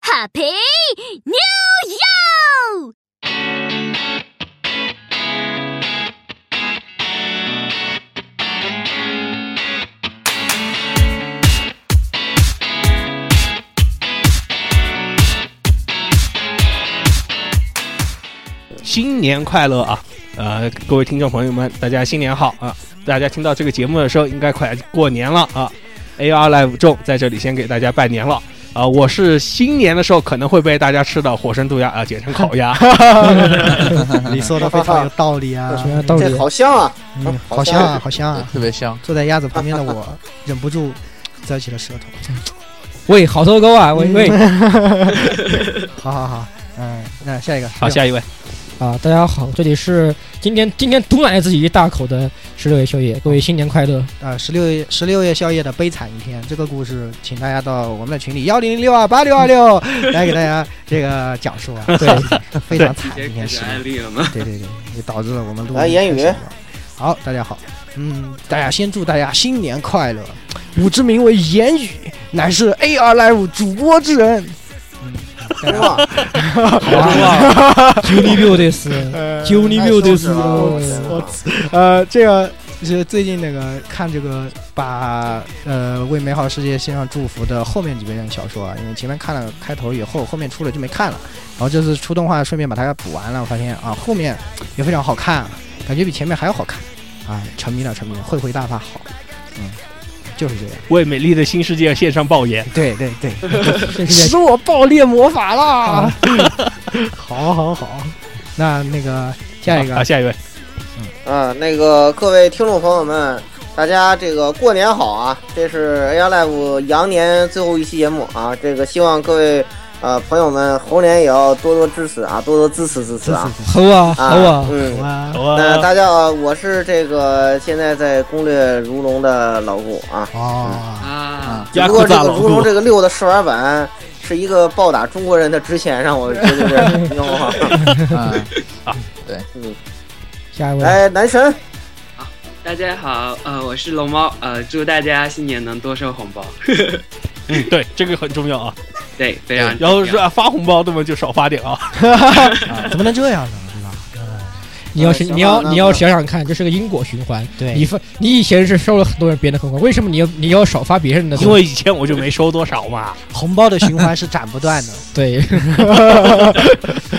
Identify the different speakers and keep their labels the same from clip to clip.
Speaker 1: 大皮牛肉。
Speaker 2: 新年快乐啊！呃，各位听众朋友们，大家新年好啊！大家听到这个节目的时候，应该快过年了啊！AR Live 众在这里先给大家拜年了啊！我是新年的时候可能会被大家吃的火神渡鸦啊，简称烤 鸭。
Speaker 3: 你说的非常有道理 啊，
Speaker 4: 什么道理
Speaker 5: 这？好像啊，
Speaker 4: 嗯，
Speaker 5: 好
Speaker 4: 好香啊，
Speaker 5: 像
Speaker 4: 好香啊！
Speaker 6: 特别香。
Speaker 4: 坐在鸭子旁边的我， 忍不住折起了舌头。嗯
Speaker 7: 喂，好收钩啊！喂喂，
Speaker 4: 好好好，嗯，那下一个，
Speaker 2: 好，下一位，
Speaker 7: 啊，大家好，这里是今天今天毒奶自己一大口的十六夜宵夜，各位新年快乐！
Speaker 4: 呃，十六夜十六夜宵夜的悲惨一天，这个故事，请大家到我们的群里幺零零六二八六二六来给大家这个讲述啊，对， 非常
Speaker 5: 哎
Speaker 4: 惨的一件事情，
Speaker 2: 例了吗？
Speaker 4: 对对对，也导致了我们录
Speaker 5: 来
Speaker 4: 音
Speaker 5: 言语
Speaker 4: 开始了好，大家好，嗯，大家先祝大家新年快乐。我之名为言语，乃是 AR Live 主播之人。 嗯，大家
Speaker 5: 哇，
Speaker 7: 九里六的是， 九里六的是，
Speaker 5: 我
Speaker 4: 我呃，这个是最近那个看这个把呃为美好世界献上祝福的后面几篇小说啊，因为前面看了开头以后，后面出了就没看了，然后这次出动画顺便把它补完了，我发现啊后面也非常好看，啊感觉比前面还要好看啊，沉迷了沉迷了，会会大法好，嗯，就是这样，
Speaker 2: 为美丽的新世界献上爆言。
Speaker 4: 对对对，
Speaker 7: 这是
Speaker 4: 使我爆裂魔法啦！ 好好好，那那个下一个
Speaker 2: 啊，下一位，
Speaker 5: 啊，那个各位听众朋友们，大家这个过年好啊！这是 AR Live 羊年最后一期节目啊，这个希望各位呃朋友们猴年也要多多支持啊，多多支持支 持啊！
Speaker 7: 猴啊猴
Speaker 5: 啊
Speaker 7: 啊，，
Speaker 5: 嗯，
Speaker 4: 哇
Speaker 2: 好
Speaker 5: 那
Speaker 2: 啊，
Speaker 5: 大家好，我是这个现在在攻略如龙的老顾啊。
Speaker 4: 哦。
Speaker 6: 啊，
Speaker 5: 只
Speaker 2: 鸭
Speaker 5: 不
Speaker 2: 裤
Speaker 5: 过
Speaker 2: 蚱
Speaker 5: 这个
Speaker 2: 老
Speaker 5: 如龙
Speaker 2: 虎，
Speaker 5: 这个六的试玩版是一个暴打中国人的之前，让我觉得是你知道 吗？
Speaker 7: 下一位，
Speaker 5: 来，哎男神，
Speaker 8: 大家好，呃，我是龙猫，呃，祝大家新年能多收红包。
Speaker 2: 嗯，对，这个很重要啊。
Speaker 8: 对，
Speaker 5: 哎
Speaker 8: 非常。
Speaker 2: 然后是啊，发红包的嘛就少发点 啊。
Speaker 4: 怎么能这样呢？对吧？
Speaker 7: 你要是
Speaker 5: 行
Speaker 7: 你要
Speaker 5: 那
Speaker 7: 你要
Speaker 5: 那
Speaker 7: 想想看，这是个因果循环。
Speaker 4: 对
Speaker 7: 你发你以前是收了很多人别人的红包，为什么你要你要少发别人的？
Speaker 2: 因为以前我就没收多少嘛。
Speaker 4: 红包的循环是斩不断的。
Speaker 7: 对，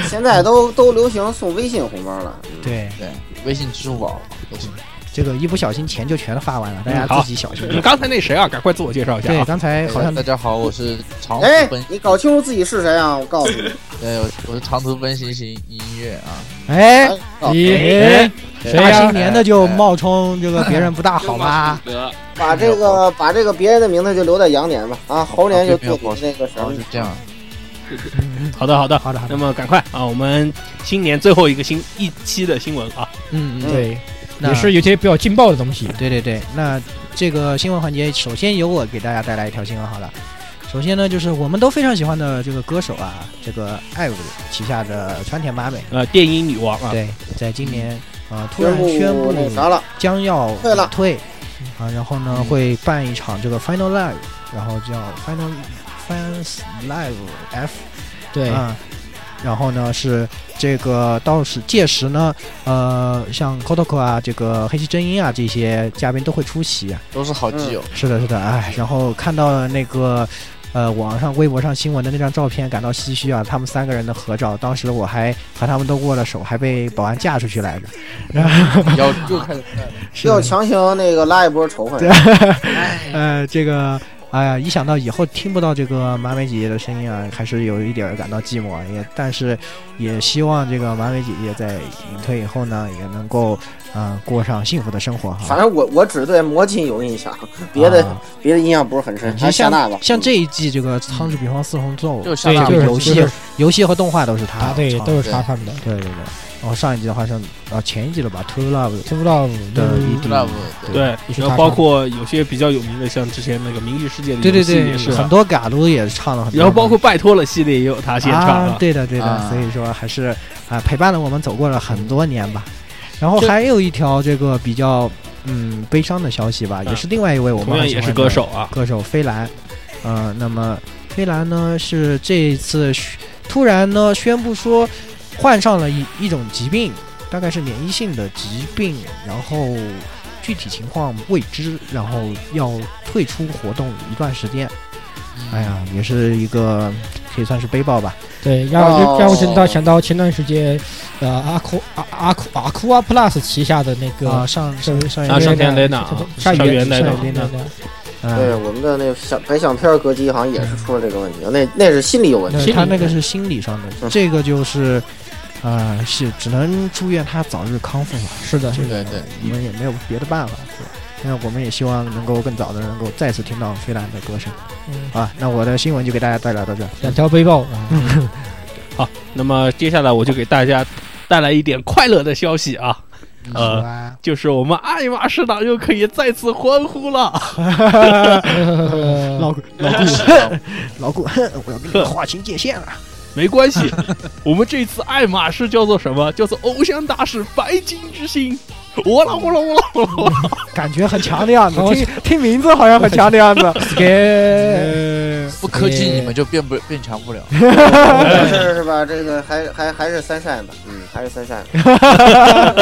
Speaker 5: 现在都都流行送微信红包了，
Speaker 4: 对，
Speaker 6: 对，微信、支付宝都行。
Speaker 4: 这个一不小心钱就全发完了，大
Speaker 2: 嗯
Speaker 4: 家
Speaker 2: 好
Speaker 4: 自己小心。
Speaker 2: 嗯，刚才那谁啊，赶快自我介绍一下
Speaker 4: 对，
Speaker 2: 啊。
Speaker 4: 刚才好像
Speaker 6: 哎大家好，我是长途
Speaker 5: 哎
Speaker 6: 奔，，
Speaker 5: 你搞清楚自己是谁啊！我告诉你，
Speaker 6: 对，我我是长途奔行型音乐啊。
Speaker 4: 哎，
Speaker 5: 告呃诉你
Speaker 2: 哎
Speaker 7: 咦，谁
Speaker 4: 大
Speaker 7: 呀
Speaker 4: 新？年的就冒充这个别人不大好吧？
Speaker 8: 得，
Speaker 5: 把这个把这个别人的名字就留在羊年吧，啊，猴年就
Speaker 6: 啊对没有
Speaker 5: 做你那个什
Speaker 6: 然后
Speaker 5: 么
Speaker 6: 就。这样，
Speaker 4: 嗯
Speaker 2: 好的，好的。
Speaker 4: 好的好
Speaker 2: 那
Speaker 4: 的，
Speaker 2: 么赶快啊，我们新年最后一个新一期的新闻啊，
Speaker 4: 嗯嗯，
Speaker 7: 对，
Speaker 4: 那
Speaker 7: 也是有些比较劲爆的东西。
Speaker 4: 对对对，那这个新闻环节，首先由我给大家带来一条新闻好了。首先呢，就是我们都非常喜欢的这个歌手啊，这个爱舞旗下的川田麻美，
Speaker 2: 呃，电音女王啊，
Speaker 4: 对，在今年啊突然
Speaker 5: 宣布
Speaker 4: 宣布
Speaker 5: 那啥了，
Speaker 4: 将要
Speaker 5: 退了
Speaker 4: 退啊，然后呢会办一场这个 Final Live，然后叫 Final Fans Live F
Speaker 7: 对，
Speaker 4: 啊、然后呢是这个到时届时呢，呃，像 Kotoko 啊，这个黑崎真音啊这些嘉宾都会出席、啊。
Speaker 6: 都是好基友。
Speaker 4: 是的，是的，哎，然后看到了那个。呃，网上微博上新闻的那张照片，感到唏嘘啊！他们三个人的合照，当时我还和他们都握了手，还被保安架出去来着。嗯
Speaker 6: 要又开始干了
Speaker 4: 是
Speaker 5: 要强行那个拉一波仇恨，
Speaker 8: 哎，
Speaker 4: 呃，这个，哎呀，一想到以后听不到这个马美姐姐的声音啊，还是有一点儿感到寂寞啊。也，但是也希望这个马美姐姐在隐退以后呢，也能够，嗯、过上幸福的生活
Speaker 5: 反
Speaker 4: 哈。
Speaker 5: 正我我只对魔镜有印象，别的、
Speaker 4: 啊
Speaker 5: 别的印象不是很深。
Speaker 4: 其实
Speaker 5: 还夏
Speaker 4: 像
Speaker 5: 娜吧，
Speaker 4: 像这一季这个《苍之彼方四重奏》，
Speaker 6: 就是夏
Speaker 7: 对，
Speaker 6: 娜
Speaker 7: 就是
Speaker 4: 游戏
Speaker 7: 就是
Speaker 4: 游戏和动画都是他
Speaker 7: 答对，
Speaker 4: 唱的
Speaker 7: 都是他他们的。
Speaker 4: 对对对。然后上一季的话像，啊前一季的吧，《To Love》
Speaker 7: 听不到
Speaker 4: 的一
Speaker 6: ，Love，
Speaker 4: 地，
Speaker 6: 对，
Speaker 2: 对，
Speaker 7: 也是
Speaker 2: 然后
Speaker 7: 大
Speaker 2: 包
Speaker 7: 厂
Speaker 2: 括有些比较有名的，像之前那个《明日世界》的
Speaker 4: 对
Speaker 2: 游
Speaker 4: 对
Speaker 2: 戏
Speaker 4: 对
Speaker 2: 也是，
Speaker 4: 很
Speaker 2: 啊，
Speaker 4: 多嘎噜也唱了很多。
Speaker 2: 然后包括《拜托了》系列也有他现场
Speaker 4: 啊
Speaker 2: 啊，。
Speaker 4: 对的，对的，
Speaker 6: 啊
Speaker 4: 所以说还是啊、陪伴了我们走过了很多年吧。然后还有一条这个比较嗯悲伤的消息吧，
Speaker 2: 嗯
Speaker 4: 也是另外一位我
Speaker 2: 同
Speaker 4: 们
Speaker 2: 样
Speaker 4: 很喜
Speaker 2: 也
Speaker 4: 欢
Speaker 2: 是
Speaker 4: 的
Speaker 2: 歌手啊，
Speaker 4: 歌手飞兰，呃，那么飞兰呢是这一次宣突然呢宣布说患上了一一种疾病，大概是免疫性的疾病，然后具体情况未知，然后要退出活动一段时间。哎呀，也是一个可以算是背包吧。
Speaker 2: 哦
Speaker 7: 对，让我就让我想到想到前段时间，呃，阿库阿阿库阿库阿 plus 旗下的那个
Speaker 4: 啊，上上上
Speaker 2: 啊，
Speaker 4: 一
Speaker 2: 上
Speaker 4: 位
Speaker 2: 天雷娜，
Speaker 7: 下
Speaker 2: 上
Speaker 7: 雨
Speaker 2: 元雷
Speaker 4: 上
Speaker 2: 娜啊
Speaker 4: 元，雷娜
Speaker 5: 对
Speaker 4: 嗯，
Speaker 5: 我们的那小白响片儿歌姬好像也是出了这个问题，那那是心理有问
Speaker 4: 那
Speaker 5: 题。
Speaker 7: 心理
Speaker 4: 他那个是心理上的，
Speaker 5: 嗯
Speaker 4: 这个就是。啊、是只能祝愿他早日康复吧。
Speaker 7: 是的，
Speaker 2: 嗯
Speaker 4: 这个
Speaker 6: 对对
Speaker 4: 我们也没有别的办法。对那我们也希望能够更早的能够再次听到飞兰的歌声
Speaker 7: 嗯，
Speaker 4: 啊。那我的新闻就给大家带来到这儿。
Speaker 7: 两条背包啊，
Speaker 2: 那么接下来我就给大家带来一点快乐的消息啊，呃，
Speaker 4: 啊，
Speaker 2: 就是我们爱马仕党又可以再次欢呼了。
Speaker 4: 老顾老顾 老顾，我要跟你划清界限了。
Speaker 2: 没关 系，我们这次爱马仕叫做什么？叫做偶像大使白金之星。我啦我啦我啦我啦 我啦！
Speaker 4: 感觉很强的样 子，
Speaker 7: 好
Speaker 4: 听听名字好像很强的 样子。
Speaker 7: 给
Speaker 6: 不科技你们就变不变强不了。
Speaker 5: 但是是吧？这个还还还是三扇吧，嗯，还是三扇吧。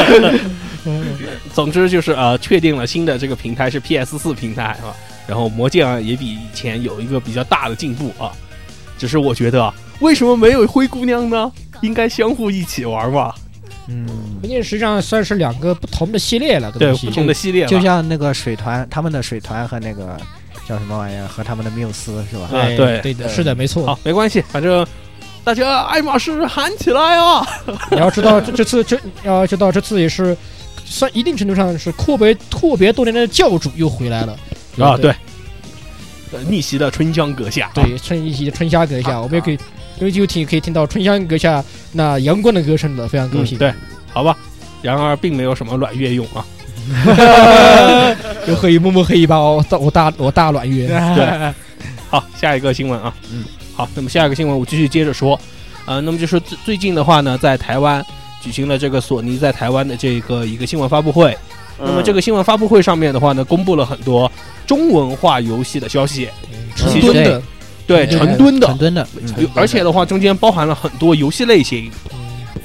Speaker 7: 嗯
Speaker 2: 总之就是呃，确定了新的这个平台是 PS 四平台啊，然后魔戒啊也比以前有一个比较大的进步啊。只是我觉得啊，为什么没有灰姑娘呢？应该相互一起玩吧，
Speaker 4: 嗯，
Speaker 7: 关键实际上算是两个不同的系列了，
Speaker 2: 对
Speaker 7: 东西
Speaker 2: 不同的系列吧
Speaker 4: 就像那个水团，他们的水团和那个叫什么玩意儿，和他们的缪斯是吧？
Speaker 2: 啊
Speaker 7: 哎
Speaker 2: 对
Speaker 7: 对的，是的，没错。
Speaker 2: 好，没关系，反正大家爱马仕喊起来啊！
Speaker 7: 你要知道这这次这要知道这次也是算一定程度上是阔别阔别多年的教主又回来了
Speaker 2: 啊，对，呃逆袭的春江阁下，啊
Speaker 7: 对，春一起春夏阁下，我们也可以，因为就听可以听到春香阁下那阳光的歌声了，非常高
Speaker 2: 嗯
Speaker 7: 兴。
Speaker 2: 对，好吧。然而并没有什么阮月用啊，
Speaker 7: 又可以默默可以把我大我大我大卵约。
Speaker 2: 好，下一个新闻啊，
Speaker 6: 嗯，
Speaker 2: 好，那么下一个新闻我继续接着说，呃，那么就是最最近的话呢，在台湾举行了这个索尼在台湾的这个一个新闻发布会，那么这
Speaker 5: 个
Speaker 2: 个新闻发布会上面的话呢，公布了很多中文化游戏的消息，
Speaker 7: 嗯成吨的，
Speaker 6: 嗯
Speaker 2: 对，
Speaker 7: 对
Speaker 2: 成吨的
Speaker 4: 成，吨的，
Speaker 2: 有而且的话中间包含了很多游戏类型，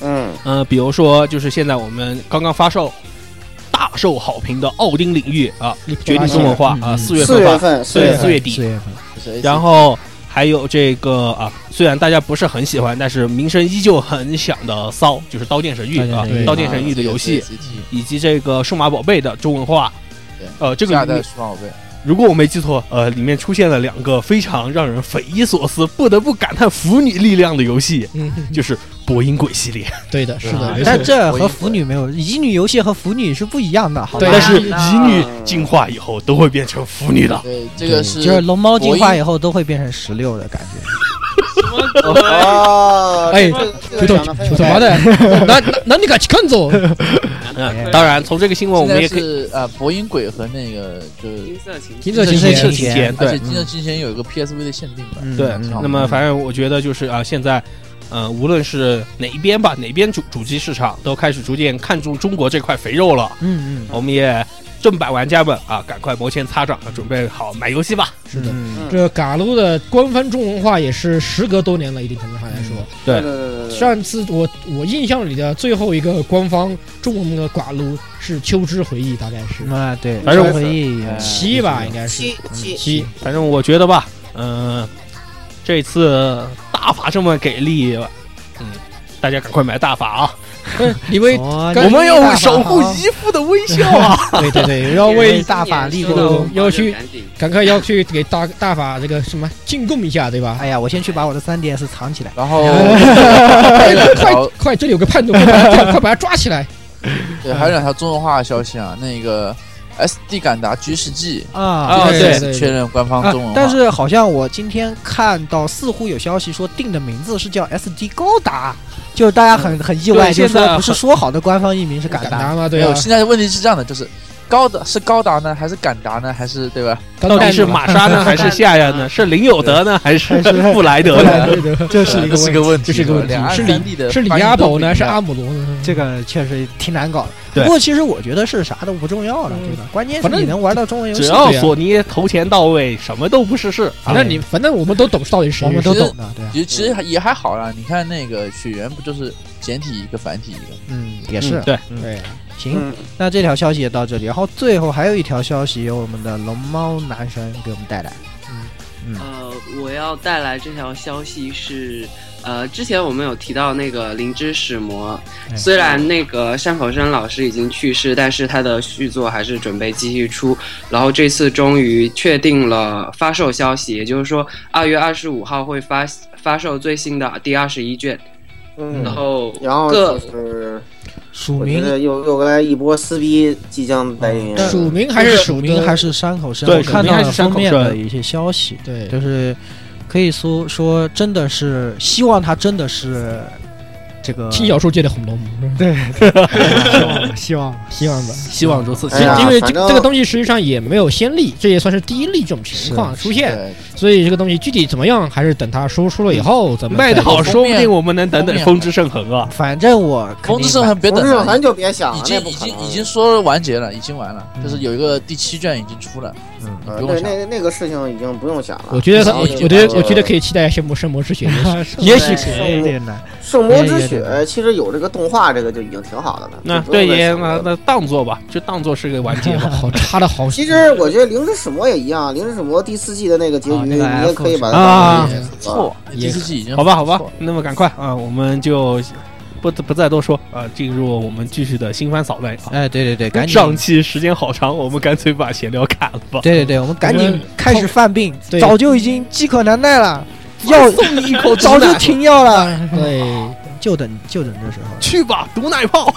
Speaker 5: 嗯，
Speaker 2: 呃，比如说就是现在我们刚刚发售。大受好评的《奥丁领域》啊，《绝地
Speaker 7: 是
Speaker 2: 中文化》
Speaker 4: 嗯
Speaker 2: 啊，
Speaker 4: 嗯
Speaker 2: 四月
Speaker 5: 四
Speaker 2: 份
Speaker 5: 月
Speaker 2: 发，
Speaker 5: 份，四
Speaker 2: 对
Speaker 5: 月
Speaker 2: 四月底
Speaker 4: 四月份，
Speaker 5: 份，
Speaker 2: 然后还有这个啊，虽然大家不是很喜欢，但是名声依旧很响的《骚》，就是《刀剑神域》啊，
Speaker 7: 对
Speaker 2: 《刀剑神域》的游戏，以及这个《数码宝贝》的中文化
Speaker 6: 对。
Speaker 2: 呃，这
Speaker 6: 下
Speaker 2: 个
Speaker 6: 代
Speaker 2: 里
Speaker 6: 数码宝贝，
Speaker 2: 如果我没记错，呃，里面出现了两个非常让人匪夷所思、不得不感叹腐女力量的游戏，
Speaker 7: 嗯，
Speaker 2: 就是《博音鬼》系列。
Speaker 7: 对的，是
Speaker 2: 啊
Speaker 7: 的，没
Speaker 4: 但
Speaker 7: 错。
Speaker 4: 这和腐女没有，乙女游戏和腐女是不一样的，好吧
Speaker 7: 对？
Speaker 2: 但是乙女进化以后都会变成腐女的。
Speaker 6: 对，这个
Speaker 4: 对就是
Speaker 6: 是
Speaker 4: 龙猫进化以后都会变成十六的感觉。
Speaker 5: 哦，
Speaker 7: 哎
Speaker 5: 这
Speaker 7: 球
Speaker 5: 个
Speaker 7: 头
Speaker 5: 讲得非
Speaker 7: 球
Speaker 5: 常
Speaker 7: 头妈
Speaker 5: 好
Speaker 7: 的， 那那那你敢去看走？
Speaker 2: 嗯，当然，从这个新闻我们
Speaker 6: 现在
Speaker 2: 也可以
Speaker 6: 是啊，博音鬼和那个就是，
Speaker 8: 金色情
Speaker 7: 金
Speaker 8: 节
Speaker 7: 色
Speaker 4: 金嗯
Speaker 7: 琴
Speaker 4: 色
Speaker 7: 弦，
Speaker 4: 琴
Speaker 2: 弦
Speaker 4: 弦，
Speaker 2: 对
Speaker 6: 而且金色金弦有一个 PSV 的限定版，
Speaker 4: 嗯
Speaker 2: 对，
Speaker 4: 嗯
Speaker 2: 那么反正我觉得就是啊，现在，呃，无论是哪一边吧，哪边主主机市场都开始逐渐看重中国这块肥肉了。
Speaker 4: 嗯嗯，
Speaker 2: 我们也正版玩家们啊，赶快摩拳擦掌，准备好买游戏吧。
Speaker 7: 是的，
Speaker 4: 嗯
Speaker 7: 这嘎撸的官方中文化也是时隔多年了，一定程度上来说，
Speaker 5: 对对对对对，
Speaker 7: 上次我我印象里的最后一个官方中文的嘎撸是《秋之回忆》，大概是
Speaker 4: 啊对，
Speaker 2: 反正我
Speaker 4: 回忆哎
Speaker 5: 呃
Speaker 7: 哎七
Speaker 4: 嗯
Speaker 7: 吧，应该是
Speaker 5: 七七
Speaker 7: 七。
Speaker 2: 嗯反正我觉得吧，嗯、这次大法这么给力，嗯，大家赶快买大法啊！
Speaker 7: 因为
Speaker 4: 我
Speaker 2: 我们要守护姨父的微笑 啊！
Speaker 7: 对对对， 要为
Speaker 4: 大法立
Speaker 7: 功要去赶快要去给大大法这个什么进贡一下，对吧？
Speaker 4: 哎呀，我先去把我的三 DS 藏起来。
Speaker 6: 然后还
Speaker 7: 快
Speaker 6: 有两条
Speaker 7: 快快，这里有个叛徒，快把他快把他抓起来！
Speaker 6: 对，还有两条中文化的消息啊，那个 SD 敢达军事记
Speaker 4: 啊
Speaker 2: 啊对
Speaker 6: 是确认官方
Speaker 4: 啊
Speaker 6: 中文！化，
Speaker 4: 但是好像我今天看到，似乎有消息说定的名字是叫 SD 高达，就是大家很很意外，
Speaker 2: 对
Speaker 4: 就是
Speaker 2: 现在
Speaker 4: 说不是说好的官方译名是
Speaker 7: 敢
Speaker 4: 敢达。
Speaker 7: 达吗？对
Speaker 6: 没
Speaker 7: 啊
Speaker 6: 有。，现在问题是这样的，就是高达是高达呢，还是敢达呢，还是对吧？
Speaker 2: 到底是玛莎 呢，还是夏亚呢？是林有德呢，还是布莱德
Speaker 4: 对
Speaker 2: 呢？
Speaker 4: 对对，这是一
Speaker 6: 这
Speaker 4: 个
Speaker 6: 是
Speaker 4: 问
Speaker 6: 个
Speaker 4: 题。
Speaker 6: 问题，
Speaker 7: 这是一个问题
Speaker 6: 两岸
Speaker 7: 是
Speaker 6: 三地的
Speaker 7: 是李
Speaker 6: 发音
Speaker 7: 亚
Speaker 6: 都
Speaker 7: 宝
Speaker 6: 不一
Speaker 7: 呢，是
Speaker 6: 样
Speaker 7: 阿姆罗呢？
Speaker 4: 这个确实挺难搞的。
Speaker 2: 对
Speaker 4: 不过其实我觉得是啥都不重要了，
Speaker 7: 嗯
Speaker 4: 这个关键是
Speaker 7: 反正
Speaker 4: 你能玩到中文游
Speaker 2: 只
Speaker 4: 戏，
Speaker 2: 要索尼投钱到位，什么都不是事。
Speaker 7: 反正你反正我们都懂是到底是谁。
Speaker 4: 我们都
Speaker 6: 其实
Speaker 4: 懂的，对啊，
Speaker 6: 其实其实还也还好啦，你看那个血缘不就是简体一个繁体一个？
Speaker 4: 嗯，也
Speaker 2: 也
Speaker 4: 是。
Speaker 2: 对，
Speaker 4: 对，行
Speaker 5: 嗯，
Speaker 4: 那这条消息也到这里，然后最后还有一条消息由我们的龙猫男神给我们带来。
Speaker 8: 呃，我要带来这条消息是，呃，之前我们有提到那个《灵之使魔》，
Speaker 4: 哎
Speaker 8: 虽然那个山口生老师已经去世，但是他的续作还是准备继续出。然后这次终于确定了发售消息，也就是说二月二十五号会发发售最新的第二十一卷。哦然
Speaker 5: 嗯，
Speaker 8: 后
Speaker 5: 然后
Speaker 8: 各
Speaker 5: 就是
Speaker 4: 署
Speaker 5: 我觉
Speaker 4: 名
Speaker 5: 得又又来一波撕逼即将来临
Speaker 4: 嗯，
Speaker 7: 署名还是
Speaker 4: 署名
Speaker 7: 的
Speaker 4: 还是山口胜，
Speaker 2: 对
Speaker 4: 我看
Speaker 2: 署名
Speaker 4: 到
Speaker 2: 还
Speaker 4: 了
Speaker 2: 是山口
Speaker 4: 封
Speaker 2: 胜
Speaker 4: 面的一些消息，
Speaker 7: 对
Speaker 4: 就是可以说说真的是希望他真的是这个
Speaker 7: 轻小说界的红楼梦。对，
Speaker 4: 希望
Speaker 7: 希望吧。
Speaker 2: 希望如此。
Speaker 5: 哎呀
Speaker 7: 因为这
Speaker 5: 反正
Speaker 7: 这个东西实际上也没有先例，这也算是第一例这种情况出现，
Speaker 6: 对，
Speaker 7: 所以这个东西具体怎么样，还是等它输出了以后咱们
Speaker 2: 卖
Speaker 7: 再
Speaker 2: 得好，
Speaker 6: 封面
Speaker 2: 说不定我们能等等
Speaker 6: 封
Speaker 2: 《
Speaker 6: 面
Speaker 2: 风之圣痕》啊。
Speaker 4: 反正我肯定
Speaker 6: 风之圣痕别
Speaker 5: 同
Speaker 6: 等
Speaker 5: 志
Speaker 6: 了，
Speaker 5: 咱就别想
Speaker 6: 已
Speaker 5: 了，
Speaker 6: 经
Speaker 5: 啊那不
Speaker 6: 已
Speaker 5: 可
Speaker 6: 经
Speaker 5: 能。
Speaker 6: 已经说完结了，已经完了，就是有一个第七卷已经出了，
Speaker 4: 嗯
Speaker 6: 你不
Speaker 5: 对
Speaker 6: 用想。
Speaker 5: 那那个事情已经不用想了。
Speaker 7: 我觉得它，
Speaker 6: 嗯
Speaker 7: 我我觉得我觉得可以期待《圣魔圣魔之血》 也许，也许可以。
Speaker 4: 有一点难，
Speaker 5: 圣魔
Speaker 7: 哎
Speaker 5: 之
Speaker 4: 对
Speaker 5: 血
Speaker 4: 对对》
Speaker 5: 其实有这个动画，这个就已经挺好的了。
Speaker 2: 那
Speaker 5: 就不用
Speaker 2: 对
Speaker 5: 再
Speaker 2: 也
Speaker 5: 想
Speaker 2: 那
Speaker 5: 了
Speaker 2: 那当做吧，就当做是个完 结吧。
Speaker 7: 好差的好。
Speaker 5: 其实我觉得《灵之使魔》也一样，《灵之使魔》第四季的那个结
Speaker 4: 啊
Speaker 5: 局，
Speaker 4: 那
Speaker 5: 你
Speaker 4: 个
Speaker 5: 也可以把它
Speaker 2: 啊
Speaker 5: 当成一个结束了。
Speaker 6: 错，第四季已经
Speaker 2: 好吧，好吧
Speaker 6: 错了，
Speaker 2: 那么赶快啊，我们就不不再多说啊，进入我们继续的新番扫雷啊。
Speaker 4: 哎，对对对，赶紧，
Speaker 2: 上期时间好长，我们干脆把闲聊砍了吧。
Speaker 4: 对对对，我们赶
Speaker 7: 我
Speaker 4: 紧
Speaker 7: 们
Speaker 4: 开始犯病，
Speaker 7: 对
Speaker 4: 早就已经饥渴难耐了，药
Speaker 2: 送你一口毒
Speaker 4: 早就
Speaker 2: 奶，
Speaker 4: 停药了，
Speaker 7: 对，
Speaker 4: 哎就等就等这时候。
Speaker 2: 去吧，毒奶泡。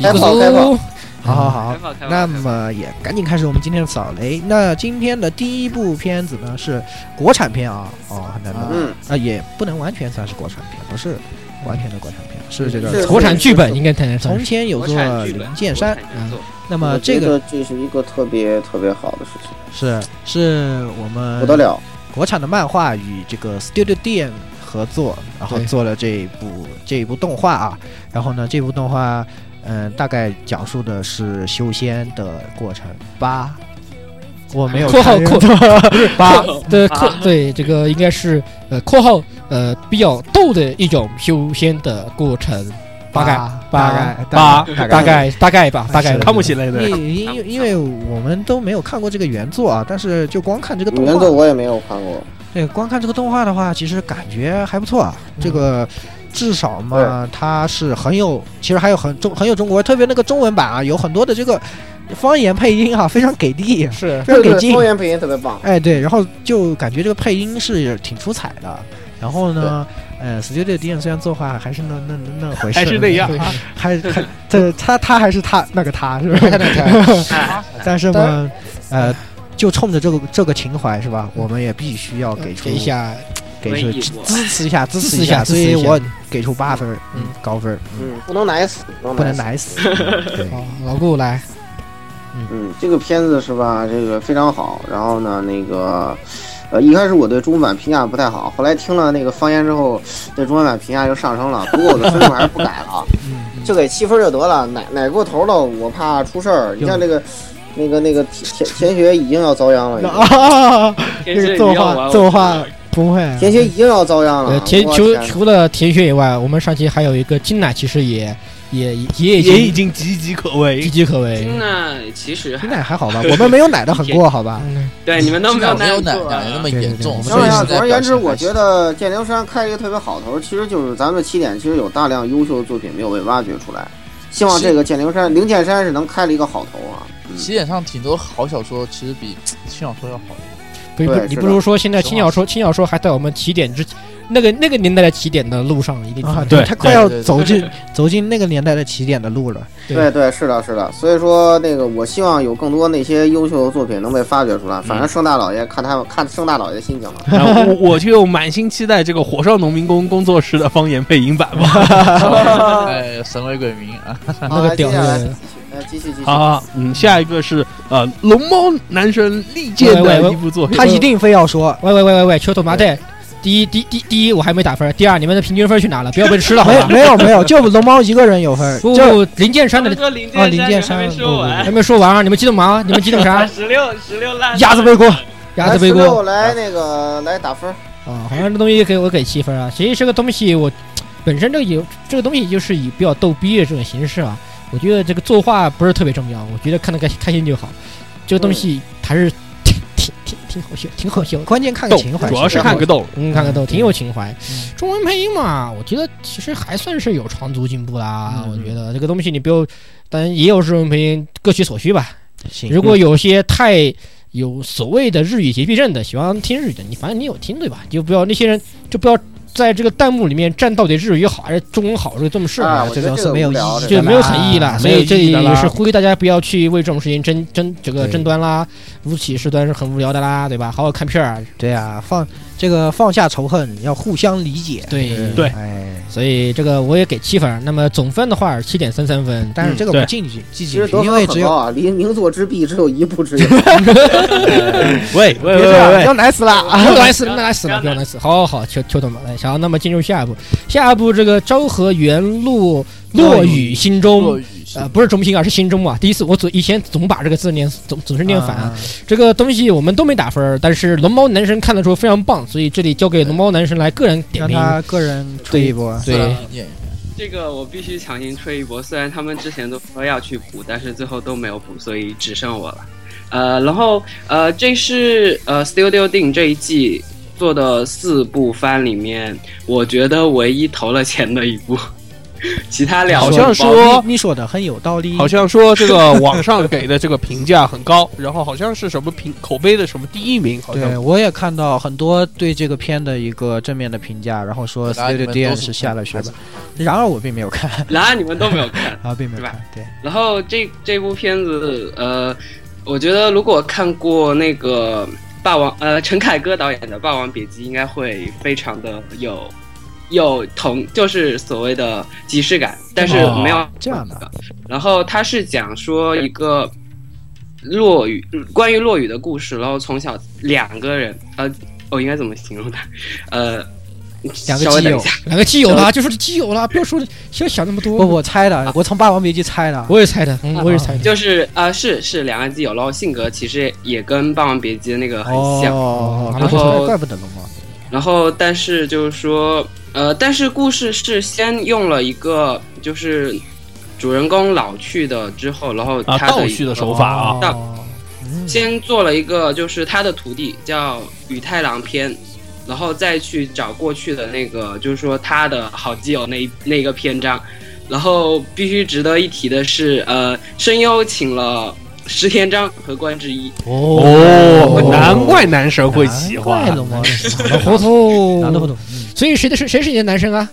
Speaker 5: 开炮开炮！
Speaker 4: 好好好
Speaker 8: 开，炮开炮
Speaker 4: 啊那么也赶紧开始我们今天的扫雷。那今天的第一部片子呢是国产片啊，哦，很难得
Speaker 5: 嗯，
Speaker 4: 啊，也不能完全算是国产片，不是完全的国产片，是这
Speaker 5: 是
Speaker 4: 个
Speaker 7: 国产剧本应该才能
Speaker 4: 从
Speaker 7: 从
Speaker 4: 前有
Speaker 8: 国
Speaker 4: 座
Speaker 8: 产剧本
Speaker 4: 灵剑山嗯
Speaker 8: 国，产制作
Speaker 4: 那
Speaker 5: 我
Speaker 4: 么这
Speaker 5: 觉
Speaker 4: 个
Speaker 5: 得这是一个特别特别好的事情，
Speaker 4: 是是我们
Speaker 5: 不得了。
Speaker 4: 国产的漫画与这个 Studio D N 合作，然后
Speaker 7: 对
Speaker 4: 做了这一部这一部动画啊。然后呢，这部动画，嗯、大概讲述的是修仙的过程吧。我没有
Speaker 7: 括号
Speaker 4: 看
Speaker 7: 括
Speaker 4: 八
Speaker 7: 的括对这个应该是呃括号呃比较逗的一种修仙的过程，大概
Speaker 4: 八
Speaker 2: 八
Speaker 4: 大概
Speaker 7: 大概大概吧，大概
Speaker 4: 是
Speaker 2: 看不起来的，
Speaker 4: 因因因因为我们都没有看过这个原作啊，但是就光看这个动
Speaker 5: 原作
Speaker 4: 画，
Speaker 5: 我也没有看过，
Speaker 4: 对，光看这个动画的话，其实感觉还不错啊。这个至少嘛，它是很有，其实还有很中很有中国味，特别那个中文版啊，有很多的这个方言配音啊，非常给力，
Speaker 7: 是
Speaker 4: 非常嗯给
Speaker 5: 对
Speaker 4: 劲
Speaker 5: 方。言配音特别棒。
Speaker 4: 哎，对，然后就感觉这个配音是挺出彩的。然后呢，呃，Studio D N 虽然作画还是那那那那回事，
Speaker 2: 还是那样
Speaker 7: 啊
Speaker 4: 对，还还这他他还是他那个他是吧？ 但是呢，呃，就冲着这个这个情怀是吧？我们也必须要给出
Speaker 7: 呃给一下
Speaker 4: 给出
Speaker 8: 文艺部
Speaker 4: 支持一下，支
Speaker 7: 持
Speaker 4: 持
Speaker 7: 一
Speaker 4: 一
Speaker 7: 下
Speaker 4: 下，
Speaker 7: 支
Speaker 4: 所
Speaker 7: 持一下
Speaker 4: 以我给出八分儿，嗯，高分儿，
Speaker 5: 嗯，不能奶死，
Speaker 4: 不能
Speaker 5: 死。
Speaker 4: 奶死。对
Speaker 7: 好，老顾来，
Speaker 5: 嗯，这个片子是吧？这个非常好。然后呢，那个，呃，一开始我对中文版评价不太好，后来听了那个方言之后，对中文版评价又上升了。不过我的分数还是不改了啊，
Speaker 4: 嗯
Speaker 5: 就给七分就得了。奶奶过头了，我怕出事儿。你像这个，那个那个田田学已经要遭殃 了已经，
Speaker 3: 哦
Speaker 4: 啊，
Speaker 8: 田
Speaker 4: 这
Speaker 8: 学
Speaker 4: 个
Speaker 8: 你
Speaker 4: 作
Speaker 8: 要玩
Speaker 4: 画
Speaker 8: 我
Speaker 4: 作画不会啊，
Speaker 5: 田学已经要遭殃
Speaker 7: 呃
Speaker 5: 了。
Speaker 7: 田
Speaker 5: 我
Speaker 7: 除
Speaker 5: 天
Speaker 7: 除了田轩以外，我们上期还有一个金奶，其实也也也
Speaker 2: 也已
Speaker 7: 已经
Speaker 2: 经岌岌可
Speaker 7: 岌
Speaker 2: 危。
Speaker 7: 岌可危。
Speaker 8: 那其实
Speaker 4: 你奶还好吧？我们没有奶的很过，好吧？
Speaker 7: 嗯
Speaker 8: 对你们都没有
Speaker 6: 没有奶
Speaker 8: 过啊
Speaker 6: 奶那么严重。
Speaker 4: 对
Speaker 5: 当
Speaker 4: 对
Speaker 5: 然
Speaker 4: 对
Speaker 5: 啊，
Speaker 6: 所以
Speaker 5: 总而言之，我觉
Speaker 6: 得
Speaker 5: 得《剑灵山》开了一个特别好头，其实就是咱们的起点，其实有大量优秀的作品没有被挖掘出来。希望这个《剑灵山》《灵剑山》是能开了一个好头啊！
Speaker 6: 起点上挺多好小说，其实比轻小说要好。
Speaker 7: 不
Speaker 5: 对
Speaker 7: 不，
Speaker 5: 是
Speaker 7: 你
Speaker 5: 的
Speaker 7: 不如说现在
Speaker 6: 实话
Speaker 7: 轻小说，轻小说还在我们起点之那个那个年代的起点的路上一定
Speaker 3: 啊，
Speaker 2: 对
Speaker 3: 他快要
Speaker 6: 对对对
Speaker 3: 走进走进那个年代的起点的路了。
Speaker 5: 对对，是的，是的。所以说，那个我希望有更多那些优秀的作品能被发掘出来。反正盛大老爷看他们看盛大老爷的心情了。
Speaker 2: 然后我我就满心期待这个火烧农民工工作室的方言配音版吧。
Speaker 6: 哎，神为鬼名啊！
Speaker 5: 好，
Speaker 7: 个
Speaker 5: 来
Speaker 7: 屌
Speaker 5: 接下来
Speaker 7: 的
Speaker 5: 继续，呃，继续继续。
Speaker 2: 好好，好嗯，下一个是呃龙猫男神利剑
Speaker 7: 喂喂
Speaker 2: 的
Speaker 7: 喂
Speaker 2: 一部作品，
Speaker 3: 他一定非要说，
Speaker 7: 喂喂喂喂喂，秋头麻袋，第一第第第一我还没打分，第二你们的平均分去哪了？不要被吃了好
Speaker 3: 没
Speaker 7: 吧？
Speaker 3: 没有没有，就龙猫一个人有分，
Speaker 7: 不
Speaker 3: 就
Speaker 7: 不，林建山的
Speaker 9: 说林
Speaker 3: 啊
Speaker 9: 建
Speaker 3: 林建山
Speaker 9: 还没
Speaker 3: 不
Speaker 9: 说
Speaker 3: 不
Speaker 9: 完，
Speaker 7: 还没说完啊！你们激动嘛？你们激动
Speaker 9: 啊，
Speaker 7: 啥？
Speaker 9: 十六十六烂
Speaker 3: 鸭子背锅
Speaker 7: 鸭子背锅
Speaker 5: 来16来那个来打分。
Speaker 7: 啊！好像这东西给我给七分啊。其实这个东西我本身这个有这个东西就是以比较逗逼的这种形式啊，我觉得这个作画不是特别重要，我觉得看得开开心就好。这个东西
Speaker 2: 嗯
Speaker 7: 还是挺挺挺挺好笑，挺好笑的。
Speaker 3: 关键看个
Speaker 2: 逗
Speaker 3: 情怀，
Speaker 2: 主要是看个逗。
Speaker 7: 嗯，看看都挺有情怀。
Speaker 2: 嗯
Speaker 7: 中文配音嘛，我觉得其实还算是有长足进步啦。
Speaker 2: 嗯
Speaker 7: 我觉得这个东西你不要，当然也有日文配音，各取所需吧。
Speaker 3: 行
Speaker 7: 如果有些太有所谓的日语洁癖症的，喜欢听日语的，你反正你有听对吧？就不要那些人就不要在这个弹幕里面站到底日语好还是中文好这个这么事
Speaker 5: 啊
Speaker 7: 儿，
Speaker 5: 我觉
Speaker 3: 哎这
Speaker 5: 得
Speaker 3: 种
Speaker 5: 这
Speaker 3: 是
Speaker 5: 个
Speaker 3: 没有
Speaker 5: 无
Speaker 3: 意
Speaker 5: 聊
Speaker 3: 义
Speaker 5: 这
Speaker 3: 的
Speaker 7: 就
Speaker 5: 个
Speaker 7: 没有诚意
Speaker 2: 啊
Speaker 7: 了。所
Speaker 2: 没有
Speaker 7: 以
Speaker 2: 意
Speaker 7: 这
Speaker 2: 义的啦
Speaker 7: 也是呼吁大家不要去为这种事情争争这个
Speaker 3: 对
Speaker 7: 争端啦，无起事端是很无聊的啦，对吧？好好看片儿，
Speaker 3: 对啊，放这个放下仇恨，要互相理解。
Speaker 7: 对
Speaker 2: 对
Speaker 3: 哎，
Speaker 7: 所以这个我也给七分儿。那么总分的话，七点三三分。
Speaker 3: 但是这个
Speaker 2: 嗯对
Speaker 3: 不进去，进
Speaker 5: 其实
Speaker 3: 去，
Speaker 5: 得
Speaker 3: 因
Speaker 5: 分
Speaker 3: 为只
Speaker 5: 很
Speaker 3: 有
Speaker 5: 高啊，离名作之壁只有一步之遥。
Speaker 2: 喂喂
Speaker 3: 别
Speaker 2: 喂
Speaker 3: 这样
Speaker 2: 喂，
Speaker 3: 要奶死了。
Speaker 7: 不要来啊死，那来死了，不要来死。好好好，秋秋董吧，来，好，那么进入下一步，下一步这个昭和元路落雨心
Speaker 6: 落
Speaker 2: 嗯
Speaker 7: 中。
Speaker 6: 雨
Speaker 7: 呃，不是中心啊，是心中啊。第一次我总以前总把这个字念总总是念反、啊。这个东西我们都没打分儿，但是龙猫男神看得出非常棒，所以这里交给龙猫男神来个人点
Speaker 3: 让
Speaker 7: 评。
Speaker 3: 他个人吹一波。
Speaker 7: 对，
Speaker 6: 演员
Speaker 8: 这个我必须强行吹一波，虽然他们之前都说要去补，但是最后都没有补，所以只剩我了。呃，然后呃，这是呃 Studio d i n 这一季做的四部番里面，我觉得唯一投了钱的一部，其他两部
Speaker 2: 好像
Speaker 8: 包括
Speaker 2: 说
Speaker 3: 你说的很有道理。
Speaker 2: 好像说这个网上给的这个评价很高，然后好像是什么评口碑的什么第一名，好像
Speaker 3: 对，我也看到很多对这个片的一个正面的评价，然后说《
Speaker 6: 本来
Speaker 3: Studio
Speaker 6: 你们
Speaker 3: D
Speaker 6: 都
Speaker 3: N》
Speaker 6: 是
Speaker 3: 是下了血本，然而我并没有看，
Speaker 8: 然而你们都没有看。
Speaker 3: 啊，并没有
Speaker 8: 对吧
Speaker 3: 看。对，
Speaker 8: 然后这这部片子，呃，我觉得如果看过那个霸王，呃，陈凯歌导演的《霸王别姬》，应该会非常的有有同，就是所谓的即视感，但是
Speaker 2: 哦
Speaker 8: 没有、
Speaker 3: 这样的。
Speaker 8: 然后他是讲说一个落雨，关于落雨的故事，然后从小两个人，呃，我应该怎么形容他？呃，
Speaker 3: 两个
Speaker 8: 稍微
Speaker 3: 基
Speaker 8: 等一
Speaker 3: 友
Speaker 8: 下，，
Speaker 7: 两个基友啦，就说基友啦，不要说不要想那么多。
Speaker 3: 我我猜的，我从《霸王别姬》猜的。
Speaker 7: 我也猜的，嗯，我也猜的。
Speaker 8: 就是啊、呃是是两个基友，然后性格其实也跟《霸王别姬》那个很像。
Speaker 3: 哦，
Speaker 7: 然
Speaker 8: 后
Speaker 3: 怪不得龙猫。
Speaker 8: 然后，但是就是说，呃，但是故事是先用了一个就是主人公老去的之后，然后
Speaker 2: 啊
Speaker 8: 他
Speaker 2: 倒
Speaker 8: 的一
Speaker 2: 叙的
Speaker 8: 个嗯
Speaker 2: 手法
Speaker 3: 哦
Speaker 2: 啊，
Speaker 8: 到先做了一个就是他的徒弟叫宇太郎篇，然后再去找过去的那个就是说他的好基友那一那个篇章。然后必须值得一提的是，呃，声优请了石田章和关智一，
Speaker 2: 哦，难怪男神会喜
Speaker 3: 怪
Speaker 2: 欢。
Speaker 3: 龙猫，
Speaker 7: 糊涂，
Speaker 3: 哪都不懂。
Speaker 7: 所以谁的是谁是你的男生啊？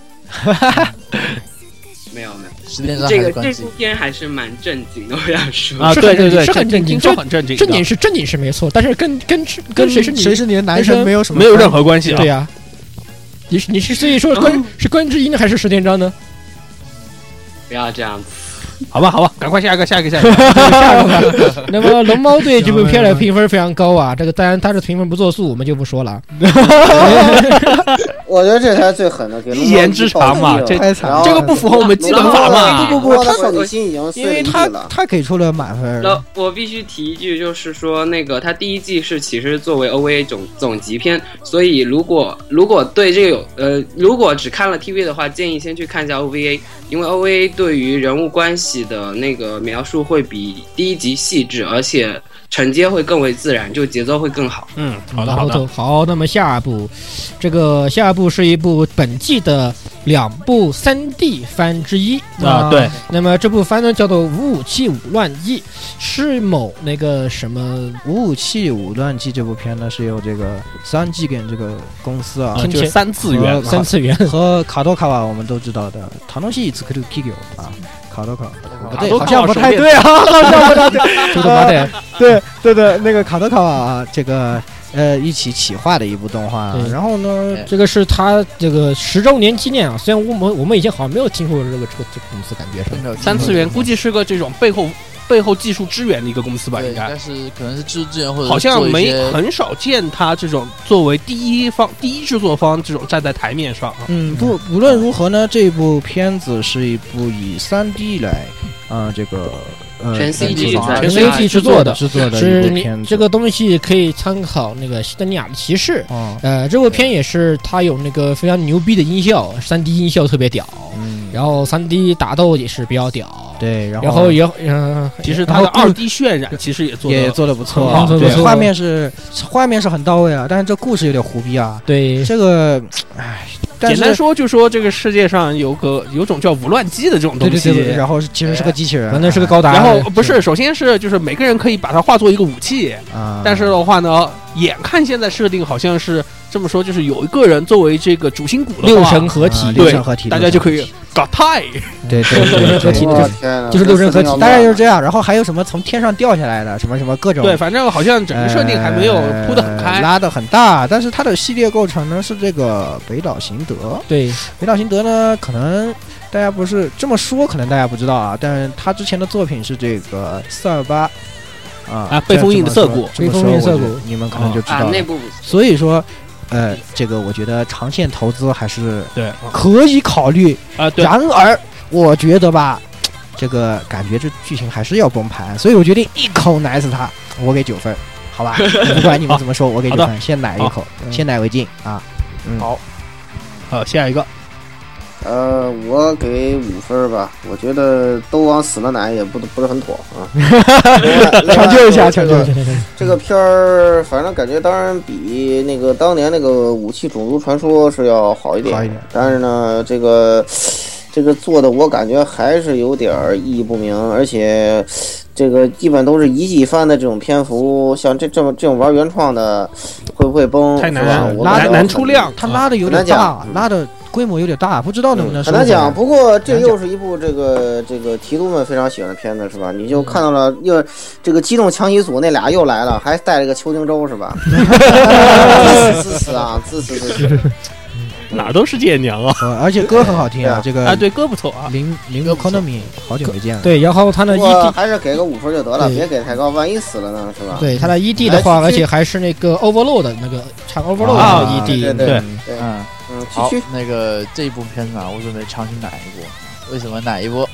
Speaker 8: 没有没有，
Speaker 6: 十点上还
Speaker 8: 这
Speaker 6: 是
Speaker 8: 个
Speaker 6: 关
Speaker 8: 这
Speaker 6: 机
Speaker 8: 部，片还是蛮正经的，我想说。
Speaker 2: 啊，
Speaker 7: 是
Speaker 2: 对
Speaker 7: 很
Speaker 2: 对对，
Speaker 7: 是很
Speaker 2: 这
Speaker 7: 正经
Speaker 2: 这
Speaker 7: 这
Speaker 2: 很正经，
Speaker 7: 正经是正经是没错，但是跟跟跟谁是你
Speaker 3: 谁是你的男
Speaker 7: 男
Speaker 3: 神
Speaker 7: 神
Speaker 3: 没有什么
Speaker 2: 没有任
Speaker 3: 关
Speaker 2: 何关系啊
Speaker 7: 对。呀、你是你是所 以说关是关之一呢还是石田章呢？
Speaker 8: 不要这样子。
Speaker 2: 好吧，好吧，赶快下一个，下一个，下一个。
Speaker 7: 那么龙猫对这部片的评分非常高 啊，这个当然它的评分不作数，我们就不说了。
Speaker 5: 我觉得这才是最狠的，给龙猫
Speaker 2: 一言之长嘛
Speaker 5: 一暴击
Speaker 2: 这
Speaker 5: 了
Speaker 3: 太惨了
Speaker 5: 然后
Speaker 2: 这个不符合我们基本法嘛？
Speaker 3: 不
Speaker 5: 不
Speaker 3: 不
Speaker 5: 不不，
Speaker 3: 他
Speaker 5: 他手里心已经
Speaker 3: 系，因为
Speaker 5: 碎
Speaker 3: 他
Speaker 5: 了一地了。
Speaker 3: 他给出了满
Speaker 4: 嗯
Speaker 3: 分
Speaker 8: 那我必须提一句，就是说，那个它第一季是其实作为 OVA 总总集篇，所以如果如果对这个有呃，如果只看了 TV 的话，建议先去看一下 OVA，因为 OVA 对于人物关系的那个描述会比第一集细致，而且承接会更为自然，就节奏会更好。
Speaker 2: 嗯，好的，好
Speaker 7: 然后
Speaker 2: 的。
Speaker 7: 就好，那么下一部，这个下一部是一部本季的两部三 D 番之一
Speaker 2: 啊，对，
Speaker 7: 那么这部番呢叫做《五五七五乱记》，是某那个什么
Speaker 4: 五五七五乱纪这部片呢，是由这个三 G 跟这个公司啊
Speaker 2: 啊，
Speaker 7: 听起来
Speaker 2: 就是三次元
Speaker 4: 呃
Speaker 2: 嘛
Speaker 7: 三次元
Speaker 4: 和卡多卡瓦我们都知道的唐东西斯克鲁 K 九啊，卡多卡不对，
Speaker 2: 多
Speaker 4: 好
Speaker 2: 卡
Speaker 4: 像不
Speaker 2: 手
Speaker 4: 太
Speaker 2: 链
Speaker 4: 对啊， 好像不太对。啊
Speaker 7: 周的八代，
Speaker 4: 对对对，那个卡多卡瓦啊，这个呃一起企划的一部动画啊
Speaker 7: 对，
Speaker 4: 然后呢，
Speaker 7: 这个是他这个十周年纪念啊。虽然我们我们以前好像没有听过这个这个这个公司，感觉上
Speaker 6: 真的
Speaker 2: 三次元，估计是个这种背后背后技术支援的一个公司吧，
Speaker 6: 对，
Speaker 2: 应
Speaker 6: 应
Speaker 2: 该
Speaker 6: 该是可能是技术支援
Speaker 4: 呃
Speaker 6: 或者
Speaker 2: 好像
Speaker 6: 做一
Speaker 2: 没
Speaker 6: 些
Speaker 2: 很少见他这种作为第一方第一制作方这种站在台面上啊。
Speaker 4: 嗯，不不论如何呢，这部片子是一部以三 D 来啊这个呃
Speaker 8: 全 CG
Speaker 4: 制作
Speaker 8: 全
Speaker 4: 全
Speaker 7: CG 制作的
Speaker 4: 制作的一
Speaker 7: 是
Speaker 4: 部
Speaker 7: 你
Speaker 4: 片子，
Speaker 7: 这个东西可以参考那个《西德尼亚的骑士》。
Speaker 4: 哦，
Speaker 7: 呃，这部片也是它有那个非常牛逼的音效，3 D 音效特别屌，
Speaker 4: 嗯，
Speaker 7: 然后3 D 打斗也是比较屌，
Speaker 4: 对，然
Speaker 7: 然后也嗯、
Speaker 2: 其实
Speaker 7: 然
Speaker 2: 他
Speaker 7: 后
Speaker 2: 的二 D 渲染其实也做
Speaker 4: 也
Speaker 2: 的
Speaker 4: 做的不错
Speaker 7: 很
Speaker 4: 啊，
Speaker 7: 好做得
Speaker 4: 对
Speaker 7: 不错
Speaker 4: 画面是画面是很到位啊，但是这故事有点胡逼啊，
Speaker 7: 对
Speaker 4: 这个，唉，但
Speaker 2: 简单
Speaker 4: 是
Speaker 2: 说就说这个世界上有个有种叫无乱机的这种
Speaker 4: 对
Speaker 2: 东
Speaker 4: 对
Speaker 2: 西
Speaker 4: 对，对，然后是其实是个机器人，
Speaker 7: 反啊正是个高达。
Speaker 2: 然后不是，首先是就是每个人可以把它化作一个武器，
Speaker 4: 啊，
Speaker 2: 但是的话呢，眼看现在设定好像是这么说，就是有一个人作为这个主心骨的话
Speaker 7: 六神合体
Speaker 4: 啊，
Speaker 2: 对
Speaker 4: 六神合体，
Speaker 2: 大家就可以搞太，
Speaker 4: 对对 对对
Speaker 7: 合
Speaker 4: 对
Speaker 7: 体
Speaker 4: 对。
Speaker 7: 的
Speaker 5: 我天啊哪，
Speaker 7: 就是六神合体
Speaker 4: 大概就是
Speaker 5: 样。
Speaker 4: 这样，然后还有什么从天上掉下来的，什么什么各种，
Speaker 2: 对，反正好像整个设定还没有
Speaker 4: 呃
Speaker 2: 铺得很开。
Speaker 4: 拉得很大。但是它的系列构成呢是这个北岛行德，
Speaker 7: 对，
Speaker 4: 北岛行德呢可能大家不是这么说，可能大家不知道啊，但他之前的作品是这个四二八啊
Speaker 2: 啊被封印的
Speaker 4: 这么
Speaker 2: 涩谷
Speaker 4: 说这么
Speaker 7: 被封
Speaker 4: 说
Speaker 7: 印涩
Speaker 4: 我
Speaker 7: 谷
Speaker 4: 就你们可能就知道
Speaker 8: 啊，
Speaker 4: 了
Speaker 8: 那。部不错
Speaker 4: 所以说，呃，这个我觉得长线投资还是
Speaker 2: 对
Speaker 4: 可以考虑。
Speaker 2: 啊，对，
Speaker 4: 然而，我觉得吧，这个感觉这剧情还是要崩盘，所以我决定一口奶死他，我给九分，好吧？不管你们怎么说，我给九
Speaker 2: 好
Speaker 4: 分，先奶一口，先奶为敬 啊。
Speaker 2: 好，下一个
Speaker 5: 呃，我给五分儿吧，我觉得都往死了奶也不不是很妥 啊。
Speaker 4: 抢救一下
Speaker 5: 抢
Speaker 4: 抢救一下
Speaker 5: 这个片儿，反正感觉当然比那个当年那个《武器种族传说》是要好一点，
Speaker 4: 好一点
Speaker 5: 但是呢，这个这个做的我感觉还是有点儿意义不明，而且这个基本都是一季番的这种篇幅，像这这么这种玩原创的，会不会崩？
Speaker 2: 太难
Speaker 5: 嗯是吧
Speaker 2: 了
Speaker 5: 我
Speaker 2: 拉
Speaker 5: 感觉
Speaker 2: 难出量
Speaker 7: 啊
Speaker 4: 他拉的有点
Speaker 5: 很难
Speaker 4: 大
Speaker 5: 讲，嗯
Speaker 4: 拉的规模有点大，不知道能不能收回
Speaker 5: 很
Speaker 4: 来。
Speaker 5: 难讲，不过这又是一部这个这个提督们非常喜欢的片子，是吧？你就看到了又这个机动强袭组那俩又来了，还带了个邱靖州，是吧？自此啊，自此自此，
Speaker 2: 哪儿都是舰娘啊
Speaker 4: 呃而且歌很好听啊，这个
Speaker 2: 啊，对，歌不错啊，
Speaker 4: 零零 economy 好久没见了。
Speaker 7: 对，然后它的
Speaker 5: 不
Speaker 7: ED
Speaker 5: 过还是给个五分就得了，
Speaker 7: 对
Speaker 5: 别给太高，万一死了呢，是吧？
Speaker 7: 对它的 ED 的话，
Speaker 5: 啊来
Speaker 7: 而
Speaker 5: 继续
Speaker 7: 且还是那个 Overload 的那个唱 Overload
Speaker 2: 啊
Speaker 7: 的 E
Speaker 5: 对
Speaker 7: ED，
Speaker 5: 对
Speaker 2: 对
Speaker 5: 对，
Speaker 6: 嗯，
Speaker 5: 嗯，
Speaker 6: 好
Speaker 5: 继续，
Speaker 6: 那个这一部片子啊，我准备强行奶一波。为什么奶一波？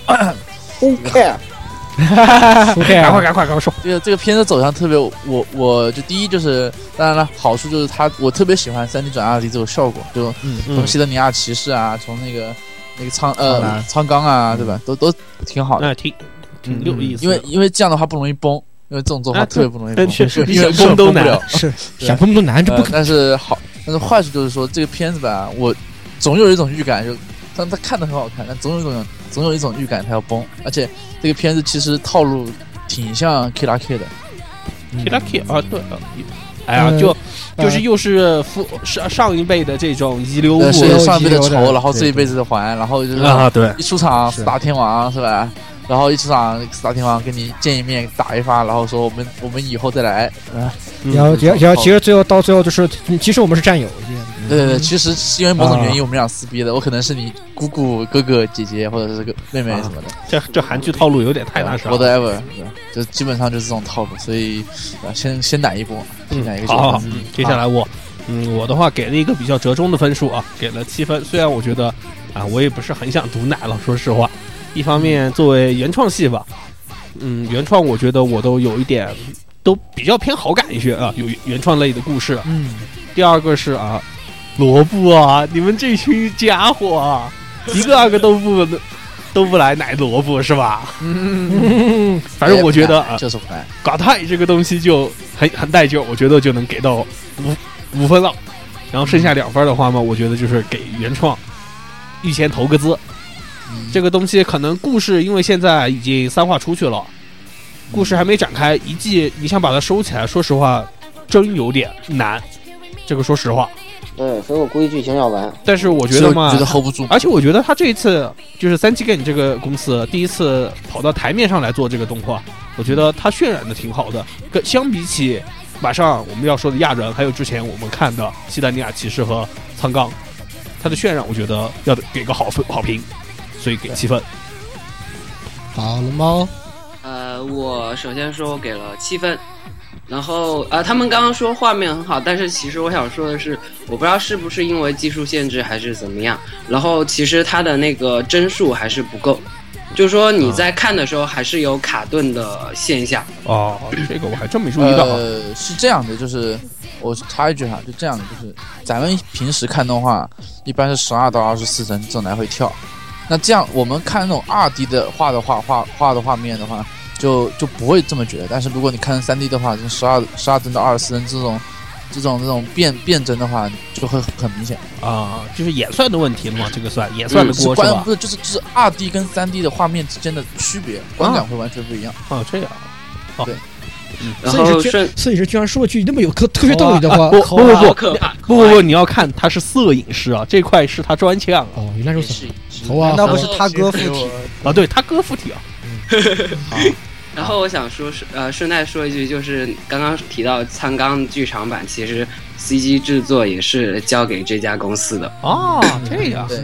Speaker 5: ，Who care？
Speaker 7: 不这
Speaker 2: 赶快
Speaker 7: 样，
Speaker 2: 赶快赶快说，
Speaker 6: 这个这个片子走向特别，我我就第一就是，当然了，好处就是它，我特别喜欢三 D 转二 D 这种效果，就从
Speaker 2: 嗯，
Speaker 6: 西德尼亚骑士啊，从那个那个苍
Speaker 4: 苍
Speaker 6: 呃
Speaker 4: 狼
Speaker 6: 苍冈啊，对吧？都都挺好的，
Speaker 2: 那哎挺挺有意思
Speaker 6: 因
Speaker 2: 的，
Speaker 6: 为因为这样的话不容易崩，因为这种做
Speaker 2: 啊
Speaker 6: 法特别不容易崩，
Speaker 2: 确实
Speaker 6: 因为
Speaker 2: 想崩都
Speaker 6: 不
Speaker 2: 难
Speaker 6: 了。
Speaker 4: 是
Speaker 7: 想碰都难，这不
Speaker 6: 呃，但是好，但是坏处就是说这个片子吧，我总有一种预感，就但它看的很好看，但总有一种总有一种预感它要崩，而且这个片子其实套路挺像 K 拉 K 的，
Speaker 2: k i l k 啊，对，啊哎呀，
Speaker 7: 嗯
Speaker 2: 就就是又是父上上一辈的这种遗留物
Speaker 6: 呃，是上一辈
Speaker 4: 遗
Speaker 6: 的
Speaker 4: 留的
Speaker 6: 仇，然后这
Speaker 4: 对
Speaker 6: 一辈子的还，然后就是
Speaker 2: 啊，对，
Speaker 6: 一出场
Speaker 4: 是
Speaker 6: 四大天王是吧？然后一出场四大天王跟你见一面打一发，然后说我们我们以后再来，
Speaker 7: 然后，然后，然后，其实最后到最后就是，其实我们是战友，
Speaker 6: 对
Speaker 4: 嗯
Speaker 6: 对对，其实是因为某种
Speaker 2: 啊
Speaker 6: 原因我们俩撕逼的，我可能是你姑姑、哥哥、姐姐或者是个妹妹什么的。
Speaker 2: 这这韩剧套路有点啊太
Speaker 6: 呃
Speaker 2: 那啥了。
Speaker 6: whatever，对就基本上就是这种套路，所以呃先先打一波，先打一
Speaker 2: 嗯，
Speaker 6: 个
Speaker 2: 好好好
Speaker 6: 角色，
Speaker 2: 嗯接下来我，嗯，我的话给了一个比较折中的分数啊，给了七分。虽然我觉得啊，我也不是很想读奶了，说实话。一方面作为原创系吧，嗯，原创我觉得我都有一点，都比较偏好感一些啊，有原创类的故事。啊
Speaker 7: 嗯，
Speaker 2: 第二个是啊，萝卜啊，你们这群家伙啊，一个二个都不都不来奶萝卜是吧？嗯， 反正我觉得啊，
Speaker 6: 哎就是不来，
Speaker 2: 搞太这个东西就很很带劲儿，我觉得就能给到五五分了。然后剩下两分的话嘛，我觉得就是给原创，预先投个资。这个东西可能故事因为现在已经三话出去了，故事还没展开，一季你想把它收起来，说实话，真有点难。这个说实话，
Speaker 5: 对，所以我估计剧情要完。
Speaker 2: 但是我觉
Speaker 6: 所以
Speaker 2: 得
Speaker 6: 我
Speaker 2: 嘛
Speaker 6: 觉，得 hold 不住。
Speaker 2: 而且我觉得他这一次就是三七 g a m 这个公司第一次跑到台面上来做这个动画，我觉得它渲染的挺好的。跟相比起马上我们要说的亚人，还有之前我们看的《西达尼亚骑士》和《苍冈》，它的渲染我觉得要给个好分好评，所以给七分。
Speaker 7: 好，龙猫，
Speaker 8: 呃，我首先说我给了七分，然后呃，他们刚刚说画面很好，但是其实我想说的是，我不知道是不是因为技术限制还是怎么样，然后其实它的那个帧数还是不够，就是说你在看的时候还是有卡顿的现象。
Speaker 2: 哦，这个我还真没注意到。
Speaker 6: 呃，是这样的，就是我插一句哈，就这样的，就是咱们平时看动画一般是十二到二十四帧这种来回跳，那这样我们看那种二 D 的画的画画画的画面的话，就就不会这么觉得。但是如果你看三 D 的话，这十二十二帧到二十四帧这种这种这种变变帧的话，就会很明显。
Speaker 2: 啊，就是演算的问题了嘛，这个算演算的
Speaker 6: 是
Speaker 2: 锅、是
Speaker 6: 观
Speaker 2: 吧？
Speaker 6: 不是就是就是二 D 跟三 D 的画面之间的区别，观感会完全不一样。
Speaker 8: 嗯
Speaker 2: 啊，这样。
Speaker 3: 嗯
Speaker 8: 然
Speaker 7: 摄影
Speaker 8: 后
Speaker 7: 师
Speaker 8: 顺
Speaker 7: 居摄影师居然说了句那么有科科学道理的
Speaker 2: 啊
Speaker 7: 话，啊
Speaker 2: 不不不
Speaker 8: 好
Speaker 2: 不
Speaker 8: 可怕，
Speaker 2: 不不不，你要看他是摄影师啊，这块是他专项啊。
Speaker 7: 哦，原来如
Speaker 8: 也
Speaker 7: 此，
Speaker 8: 是是
Speaker 7: 头啊
Speaker 3: 难，道不是他哥附体？
Speaker 2: 啊，对他哥附体啊，
Speaker 8: 然后我想说是呃，顺带说一句，就是刚刚提到苍冈剧场版，其实 CG 制作也是交给这家公司的。
Speaker 2: 哦，这
Speaker 4: 啊
Speaker 2: 样
Speaker 6: 对，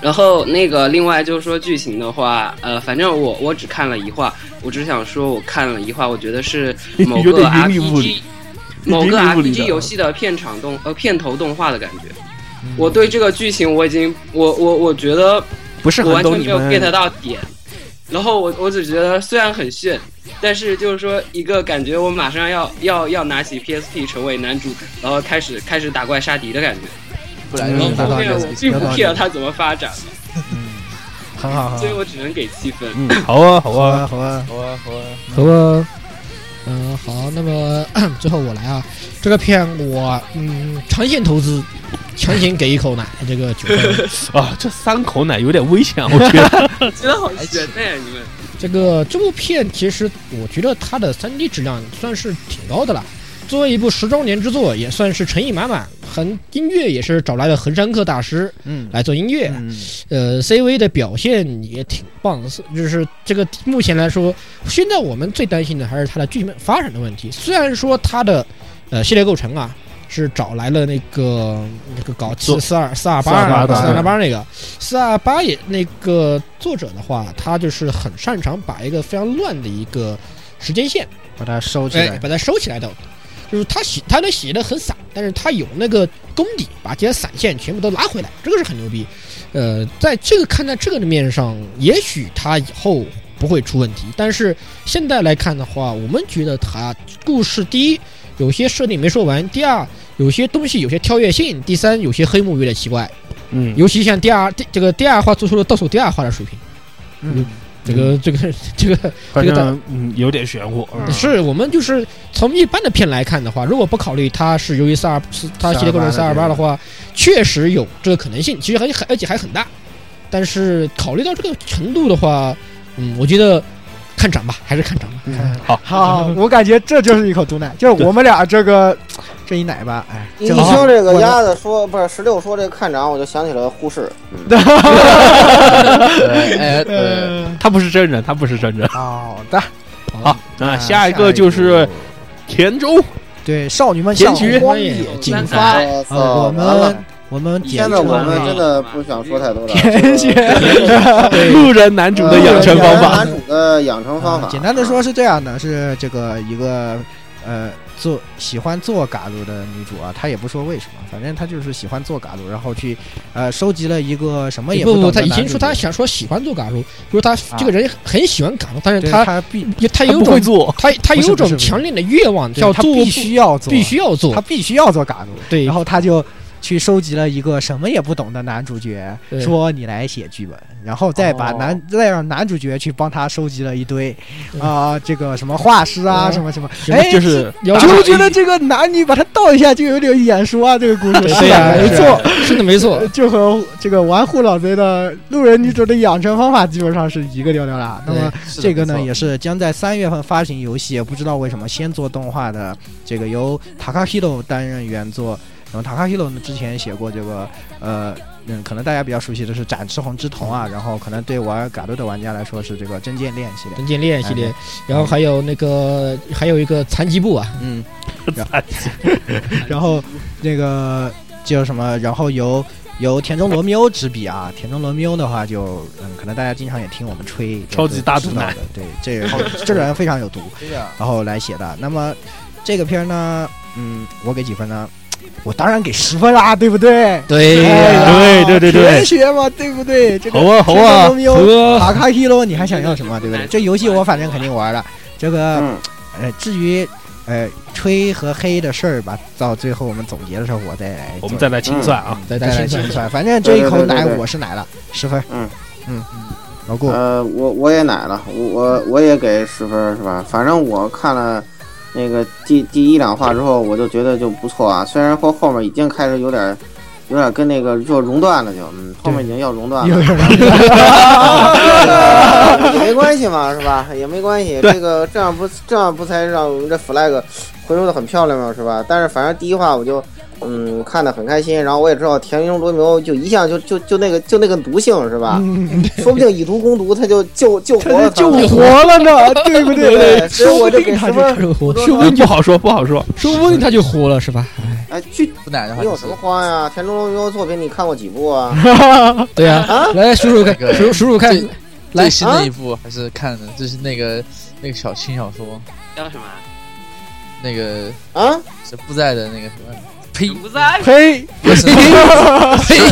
Speaker 8: 然后那个另外就是说剧情的话，呃，反正我我只看了一话，我只想说我看了一话，我觉得是某
Speaker 2: 有
Speaker 8: 个
Speaker 2: 点云里雾里
Speaker 8: RPG 某个
Speaker 2: 云里雾里的
Speaker 8: RPG 游戏的片场动呃片头动画的感觉。
Speaker 2: 嗯
Speaker 8: 我对这个剧情我已经我我我觉得
Speaker 2: 不是
Speaker 8: 我
Speaker 2: 很
Speaker 8: 完
Speaker 2: 懂
Speaker 8: 全
Speaker 2: 你
Speaker 8: 没有 get
Speaker 2: 们。
Speaker 8: 到点。然后我我只觉得虽然很炫，但是就是说一个感觉我马上要要要拿起 PSP 成为男主，然后开始开始打怪杀敌的感觉。
Speaker 6: 不然
Speaker 3: 嗯
Speaker 8: 然后
Speaker 6: 就
Speaker 3: 达
Speaker 8: 后
Speaker 3: 到
Speaker 8: 面
Speaker 3: 了
Speaker 8: 我并
Speaker 3: 达
Speaker 8: 不
Speaker 3: 到了
Speaker 8: care 它怎么发展，
Speaker 3: 很好，很
Speaker 8: 所以
Speaker 3: 好，
Speaker 8: 我只能给七分。
Speaker 2: 嗯，好啊，好
Speaker 3: 好
Speaker 2: 啊，
Speaker 3: 啊，好啊。
Speaker 6: 好啊好啊。
Speaker 7: 好吧，嗯、好，那么 最后我来啊，这个片我嗯长线投资，强行给一口奶，这个九分，
Speaker 2: 啊，这三口奶有点危险 啊，我觉得。
Speaker 8: 觉得好悬哎，你们
Speaker 7: 这个这部片其实我觉得它的 3D 质量算是挺高的了。作为一部十周年之作，也算是诚意满满，很音乐也是找来了横山克大师
Speaker 3: 嗯，
Speaker 7: 来做音乐，
Speaker 4: 啊
Speaker 3: 嗯，
Speaker 7: 呃，CV 的表现也挺棒，是就是这个目前来说，现在我们最担心的还是它的剧情发展的问题。虽然说它的呃系列构成啊是找来了那个那个搞
Speaker 2: 做
Speaker 7: 四四二四二八
Speaker 2: 428
Speaker 7: 嗯二
Speaker 2: 的
Speaker 7: 四二八那个四二八也那个作者的话，他就是很擅长把一个非常乱的一个时间线
Speaker 3: 把它收起
Speaker 7: 哎，
Speaker 3: 来。
Speaker 7: 把它收起来的，就是他写，他能写的很散，但是他有那个功底，把这些散线全部都拉回来，这个是很牛逼。呃，在这个看在这个面上，也许他以后不会出问题，但是现在来看的话，我们觉得他故事第一有些设定没说完，第二有些东西有些跳跃性，第三有些黑幕有点奇怪，
Speaker 2: 嗯，
Speaker 7: 尤其像第二这这个第二话做出了倒数第二话的水平，
Speaker 3: 嗯，
Speaker 7: 这个这个这个
Speaker 2: 反
Speaker 7: 这个
Speaker 2: 正嗯有点玄乎。嗯
Speaker 7: 是我们就是从一般的片来看的话，如果不考虑它是由于四二四它系列构成四二八的话，确实有这个可能性，其实还很而且还很大。但是考虑到这个程度的话，嗯，我觉得看涨吧，还是看涨吧。
Speaker 4: 好，嗯我感觉这就是一口毒奶，就是我们俩这个这一奶吧，哎，
Speaker 5: 你
Speaker 4: 这个
Speaker 5: 听这个
Speaker 4: 我
Speaker 5: 鸭子说不是十六说这个看涨，我就想起了忽视。
Speaker 2: 嗯
Speaker 6: 对哎对。
Speaker 4: 呃，
Speaker 2: 他不是真人，他不是真 人。
Speaker 4: 好的，
Speaker 2: 好，那啊下一个就是田中，
Speaker 4: 对少女们
Speaker 2: 田
Speaker 4: 向
Speaker 2: 菊
Speaker 4: 荒野
Speaker 7: 哎
Speaker 4: 进
Speaker 8: 三
Speaker 4: 发。
Speaker 8: 仔
Speaker 5: 我
Speaker 4: 啊，
Speaker 5: 操，
Speaker 4: 我
Speaker 5: 完了！
Speaker 4: 们我们解
Speaker 5: 现在
Speaker 4: 决
Speaker 5: 我们
Speaker 4: 了
Speaker 5: 真的不想说太多了。
Speaker 4: 田菊
Speaker 2: 路人男主的养成方法。
Speaker 5: 男主的养成方法，
Speaker 4: 啊简单的说是这样的，是这个一个呃做喜欢做嘎鲁的女主啊，她也不说为什么，反正她就是喜欢做嘎鲁，然后去呃收集了一个什么也
Speaker 7: 不
Speaker 4: 懂
Speaker 7: 不，
Speaker 4: 的
Speaker 7: 他
Speaker 4: 男
Speaker 7: 以
Speaker 4: 主。
Speaker 7: 前说他想说喜欢做嘎鲁，说他
Speaker 4: 啊
Speaker 7: 这个人很喜欢嘎鲁，但是
Speaker 4: 对
Speaker 7: 他
Speaker 4: 她必
Speaker 7: 他
Speaker 2: 他
Speaker 7: 有
Speaker 2: 不会
Speaker 7: 种
Speaker 2: 做，
Speaker 7: 他他
Speaker 4: 不是
Speaker 7: 有
Speaker 4: 不是不
Speaker 7: 种
Speaker 4: 是
Speaker 7: 强烈的欲望
Speaker 4: 对
Speaker 7: 嗯叫
Speaker 4: 她
Speaker 7: 做
Speaker 4: 必须要做，
Speaker 7: 必须要
Speaker 4: 她
Speaker 7: 做，
Speaker 4: 必须要做嘎鲁，
Speaker 7: 对
Speaker 4: 然后她就去收集了一个什么也不懂的男主角，
Speaker 7: 对哦
Speaker 4: 说你来写剧本，然后再把男、再让男主角去帮他收集了一堆
Speaker 7: 对
Speaker 4: 啊、这个什么画师啊，
Speaker 7: 嗯
Speaker 4: 什么什么，
Speaker 2: 什么
Speaker 4: 哎，
Speaker 2: 就是
Speaker 7: 有
Speaker 4: 就觉得这个男女把它倒一下就有点眼熟啊，这个故事
Speaker 7: 对呀
Speaker 4: 没错，
Speaker 7: 是的，啊没 错
Speaker 4: 呃，就和这个玩护老贼的路人女主的养成方法基本上是一个调调啦。那
Speaker 7: 对
Speaker 4: 么
Speaker 6: 是的
Speaker 4: 这个
Speaker 6: 没
Speaker 4: 呢，
Speaker 6: 错
Speaker 4: 也是将在三月份发行游戏，也不知道为什么先做动画的这个由塔卡希罗担任原作，然后塔卡希罗呢之前写过这个呃。嗯，可能大家比较熟悉的是《展翅红之瞳》啊，然后可能对玩嘎斗的玩家来说是这个《真剑恋》系列。
Speaker 7: 人间恋系列，然后还有那个还有一个残疾部啊，
Speaker 4: 嗯， 然后那个叫什么？然后由由田中罗密欧执笔啊。田中罗密欧的话就，嗯，可能大家经常也听我们吹
Speaker 2: 超级大毒男，
Speaker 4: 也都知道的对，这这人非常有毒，
Speaker 6: 对呀，
Speaker 4: 然后来写的。那么这个片儿呢，嗯，我给几分呢？我当然给十分啦，对不对？
Speaker 7: 对
Speaker 2: 哎
Speaker 4: 哎
Speaker 2: 对对对对
Speaker 4: 玄学嘛，对不对？这个
Speaker 2: 好啊好啊，
Speaker 4: 田中罗密欧
Speaker 2: 和
Speaker 4: 卡卡希罗，你还想要什么？对不
Speaker 2: 哎
Speaker 4: 对？这游戏我反正肯定玩了。这个
Speaker 5: 嗯，
Speaker 4: 呃，至于呃吹和黑的事儿吧，到最后我们总结的时候，我再来做，
Speaker 2: 我们再来清算啊，
Speaker 4: 再来
Speaker 7: 清算
Speaker 4: 清算。反正这一口
Speaker 5: 对对对
Speaker 4: 奶
Speaker 5: 对对
Speaker 4: 我是奶了，十分。
Speaker 5: 嗯
Speaker 4: 嗯，老顾，
Speaker 5: 呃，我我也奶了，我我我也给十分儿是吧？反正我看了那个第第一两话之后，我就觉得就不错啊。虽然后后面已经开始有点儿有点儿跟那个就熔断了就，嗯，后面已经要熔断了， 也没关系嘛是吧？也没关系，
Speaker 2: 对
Speaker 5: 这个这样不这样不才让我们这 flag 回收的很漂亮嘛是吧？但是反正第一话我就。嗯，看得很开心，然后我也知道田中罗密欧就一向就就就那个就那个毒性是吧？说不定以毒攻毒，他就救救活了他
Speaker 4: 救活了呢， 对不
Speaker 5: 对
Speaker 4: 对？
Speaker 5: 所以我就给
Speaker 7: 他
Speaker 5: 十
Speaker 7: 就
Speaker 5: 分儿。
Speaker 7: 就活，
Speaker 5: 多
Speaker 7: 说不
Speaker 5: 说
Speaker 7: 定
Speaker 2: 不好说不好说，
Speaker 7: 说不定他就活了是吧？
Speaker 5: 哎，去，
Speaker 6: 不奶的话
Speaker 5: 你
Speaker 6: 就
Speaker 5: 有
Speaker 6: 是
Speaker 5: 什么花呀？田中荣优作品你看过几部啊？
Speaker 7: 对啊，来数数看，数数数看，
Speaker 6: 最新的一部还是看的，就是那个那个小轻小说，
Speaker 8: 叫什么？啊
Speaker 6: 那个
Speaker 5: 啊，
Speaker 6: 是不在的那个什么，呸，
Speaker 8: 不在。
Speaker 4: 呸！
Speaker 6: 不是
Speaker 2: 这
Speaker 6: 呸，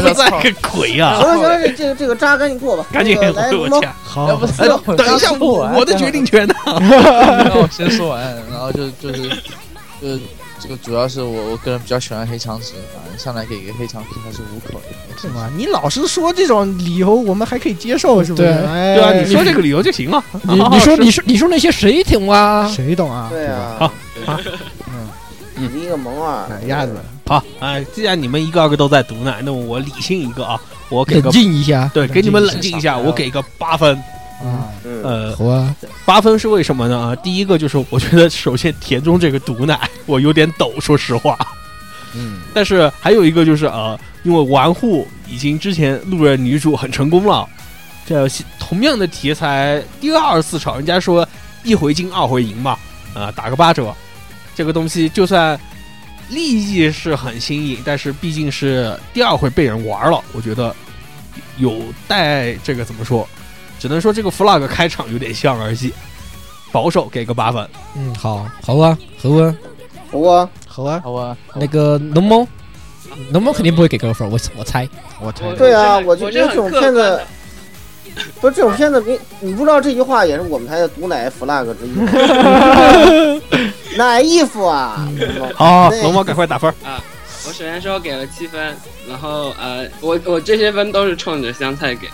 Speaker 2: 在
Speaker 6: 操
Speaker 2: 个鬼啊！
Speaker 5: 行了行了，这这个这个渣赶紧过吧，
Speaker 2: 赶紧
Speaker 5: 这个来
Speaker 2: 回
Speaker 5: 龙
Speaker 2: 我
Speaker 5: 猫，
Speaker 2: 家。
Speaker 6: 要
Speaker 4: 好
Speaker 6: 不，
Speaker 2: 哎
Speaker 6: 等
Speaker 2: 等一下，我我的决定权呢？
Speaker 6: 让我先说完，然后就就是就是这个主要是我我个人比较喜欢黑长直，反正上来给个黑长直他是五口的，
Speaker 4: 是吗？你老是说这种理由，我们还可以接受，是不是？
Speaker 7: 对
Speaker 4: 哎
Speaker 2: 对啊，你说这个理由就行了。啊
Speaker 7: 你你说你说你说那些哦谁懂啊？
Speaker 4: 谁懂啊？
Speaker 5: 对呀
Speaker 2: 好，
Speaker 5: 嗯，你一个萌二
Speaker 4: 哪哎鸭子？？
Speaker 2: 好啊，既然你们一个个都在读呢，那我理性一啊个啊，我给
Speaker 7: 冷
Speaker 2: 个
Speaker 7: 静一下
Speaker 2: 对，给你们冷静一下，我给个八分。
Speaker 7: 啊！
Speaker 5: 嗯，
Speaker 2: 呃，
Speaker 7: 好啊，
Speaker 2: 八分是为什么呢？啊，第一个就是我觉得首先田中这个毒奶 我有点抖，说实话。
Speaker 4: 嗯，
Speaker 2: 但是还有一个就是呃，因为玩户已经之前路人女主很成功了，这同样的题材第二次炒，人家说一回进二回赢嘛，啊、打个八折，这个东西就算利益是很新颖，但是毕竟是第二回被人玩了，我觉得有待这个怎么说，只能说这个 flag 开场有点像儿戏，保守给个八分。
Speaker 7: 嗯，好，好啊，好啊，
Speaker 5: 不过
Speaker 4: 好啊，
Speaker 6: 好吧，
Speaker 7: 那个农猫，农猫肯定不会给高分，我我猜，
Speaker 4: 我猜
Speaker 8: 我
Speaker 5: 对啊
Speaker 8: 我
Speaker 5: 我
Speaker 8: 我
Speaker 5: 就觉得这
Speaker 8: 是很
Speaker 5: 种片
Speaker 8: 客观
Speaker 5: 子
Speaker 8: 的，
Speaker 5: 不是这种片子，你你不知道这句话也是我们台的毒奶 flag 之一吗， 奶衣服啊！
Speaker 4: 嗯
Speaker 2: 好
Speaker 5: 对
Speaker 2: 龙猫赶快打分。
Speaker 8: 我首先说给了七分，然后呃，我我这些分都是冲着香菜给的。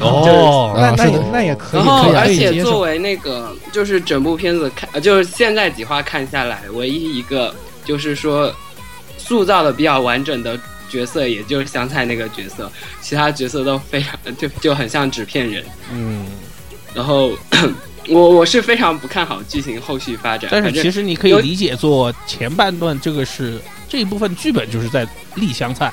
Speaker 2: 哦
Speaker 4: 那
Speaker 7: 啊
Speaker 4: 那
Speaker 7: 是
Speaker 4: 也
Speaker 7: 的
Speaker 4: 那也可以，
Speaker 8: 然
Speaker 4: 可
Speaker 8: 后
Speaker 4: 以，
Speaker 8: 而
Speaker 4: 可以
Speaker 8: 且
Speaker 4: 接
Speaker 8: 作
Speaker 4: 受。
Speaker 8: 为那个就是整部片子看，呃就是现在几话看下来，唯一一个就是说塑造的比较完整的角色，也就是香菜那个角色，其他角色都非常就就很像纸片人。
Speaker 2: 嗯，
Speaker 8: 然后我我是非常不看好剧情后续发展，
Speaker 2: 但是
Speaker 8: 反正
Speaker 2: 其实你可以
Speaker 8: 有
Speaker 2: 理解作前半段这个是这一部分剧本就是在立香菜，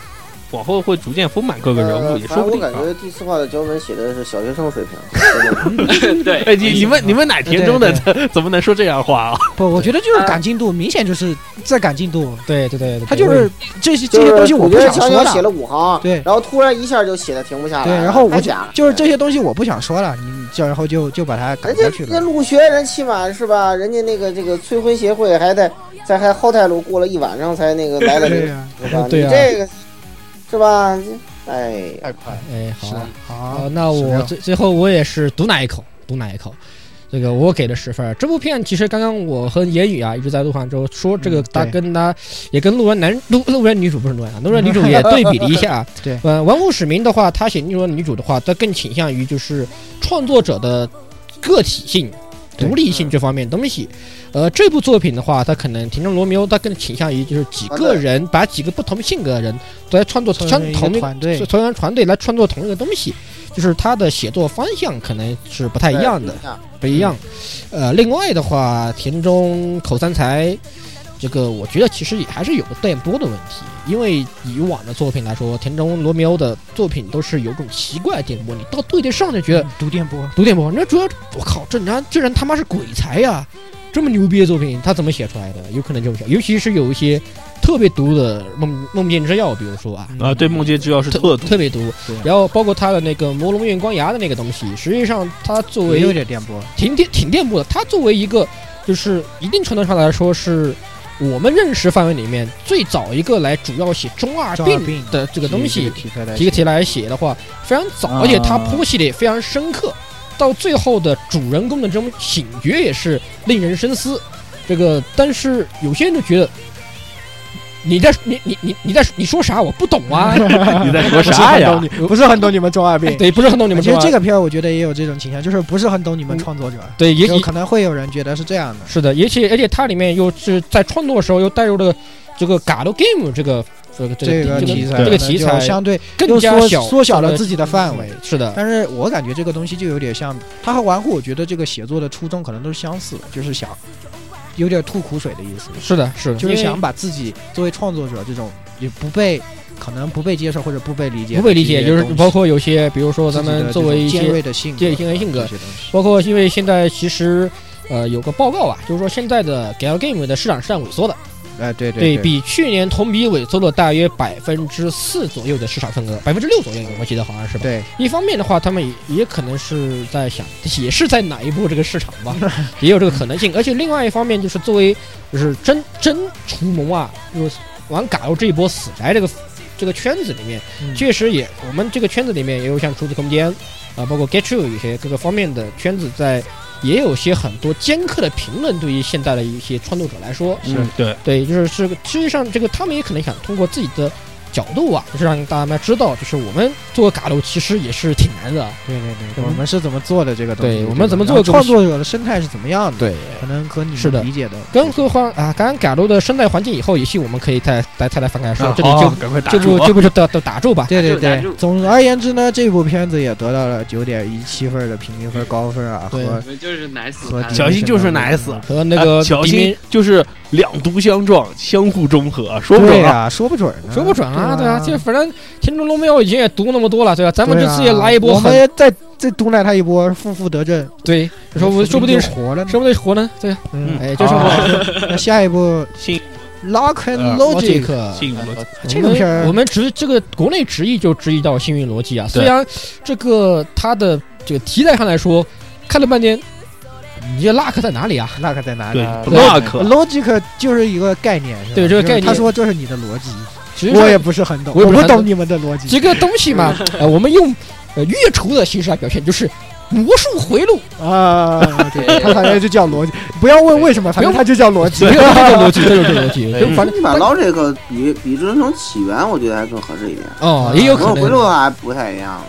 Speaker 2: 往后会逐渐丰满各个人物，
Speaker 5: 呃
Speaker 2: 也说
Speaker 5: 反正
Speaker 2: 不
Speaker 5: 我
Speaker 2: 定
Speaker 5: 感
Speaker 2: 啊。
Speaker 5: 觉第四话的脚本写的是小学生水平，真 的
Speaker 8: 对，
Speaker 2: 哎，你你们你们奶田中的怎么能说这样话啊？
Speaker 4: 不，我觉得就是赶进度，明显就是在赶进度。
Speaker 7: 对对对，对
Speaker 4: 他就是这些这
Speaker 5: 就
Speaker 4: 些东
Speaker 5: 是
Speaker 4: 西我
Speaker 5: 主
Speaker 4: 不
Speaker 5: 角
Speaker 4: 想
Speaker 5: 强
Speaker 4: 说
Speaker 5: 行写
Speaker 4: 了，
Speaker 5: 了五行，
Speaker 4: 对
Speaker 5: 然后突然一下就写的停不下来
Speaker 4: 对，
Speaker 5: 了，
Speaker 4: 然后我
Speaker 5: 太
Speaker 4: 就
Speaker 5: 假了
Speaker 4: 就是这些东西我不想说了，你这然后就就把它赶
Speaker 5: 哎人家
Speaker 4: 过去
Speaker 5: 人家
Speaker 4: 了。
Speaker 5: 陆学人起码是吧？人家那个这个催婚协会还在在还后台路过了一晚上才那个来了，
Speaker 4: 对
Speaker 5: 是
Speaker 4: 呀，
Speaker 5: 吧？
Speaker 7: 对
Speaker 5: 你
Speaker 7: 啊
Speaker 5: 哎这个是吧？这哎呀，
Speaker 6: 太快了，
Speaker 7: 哎好
Speaker 4: 是
Speaker 7: 啊
Speaker 4: 啊，好
Speaker 7: 好，那我最最后我也是毒奶一口，毒奶一口。这个我给了十分儿。这部片其实刚刚我和言语啊一直在路上之后说这个
Speaker 4: 嗯，
Speaker 7: 他
Speaker 4: 对
Speaker 7: 跟他也跟路人男路路人女主不是 路人啊，路人女主也对比了一下。
Speaker 4: 对
Speaker 7: 呃，玩物使民的话，他写路人女主的话，他更倾向于就是创作者的个体性。
Speaker 4: 对
Speaker 7: 独立性这方面东西，呃，这部作品的话，他可能《庭中罗密欧》，他更倾向于就是几
Speaker 5: 啊
Speaker 7: 个
Speaker 5: 对
Speaker 7: 人把几个不同性格的人都来创作相
Speaker 4: 成为一
Speaker 7: 同
Speaker 4: 个
Speaker 7: 的
Speaker 4: 团队
Speaker 7: 是，同样团队来创作同一个东西，就是他的写作方向可能是不太
Speaker 5: 对
Speaker 7: 一样的，。不一样。呃，另外的话，田中口三才，这个我觉得其实也还是有点多的问题，因为以往的作品来说，田中罗密欧的作品都是有种奇怪的电波，你到对得上就觉得
Speaker 5: 嗯
Speaker 4: 读电波，
Speaker 7: 读电波，那主要我靠，这人这人他妈是鬼才呀、这么牛逼的作品，他怎么写出来的？有可能这么写，尤其是有一些特别毒的梦梦境之药，比如说啊，
Speaker 2: 啊，对，梦界之钥是特毒，
Speaker 7: 特别毒
Speaker 4: 对啊。
Speaker 7: 然后包括他的那个魔龙院光牙的那个东西，实际上他
Speaker 5: 嗯
Speaker 7: 作
Speaker 4: 也有
Speaker 7: 为
Speaker 4: 点电波，
Speaker 7: 挺电挺电波的，他作为一个就是一定程度上来说是。我们认识范围里面最早一个来主要写中二
Speaker 4: 中二
Speaker 7: 病
Speaker 4: 病
Speaker 7: 的这个东西，
Speaker 4: 提出来
Speaker 7: 提个题来写的话，非常早，
Speaker 6: 啊
Speaker 7: 而且他剖析的也非常深刻。到最后的主人公的这种醒觉也是令人深思。这个，但是有些人就觉得你在你你你你在你说啥？我不懂 啊，
Speaker 2: 你在说啥呀？
Speaker 4: 不是很懂你们中二病。
Speaker 7: 对，不是很懂你们
Speaker 4: 其
Speaker 7: 说
Speaker 4: 实
Speaker 7: 啊。
Speaker 4: 这个片儿我觉得也有这种倾向，就是不是很懂你们创作者，
Speaker 7: 对，嗯也
Speaker 4: 有
Speaker 7: 也
Speaker 4: 可能会有人觉得是这样的。
Speaker 7: 是的，而且而且它里面又是在创作的时候又带入了这个 g a l game 这个这个
Speaker 4: 这
Speaker 7: 这
Speaker 4: 个
Speaker 7: 个
Speaker 4: 题材，
Speaker 7: 这个题材
Speaker 4: 相对
Speaker 7: 更
Speaker 4: 又
Speaker 7: 加
Speaker 4: 缩
Speaker 7: 小
Speaker 4: 缩小了
Speaker 7: 这个
Speaker 4: 自己的范围。
Speaker 7: 是的，
Speaker 4: 但是我感觉这个东西就有点像，它和玩户，我觉得这个写作的初衷可能都是相似的，就是想有点吐苦水的意思，
Speaker 7: 是的，是的，
Speaker 4: 就是
Speaker 7: 因为
Speaker 4: 想把自己作为创作者这种也不被可能不被接受或者不被理解的
Speaker 7: 不被理
Speaker 4: 一
Speaker 7: 解，
Speaker 4: 些
Speaker 7: 就是
Speaker 4: 东西
Speaker 7: 包括有些，比如说
Speaker 4: 自
Speaker 7: 咱
Speaker 4: 己的
Speaker 7: 们
Speaker 4: 这
Speaker 7: 作为
Speaker 4: 种
Speaker 7: 一
Speaker 4: 尖
Speaker 7: 些，
Speaker 4: 锐的性格
Speaker 7: 尖锐性的性格
Speaker 4: 这些东西
Speaker 7: 包括因为现在其实。呃，有个报告啊，就是说现在的 g a l game 的市场是在萎缩的，
Speaker 4: 哎，对对，
Speaker 7: 比去年同比萎缩了大约百分之四左右的市场份额，百分之六左右，我记得好像是吧？
Speaker 4: 对，
Speaker 7: 一方面的话，他们也也可能是在想，也是在哪一步这个市场吧，也有这个可能性。而且另外一方面就是作为就是真真除魔啊，就是玩嘎游这一波死宅这个这个圈子里面，
Speaker 4: 嗯
Speaker 7: 确实也我们这个圈子里面也有像厨子空间啊、包括 Get You 一些各个方面的圈子在。也有些很多尖刻的评论，对于现在的一些创作者来说，
Speaker 2: 嗯，对，
Speaker 7: 对，就是是实际上这个他们也可能想通过自己的角度啊，就是让大家知道，就是我们做嘎楼其实也是挺难的。
Speaker 4: 对对对，
Speaker 7: 嗯
Speaker 4: 我们是怎么做的这个东西？
Speaker 7: 对
Speaker 4: 吧
Speaker 7: 我们怎么
Speaker 4: 然后
Speaker 7: 做
Speaker 4: 创作者的生态是怎么样的？，
Speaker 7: 对，
Speaker 4: 可能和你
Speaker 7: 是的
Speaker 4: 们理解的
Speaker 7: 更何况啊，刚刚嘎楼的生态环境以后，也许我们可以再再再来翻开说，这里
Speaker 2: 好
Speaker 7: 就
Speaker 2: 赶快打
Speaker 7: 这
Speaker 2: 住
Speaker 7: 部
Speaker 2: 啊
Speaker 7: 这部就到到打住吧。
Speaker 4: 对对
Speaker 8: 打住打
Speaker 4: 对
Speaker 8: 住，
Speaker 4: 总而言之呢，这部片子也得到了九点一七分的平均分高分啊，
Speaker 7: 对
Speaker 4: 和
Speaker 8: 你们就是奶死
Speaker 4: 和
Speaker 8: 他
Speaker 2: 小
Speaker 8: 了。
Speaker 2: 心就是奶死
Speaker 7: 和那个
Speaker 2: 啊小
Speaker 7: 里
Speaker 2: 心
Speaker 7: 面
Speaker 2: 就是两毒相撞，相互中和，说不
Speaker 4: 对
Speaker 2: 准啊。
Speaker 4: 啊，说不准呢，
Speaker 7: 说不准啊，
Speaker 4: 对
Speaker 7: 对啊，这反正听众罗密欧已经也读那么多了，对吧？咱们这次也来
Speaker 4: 对
Speaker 7: 一
Speaker 4: 啊
Speaker 7: 波
Speaker 4: 我们
Speaker 7: 狠，
Speaker 4: 也再再毒奶他一波，负负得正，
Speaker 7: 对，说不说不定
Speaker 4: 就活了呢。
Speaker 7: 说不定活呢，对啊，
Speaker 4: 嗯，
Speaker 7: 哎，就是
Speaker 2: 好
Speaker 7: 我
Speaker 4: 那下一部
Speaker 2: 信
Speaker 4: Lock and
Speaker 2: 呃
Speaker 4: Logic，
Speaker 2: 信我
Speaker 4: 这种片儿
Speaker 7: 我们直这个国内直译就直译到《幸运逻辑》啊。
Speaker 2: 对
Speaker 7: 虽然这个它的这个题材上来说，看了半天，你这 luck 在哪里啊？
Speaker 4: 那可在哪里
Speaker 2: 对
Speaker 4: 啊
Speaker 2: block
Speaker 4: ？Logic 就是一个概念，是吧
Speaker 7: 对这
Speaker 4: 就是
Speaker 7: 个概念
Speaker 4: 他说这是你的逻辑，
Speaker 7: 其实
Speaker 4: 我也不是很懂，
Speaker 7: 我
Speaker 4: 我
Speaker 7: 也不是
Speaker 4: 不
Speaker 7: 很
Speaker 4: 懂
Speaker 7: 懂
Speaker 4: 你们的逻辑
Speaker 7: 这个东西 嘛，呃，我们用呃月厨的形式来表现，就是魔术回路，
Speaker 4: 啊。对，
Speaker 8: 对
Speaker 4: 他反正就叫逻辑，不要问为什么，反正他就叫逻 辑
Speaker 7: 没。有这个逻辑，这就是这个逻辑，
Speaker 6: 哎
Speaker 7: 就反
Speaker 5: 你把
Speaker 7: 正
Speaker 5: Logic 比比《至尊起源》，我觉得还更合适一点。
Speaker 7: 哦，也有可
Speaker 5: 我回
Speaker 7: 能
Speaker 5: 路还不太一样。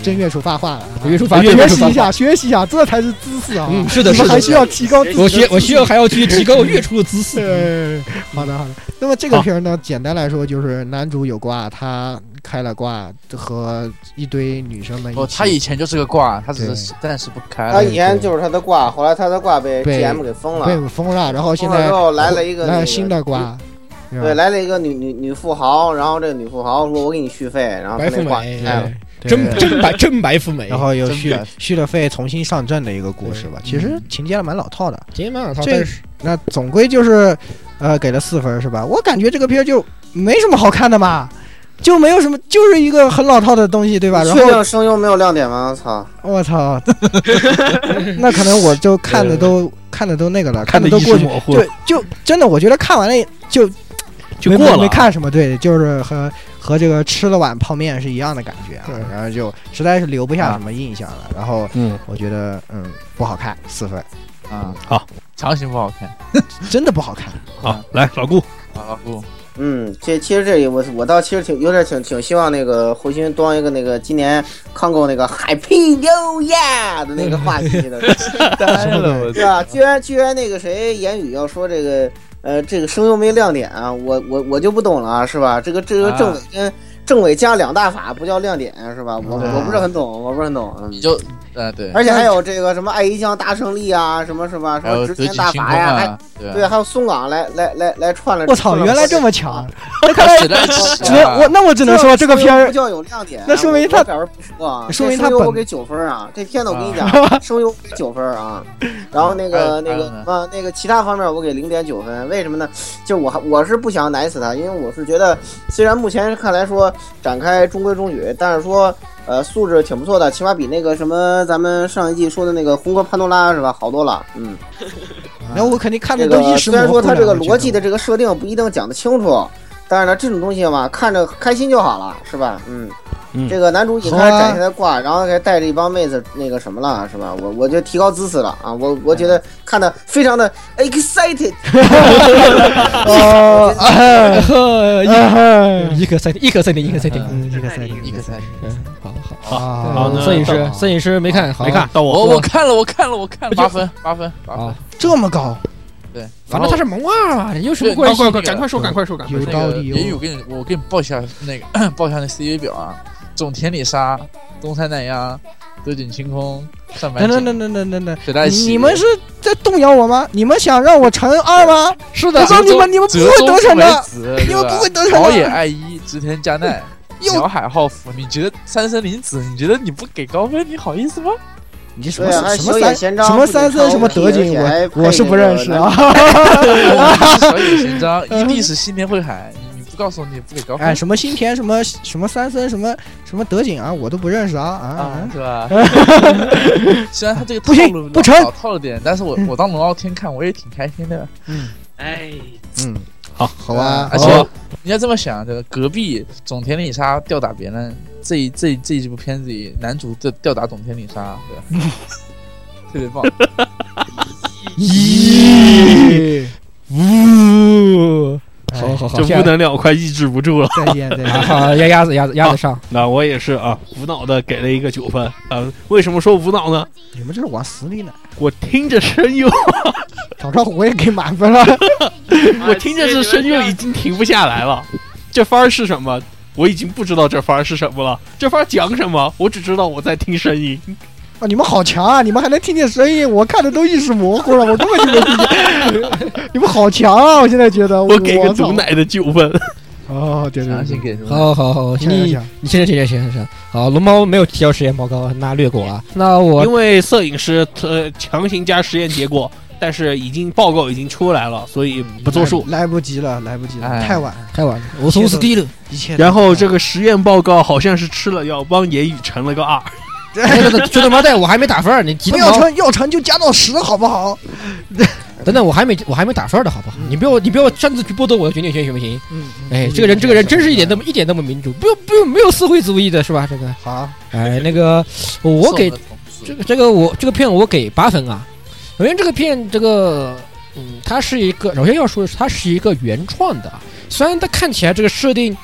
Speaker 4: 正月初发话了，
Speaker 7: 月厨法，
Speaker 4: 学
Speaker 7: 月厨
Speaker 4: 习
Speaker 7: 法
Speaker 4: 啊一，下，学习一下，这才是知识啊！
Speaker 7: 嗯，是的，
Speaker 4: 你
Speaker 7: 是
Speaker 4: 们还
Speaker 7: 的，
Speaker 4: 需要提高自己的
Speaker 7: 我需我需要
Speaker 4: 知识
Speaker 7: 还要去提高月厨的 姿势。
Speaker 4: 对，好的好的。那么这个片儿呢，简单来说就是男主有挂，他开了挂，和一堆女生们一
Speaker 6: 哦，
Speaker 4: 起
Speaker 6: 他以前就是个挂，他只是
Speaker 4: 对
Speaker 6: 暂时不开
Speaker 5: 他
Speaker 6: 了。
Speaker 5: 以前就是他的挂，后来他的挂被
Speaker 4: 被
Speaker 5: GM 给封了，
Speaker 4: 被封了，然后现
Speaker 5: 封了
Speaker 4: 在
Speaker 5: 之后来了一个
Speaker 4: 来
Speaker 5: 那
Speaker 4: 了
Speaker 5: 个
Speaker 4: 新的挂，是吧
Speaker 5: 对，来了一个女女女富豪，然后这个女富豪说：“我给你续费。”然后他
Speaker 7: 白富
Speaker 5: 那挂哎
Speaker 7: 美，哎
Speaker 5: 开了。
Speaker 4: 哎对
Speaker 7: 真真白真白富美，
Speaker 4: 然后又
Speaker 6: 真
Speaker 4: 续
Speaker 6: 敢
Speaker 4: 续了费，重新上阵的一个故事吧。其实情节还蛮老套的，
Speaker 7: 杰玛尔他
Speaker 4: 这
Speaker 7: 但是
Speaker 4: 那总归就是，呃，给了四分儿是吧？我感觉这个片儿就没什么好看的嘛，就没有什么，就是一个很老套的东西，对吧？然
Speaker 5: 确
Speaker 4: 后
Speaker 5: 定声优没有亮点吗？我操！
Speaker 4: 我操， 那可能我就看的都看的都那个了，
Speaker 2: 看
Speaker 4: 看
Speaker 2: 得
Speaker 4: 的都
Speaker 2: 一时
Speaker 4: 过去
Speaker 2: 模，糊
Speaker 4: 对，就真的我觉得看完了也就
Speaker 2: 就
Speaker 4: 没
Speaker 2: 过了
Speaker 4: 没，看什么，对，就是和和这个吃了碗泡面是一样的感觉啊。然后就实在是留不下什么印象了。然后
Speaker 2: 啊嗯，
Speaker 4: 我觉得，嗯，不好看，四分，
Speaker 6: 啊，
Speaker 2: 好，
Speaker 6: 强行不好看。
Speaker 4: 真的不好看。
Speaker 2: 好，来老顾，
Speaker 6: 好老顾，
Speaker 5: 嗯，这其实这里我我倒其实挺有点挺挺希望那个胡鑫装一个那个今年看过那个 Happy New Year 的那个话题的，
Speaker 6: 呆了我
Speaker 5: 对吧？居然居然那个谁言语要说这个呃这个声优没亮点啊，我我我就不懂了啊，是吧？这个这个
Speaker 6: 啊
Speaker 5: 政委跟政委加两大法不叫亮点啊是吧？我
Speaker 4: 嗯
Speaker 5: 我不是很懂，我不是很懂。嗯
Speaker 6: 你就啊对，
Speaker 5: 而且还有这个什么爱一将大胜利啊，什么是吧？什
Speaker 6: 还有
Speaker 5: 么直
Speaker 6: 德
Speaker 5: 天
Speaker 6: 己
Speaker 5: 大
Speaker 6: 清
Speaker 5: 法
Speaker 6: 空
Speaker 5: 呀，还
Speaker 6: 啊，对
Speaker 5: 对，
Speaker 6: 啊，
Speaker 5: 还有松冈来来来来串了。
Speaker 4: 我操，
Speaker 5: 串了
Speaker 4: 原来这么
Speaker 5: 啊
Speaker 4: 强！
Speaker 6: 写在一起
Speaker 4: 只
Speaker 6: 啊
Speaker 4: 能我那我只能说这个片
Speaker 5: 不
Speaker 4: 儿
Speaker 5: 叫有亮点，啊
Speaker 4: 那说明他
Speaker 5: 我表示不服啊，
Speaker 4: 说明
Speaker 5: 这
Speaker 4: 他
Speaker 5: 声优我
Speaker 4: 本
Speaker 5: 给九分啊，这片子我跟你讲， 声优我给九分啊，然后那个
Speaker 6: 嗯
Speaker 5: 那个
Speaker 6: 嗯嗯
Speaker 5: 啊那个其他方面我给零点九分，为什么呢？就我还我是不想奶死他，因为我是觉得虽然目前看来说展开中规中矩，但是说。呃，素质挺不错的，起码比那个什么咱们上一季说的那个《红河潘多拉》是吧，好多了。嗯，
Speaker 4: 然后我肯定看
Speaker 5: 这
Speaker 4: 的都
Speaker 5: 个
Speaker 4: 一时
Speaker 5: 虽
Speaker 4: 模
Speaker 5: 然
Speaker 4: 糊
Speaker 5: 说
Speaker 4: 了。
Speaker 5: 它这个
Speaker 4: 我觉
Speaker 5: 逻辑
Speaker 4: 得
Speaker 5: 的这个设定不一定讲得清楚，但是呢，这种东西嘛，看着开心就好了，是吧？嗯，
Speaker 2: 嗯
Speaker 5: 这个男主一开始
Speaker 4: 啊
Speaker 5: 展现他挂，然后还带着一帮妹子那个什么了，是吧？我我就提高姿势了啊，我我觉得看的非常的 excited，
Speaker 4: 哦，哎
Speaker 7: 呵
Speaker 4: 哎
Speaker 7: 一一可三点，一可三点，一可三点。
Speaker 4: 嗯，这个赛
Speaker 6: 一个赛。
Speaker 7: 嗯，好好。
Speaker 4: 啊，
Speaker 2: 好那
Speaker 7: 摄影师
Speaker 2: 到，
Speaker 7: 摄影师没看，好
Speaker 2: 没看，到
Speaker 6: 我
Speaker 2: 我，
Speaker 6: 我看了，我看了，我看了，八分，八分，八分
Speaker 7: 啊。，
Speaker 4: 这么高，
Speaker 6: 对，然
Speaker 7: 反正他
Speaker 6: 后
Speaker 7: 是萌二啊，有什么
Speaker 6: 对
Speaker 7: 关
Speaker 2: 快快？
Speaker 7: 系
Speaker 2: 快，赶快说，赶快说，赶快
Speaker 4: 有
Speaker 2: 说，
Speaker 4: 道理
Speaker 6: 言语，
Speaker 4: 哦。
Speaker 6: 我给你，我给你报一下那个 报一下那 CV 表啊，总田里沙、东山奈央、德井清空、上白
Speaker 4: 等等
Speaker 6: 井，
Speaker 4: 等等等等等，
Speaker 6: 写在一
Speaker 4: 你
Speaker 6: 起。
Speaker 4: 你们是在动摇我吗？你们想让我乘二吗？
Speaker 6: 是
Speaker 4: 我告诉你们你们不会得逞的 你们不会得逞的
Speaker 6: 朝 野爱一、织田家奈、
Speaker 4: 又
Speaker 6: 鸟海浩夫，你觉得三生林子？你觉得你不给高分，你好意思吗？
Speaker 4: 你这什
Speaker 5: 对
Speaker 4: 么
Speaker 5: 啊，还
Speaker 4: 哎什么
Speaker 5: 小野
Speaker 4: 三
Speaker 5: 贤章，
Speaker 4: 什么三森什么德
Speaker 5: 景
Speaker 4: 景，，我我是不认识啊。。
Speaker 6: 一是小野贤章，一地是新田惠海，你不告诉我你不给高
Speaker 4: 哎，
Speaker 6: 分，
Speaker 4: 什么新田什么什么三森什么什么德景啊，我都不认识啊
Speaker 6: 啊
Speaker 7: 嗯
Speaker 4: 啊，！
Speaker 6: 是 吧？虽然他这个
Speaker 4: 不行
Speaker 6: 套路
Speaker 4: 不成
Speaker 6: 老套了点，但是我我当龙傲天看我也挺开心的。
Speaker 7: 嗯
Speaker 8: 哎，
Speaker 4: 嗯，
Speaker 2: 好
Speaker 4: 好
Speaker 5: 啊
Speaker 4: 吧，
Speaker 6: 而
Speaker 4: 好
Speaker 6: 且
Speaker 7: 哦
Speaker 4: 吧
Speaker 6: 你要这么想，这个隔壁总田里沙吊打别人，这一这一这一部片子里男主吊吊打总田里沙，对吧？ 特别棒，
Speaker 4: 咦，
Speaker 7: 呜，哎好好好，
Speaker 2: 这负能量我快抑制不住了。
Speaker 4: 再见再
Speaker 7: 好
Speaker 4: 见，
Speaker 7: 啊好鸭鸭子鸭子鸭子上，
Speaker 2: 那我也是啊，无脑的给了一个九分啊。为什么说无脑呢？
Speaker 4: 你们这是往死里奶。
Speaker 2: 我听着声 优，
Speaker 4: 早知道我也给满分了。
Speaker 2: 我听着这声
Speaker 8: 啊
Speaker 2: 优已经停不下来了。这番儿是什么？我已经不知道这番儿是什么了。这番儿讲什么？我只知道我在听声音。
Speaker 4: 啊，你们好强啊！你们还能听见声音，我看的都意识模糊了，我根本就没听见。 你们好强啊！我现在觉得
Speaker 2: 哦我给个毒
Speaker 4: 总
Speaker 2: 奶的九分。
Speaker 4: 哦，
Speaker 7: 嗯
Speaker 4: 对对
Speaker 6: 强行
Speaker 4: 对，
Speaker 6: 给什么？
Speaker 7: 好好好，
Speaker 4: 行行
Speaker 7: 你
Speaker 4: 行
Speaker 7: 你现在这件行行行，好，龙猫没有提交实验报告，那略过啊。那我
Speaker 2: 因为摄影师呃强行加实验结果，但是已经报告已经出来了，所以不作数。
Speaker 4: 来不及了，来不及了，
Speaker 6: 哎
Speaker 4: 太晚了，
Speaker 7: 太晚了，我从此低 了。
Speaker 4: 一切都。
Speaker 2: 然后这个实验报告好像是吃了药，帮言语乘了个啊二。
Speaker 7: 等等，兄弟猫蛋，我还没打分儿，你急
Speaker 4: 不
Speaker 7: 得
Speaker 4: 要
Speaker 7: 毛？
Speaker 4: 成要成就加到十，好不好？
Speaker 7: 等等，我还没我还没打分儿的好不好？你不要你不要擅自去剥夺我的决定权，行不行？
Speaker 4: 嗯，
Speaker 7: 哎，这个人这个人真是一点都一点都不民主，不用不用没有社会主义的是吧？这个
Speaker 4: 好啊，
Speaker 7: 哎那个我给
Speaker 6: 送了同事
Speaker 7: 这个这个我这个片我给八分啊。首先这个片这个嗯，它是一个首先要说的是它是一个原创的啊，虽然它看起来这个设定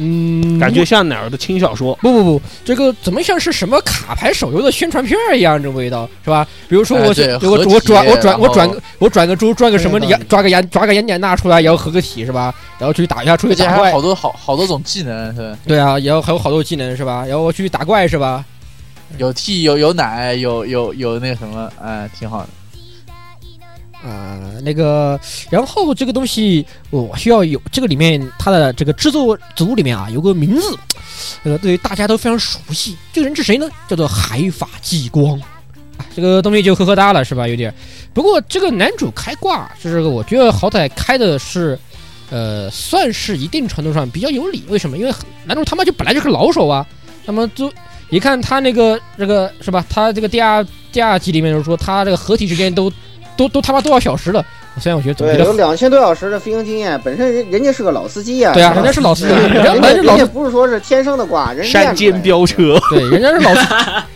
Speaker 7: 嗯
Speaker 2: 感觉像哪儿的轻小说。
Speaker 7: 不不不，这个怎么像是什么卡牌手游的宣传片儿一样，这味道是吧？比如说
Speaker 6: 哎
Speaker 7: 我、
Speaker 6: 对
Speaker 7: 我
Speaker 6: 合
Speaker 7: 我转
Speaker 6: 体
Speaker 7: 我转
Speaker 6: 然
Speaker 7: 我转
Speaker 6: 后
Speaker 7: 个我转个猪，转个什么
Speaker 4: 对
Speaker 7: 羊，抓个羊抓个羊典娜出来，然后合个体是吧？然后出去打一下，出去
Speaker 6: 而且
Speaker 7: 打
Speaker 6: 还有
Speaker 7: 怪
Speaker 6: 好，多好好多种技能，是吧？
Speaker 7: 对啊，然后还有好多技能是吧？然后去打怪是吧？
Speaker 6: 有 T 有有奶有有有那个什么，哎，挺好的。
Speaker 7: 啊、那个，然后这个东西我需要有这个里面它的这个制作组里面啊有个名字，呃，对于大家都非常熟悉，这个人是谁呢？叫做海法纪光。啊这个东西就呵呵哒了，是吧？有点。不过这个男主开挂，就是我觉得好歹开的是，呃，算是一定程度上比较有理。为什么？因为男主他妈就本来就是个老手啊。那么就一看他那个这个是吧？他这个第二第二集里面就是说他这个合体时间都都都他妈多少小时了？虽然我觉得总
Speaker 5: 对，
Speaker 7: 觉得
Speaker 5: 有两千多小时的飞行经验，本身人人家是个老司机呀、
Speaker 7: 对啊，
Speaker 5: 是
Speaker 7: 人
Speaker 5: 吧
Speaker 7: 家是老司机，
Speaker 5: 人
Speaker 7: 人家
Speaker 5: 家
Speaker 7: 人家是
Speaker 5: 人
Speaker 7: 老
Speaker 5: 家不是说是天生的挂，人家
Speaker 2: 山
Speaker 5: 练出来
Speaker 2: 间
Speaker 5: 的
Speaker 2: 飙车，
Speaker 7: 对，人家是老，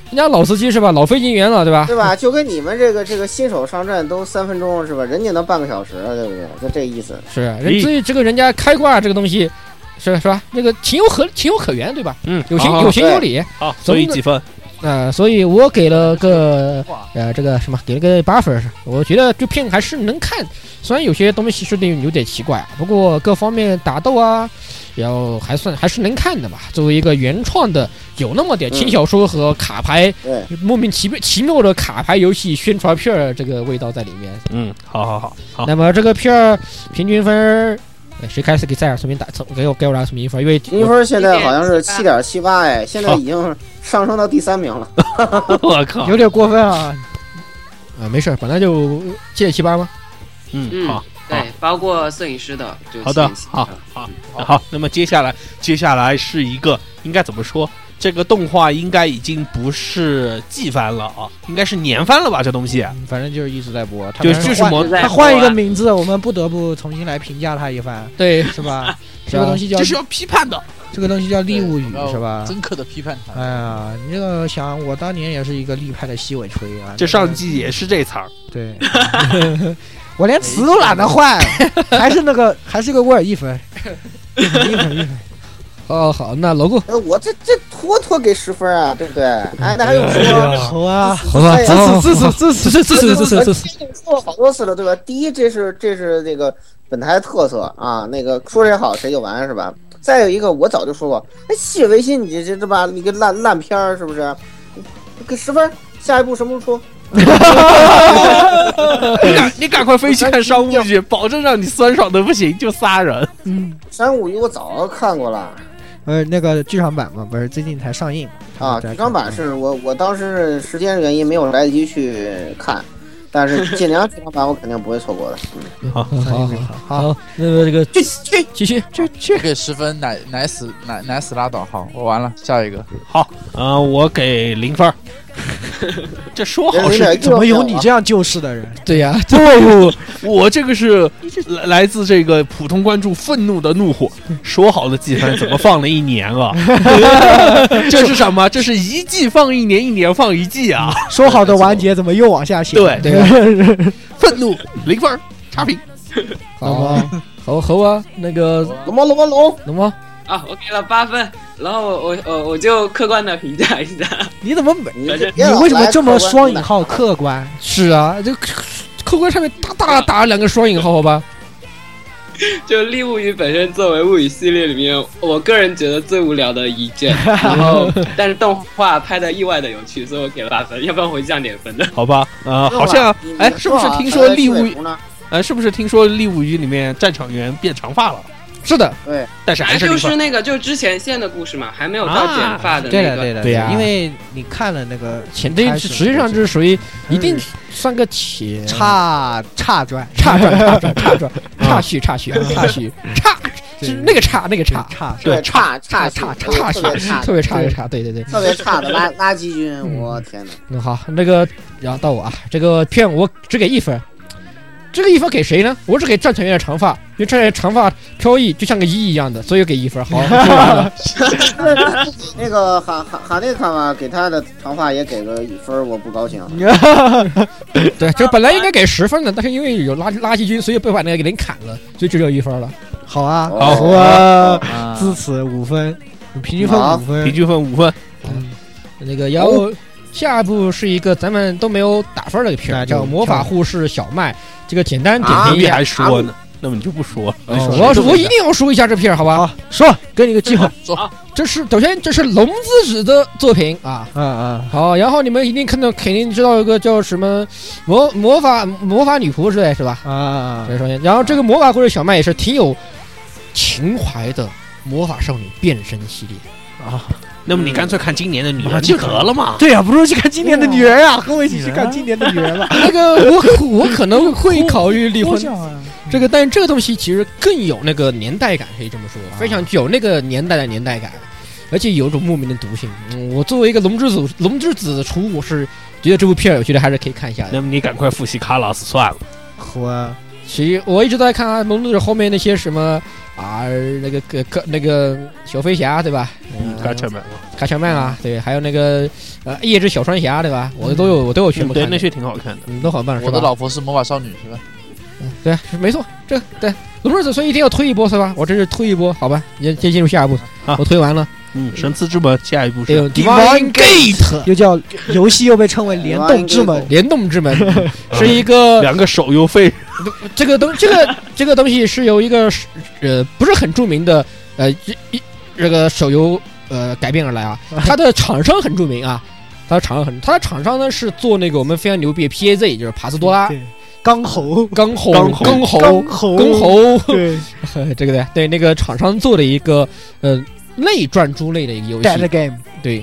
Speaker 7: 人家老司机是吧？老飞行员了，对 吧？
Speaker 5: 对吧？就跟你们这个这个新手上阵都三分钟是吧？人家能半个小时，啊对不对？就这意思。
Speaker 7: 是人，所以这个人家开挂这个东西，是是吧？那个情有可情有可原，对吧？
Speaker 2: 嗯，
Speaker 7: 有情
Speaker 2: 好
Speaker 7: 有情有理，
Speaker 2: 好好，所以几分？
Speaker 7: 啊，所以我给了个呃这个什么，给了个八分儿。我觉得这片还是能看，虽然有些东西是对有点奇怪啊，不过各方面打斗啊，然后还算还是能看的吧。作为一个原创的，有那么点轻小说和卡牌、
Speaker 5: 对，
Speaker 7: 莫名其妙奇妙的卡牌游戏宣传片儿这个味道在里面。
Speaker 2: 嗯，好好好好，
Speaker 7: 那么这个片儿平均分儿，哎谁开始给塞尔重新打？重给我给我来重新一分儿，因为
Speaker 5: 评分现在好像是七点七八，哎，现在已经上升到第三 名了。
Speaker 2: 我靠，
Speaker 4: 有点过分啊！
Speaker 7: 啊没事儿，本来就七点七八嘛。
Speaker 2: 嗯，
Speaker 8: 嗯
Speaker 2: 好，
Speaker 8: 对，包括摄影师的，就啊
Speaker 2: 好的
Speaker 8: 摄影师
Speaker 2: 好好那好，那么接下来，接下来是一个应该怎么说？这个动画应该已经不是季番了啊，应该是年番了吧？这东西
Speaker 4: 啊反正就是一直在播，他
Speaker 2: 就
Speaker 4: 们
Speaker 2: 就是魔
Speaker 8: 就在啊
Speaker 4: 他换一个名字，我们不得不重新来评价他一番，
Speaker 7: 对，
Speaker 4: 是 吧？
Speaker 7: 是
Speaker 4: 这
Speaker 7: 啊
Speaker 4: 个东西叫
Speaker 2: 就是哦要批判的，
Speaker 4: 这个东西叫利物语，
Speaker 6: 对
Speaker 4: 是
Speaker 7: 嗯
Speaker 4: 吧？
Speaker 6: 深刻的批判他。
Speaker 4: 哎呀，你这个想，我当年也是一个力派的西尾吹 啊，
Speaker 2: 这上季也是这词 儿。
Speaker 4: 对，我连词都懒得换，还是那个还是个沃尔一分，一分一分。
Speaker 7: 哦好，那老顾，
Speaker 5: 呃我这这妥妥给十分啊，对不对？哎，那还用说？
Speaker 4: 好啊，
Speaker 7: 好吧
Speaker 5: 哎呀
Speaker 7: 好
Speaker 4: 支持支持
Speaker 7: 这这这这这这
Speaker 5: 我跟你说过好多次了，对吧？第一，这是这是那个本台特色啊，那个说谁好谁就完是吧？再有一个，我早就说过，哎那《细维新》，你这这对吧？你个烂烂片儿是不是？给十分，下一步什么时候出？
Speaker 2: 你赶你赶快飞去看商务剧，保证让你酸爽的不行，就仨人。
Speaker 5: 《三五一》我早看过了
Speaker 4: 呃，那个剧场版嘛，不是最近才上映
Speaker 5: 啊，剧场版是我我当时是时间原因没有来得及去看，但是尽量剧场版我肯定不会错过的。
Speaker 7: 好好
Speaker 4: 好
Speaker 7: 好，那么这个
Speaker 5: 去去，
Speaker 7: 继续，
Speaker 4: 这这
Speaker 6: 我给十分，奶奶死奶奶死拉倒，好，我完了，下一个。
Speaker 2: 啊，我给零分儿。 这说好
Speaker 5: 有
Speaker 2: 是
Speaker 5: 点
Speaker 4: 怎么有哎你这样救世的人？
Speaker 7: 对呀，
Speaker 4: 哦
Speaker 2: 不，我这个是来来自这个普通观众愤怒的怒火。说好的季番怎么放了一年啊？这是什么？这是一季放一年，一年放一季啊！
Speaker 4: 说好的完结怎么又往下写？
Speaker 2: 对
Speaker 7: 对
Speaker 2: 愤怒零分儿，差评。
Speaker 7: 好吧，好猴啊，那个
Speaker 5: 龙猫龙猫龙，
Speaker 7: 龙猫，
Speaker 8: 啊，我给了八分，然后我我呃我我就客观的评价一下，
Speaker 4: 你怎么每
Speaker 5: 你
Speaker 4: 你为什么这么双引号客观？
Speaker 7: 是啊，这客客官上面大大打了两个双引号，好吧，
Speaker 8: 就《利物语》本身作为物语系列里面，我个人觉得最无聊的一卷，然后但是动画拍的意外的有趣，所以我给了八分，要不然我会降点分的。
Speaker 2: 好吧，
Speaker 5: 嗯
Speaker 2: 呃，好像哎，是不是听说利物
Speaker 5: 语呢？
Speaker 2: 呃，是不是听说利物语里面战场员变长发了？
Speaker 7: 是的，
Speaker 5: 对，
Speaker 2: 但是还是
Speaker 8: 就
Speaker 2: 零
Speaker 8: 是
Speaker 2: 分。
Speaker 8: 那个就之前线的故事嘛，还没有到剪发的
Speaker 4: 啊对
Speaker 8: 那
Speaker 4: 的
Speaker 8: 个。
Speaker 4: 对的
Speaker 2: 对呀
Speaker 4: 因为你看了那个
Speaker 7: 前这实际上这是属于一定算个前
Speaker 4: 差差转
Speaker 7: 差转差转差转差序差序啊差序差，是那个差那个差，
Speaker 4: 差
Speaker 5: 对，差
Speaker 7: 差
Speaker 5: 差
Speaker 7: 差差
Speaker 5: 特别差
Speaker 7: 序，特别差那个差，对对对。
Speaker 5: 特别差的垃 垃圾军，我天哪！
Speaker 7: 那好，那个然后到我啊，这个片我只给一分，这个一分给谁呢？我只给战犬院的长发，因为战犬院长发飘逸就像个一一样的，所以给一分。好，说完了
Speaker 5: 那个喊喊喊那看吧，给他的长发也给个一分，我不高兴。
Speaker 7: 对，这本来应该给十分的，但是因为有垃垃圾军，所以被把那个给零砍了，所以只有一分了。
Speaker 4: 好啊，
Speaker 5: 哦好
Speaker 4: 我
Speaker 6: 啊
Speaker 4: 支持五分，平均分五
Speaker 2: 平
Speaker 4: 分，
Speaker 2: 均分五分，
Speaker 7: 那个然
Speaker 4: 哦
Speaker 7: 后下一步是一个咱们都没有打分的片
Speaker 4: 那
Speaker 7: 儿，
Speaker 4: 就
Speaker 7: 叫《魔法护士小麦》，这个简单点
Speaker 5: 啊
Speaker 7: 评
Speaker 2: 何
Speaker 7: 一
Speaker 2: 必
Speaker 7: 下。
Speaker 2: 还说呢？那么你就不哎说了。
Speaker 7: 哦我要是我一定要说一下这片儿，好吧？
Speaker 4: 说给你个机会，
Speaker 7: 这是首先这是龙之子的作品啊，
Speaker 4: 啊啊，
Speaker 7: 好，然后你们一定看到，肯定知道一个叫什么魔魔法魔法女仆之类是吧？
Speaker 4: 啊
Speaker 7: 这，是首先，然后这个魔法故事小麦也是挺有情怀的魔法少女变身系列。
Speaker 2: 那么你干脆看今年的女人就得了嘛。
Speaker 4: 对呀、不如去看今年的女人呀、和我一起去看今年的女人 吧。
Speaker 7: 那个我可我可能会考虑 离婚
Speaker 4: 多，像啊！
Speaker 7: 这个，但是这个东西其实更有那个年代感，可以这么说，非常具有那个年代的年代感，而且有一种莫名的毒性。嗯，我作为一个龙之子龙之子的厨，我是觉得这部片儿，我觉得还是可以看一下的。
Speaker 2: 那么你赶快复习卡拉斯算了。
Speaker 4: 好啊，
Speaker 7: 其实我一直都在看啊阿蒙特后面那些什么啊，那个个个那个小飞侠对吧？
Speaker 2: 嗯，
Speaker 7: 呃
Speaker 2: 嘎成版，
Speaker 7: 卡乔曼啊，对，还有那个呃夜之小穿侠对吧？我都有我都有去那么
Speaker 2: 对，
Speaker 7: 看的，
Speaker 2: 那些挺好看的。
Speaker 7: 嗯都好办是
Speaker 6: 我
Speaker 7: 吧
Speaker 6: 的？老婆是魔法少女是吧？
Speaker 7: 对，没错，这对。鲁瑞子，所以一定要推一波是吧？我这是推一波，好吧？也先进入下一步
Speaker 2: 好，
Speaker 7: 我推完了。
Speaker 2: 嗯，神赐之门下一部
Speaker 4: 哎
Speaker 7: 对
Speaker 2: 是
Speaker 7: Divine Gate
Speaker 4: 又叫游戏又被称为联动之门，
Speaker 7: 联动之门，是一个
Speaker 2: 两个手游费
Speaker 7: 这个东这个这个东西是由一个是呃不是很著名的呃一一这个手游呃改编而来啊，它的厂商很著名啊，它的厂商很它的厂商呢是做那个我们非常牛逼的 PAZ，就是帕斯多拉、
Speaker 4: 对，刚猴，
Speaker 7: 钢猴、
Speaker 2: 钢
Speaker 7: 钢
Speaker 2: 猴
Speaker 7: 猴、
Speaker 4: 刚猴，
Speaker 7: 钢，猴，
Speaker 4: 对，
Speaker 7: 这个对对那个厂商做的一个呃类转珠类的一个游戏，
Speaker 4: dead game，
Speaker 7: 对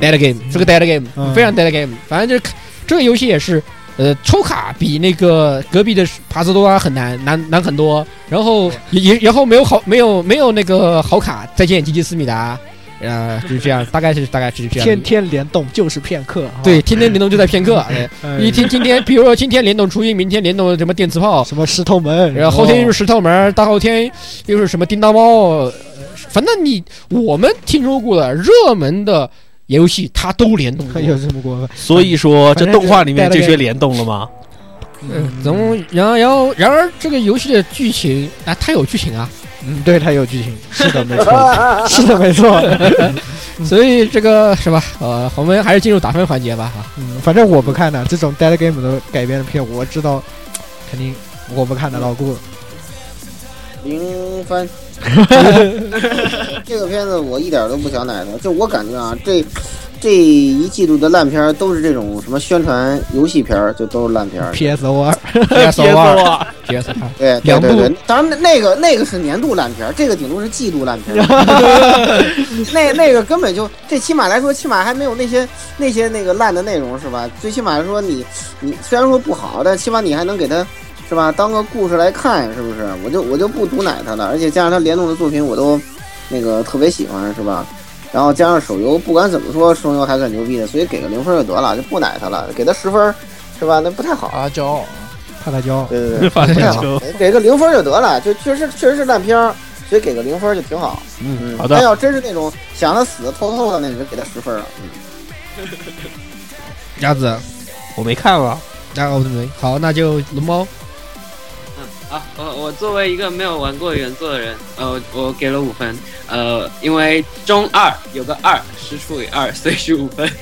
Speaker 7: ，dead
Speaker 8: 嗯
Speaker 7: game 是个 dead game，、
Speaker 4: 嗯
Speaker 7: 非常 dead game。反正就是看这个游戏也是，呃，抽卡比那个隔壁的帕斯多拉很难，难难很多。然后也也然后没有好没有没有那个好卡，再见吉吉思密达，呃，就是这样，大概是大概是这样的。
Speaker 4: 天天联动就是片刻，啊
Speaker 7: 对，，天天联动就在片刻，哎
Speaker 4: 哎
Speaker 7: 一天今天，比如说今天联动初音，明天联动什么电磁炮，
Speaker 4: 什么石头门，
Speaker 7: 然后后天又是石头门，大后天又是什么叮当猫，呃反正你我们听说过的热门的游戏，它都联动过。
Speaker 4: 有这么过分，
Speaker 2: 所以说，
Speaker 4: 反
Speaker 2: 这
Speaker 4: 正
Speaker 2: 动画里面
Speaker 4: 就是带了
Speaker 2: 这
Speaker 4: 个
Speaker 2: 些联动了吗？
Speaker 7: 嗯，总然后然后然而这个游戏的剧情啊，它有剧情啊，
Speaker 4: 嗯，对，它有剧情， 是的，没错， 是的，没错，
Speaker 7: 所以这个是吧？呃，我们还是进入打分环节吧 哈。
Speaker 4: 嗯，反正我不看的这种 dead game 的改编的片，我知道，肯定我不看的，老顾，
Speaker 5: 零番。这个片子我一点都不想奶的，就我感觉啊，这这一季度的烂片儿都是这种什么宣传游戏片儿，就都是烂片儿。
Speaker 4: PSO 二，
Speaker 7: PS 二，PS
Speaker 4: 啊
Speaker 7: 二，
Speaker 5: 哎对对
Speaker 7: 两
Speaker 5: 对
Speaker 7: 部
Speaker 5: 对，当然那个那个是年度烂片儿，这个顶多是季度烂片儿。 那那个根本就，这起码来说，起码还没有那些那些那个烂的内容是吧？最起码来说你，你虽然说不好，但起码你还能给它是吧当个故事来看，是不是？我就我就不毒奶它了，而且加上它联动的作品我都那个特别喜欢是吧？然后加上手游，不管怎么说，手游还算牛逼的，所以给个零分就得了，就不奶它了，给它十分儿是吧？那不太好。
Speaker 6: 啊，骄傲。
Speaker 4: 怕 他骄傲，
Speaker 5: 对对对，
Speaker 2: 发
Speaker 5: 不太
Speaker 2: 现
Speaker 5: 好
Speaker 2: 球，，
Speaker 5: 给个零分就得了，就确实确实是烂片儿，所以给个零分就挺好。
Speaker 2: 嗯，
Speaker 5: 嗯，
Speaker 2: 好
Speaker 5: 他
Speaker 2: 的，
Speaker 5: 要真是那种想他死透透的，那你就给他十分了。嗯，
Speaker 7: 鸭子，
Speaker 2: 我没看啊，
Speaker 7: 那我们好，那就龙猫，
Speaker 8: 啊，我我作为一个没有玩过原作的人，呃，我给了五分，呃，因为中二有个二是除以二，所以是五分。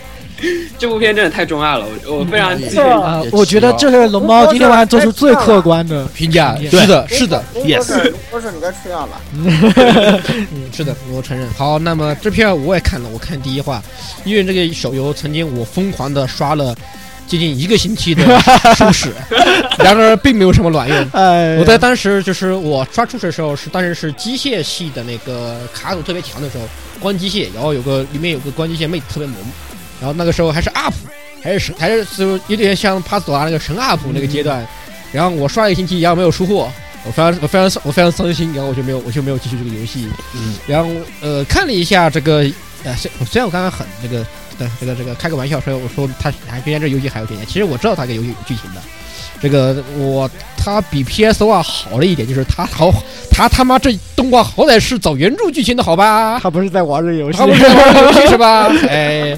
Speaker 8: 这部片真的太中二了，我我非常
Speaker 6: 嗯
Speaker 8: 记
Speaker 6: 是
Speaker 8: 得。
Speaker 6: 啊
Speaker 4: 啊，我觉得这是龙猫今天晚上做出最客观的，
Speaker 7: 评价
Speaker 4: 对
Speaker 7: 是的，是的，
Speaker 5: 您说哎是您说是你该吃药了。
Speaker 7: 嗯，是的，我承认。好，那么这片我也看了，我看第一话，因为这个手游曾经我疯狂的刷了接近一个星期的初始，然而并没有什么卵用。
Speaker 4: 哎，
Speaker 7: 我在当时就是我刷初始的时候是当时是机械系的那个卡组特别强的时候，关机械，然后有个里面有个关机械妹特别萌，然后那个时候还是 UP，还是神还是就有点像帕斯朵拉那个神 UP 那个阶段，然后我刷了一个星期，然后没有出货。我非常我非常我非常伤心，然后我就没有我就没有继续这个游戏，
Speaker 2: 嗯，
Speaker 7: 然后呃看了一下这个呃虽虽然我刚刚很那个对这个这个开个玩笑说我说他还原来这游戏还有点，其实我知道它这个游戏有剧情的，这个我它比 PS 二好了一点，就是它好，它他妈这动画好歹是走原著剧情的好吧？
Speaker 4: 他不是在玩这 游戏
Speaker 7: 它，不是玩游戏是吧？哎，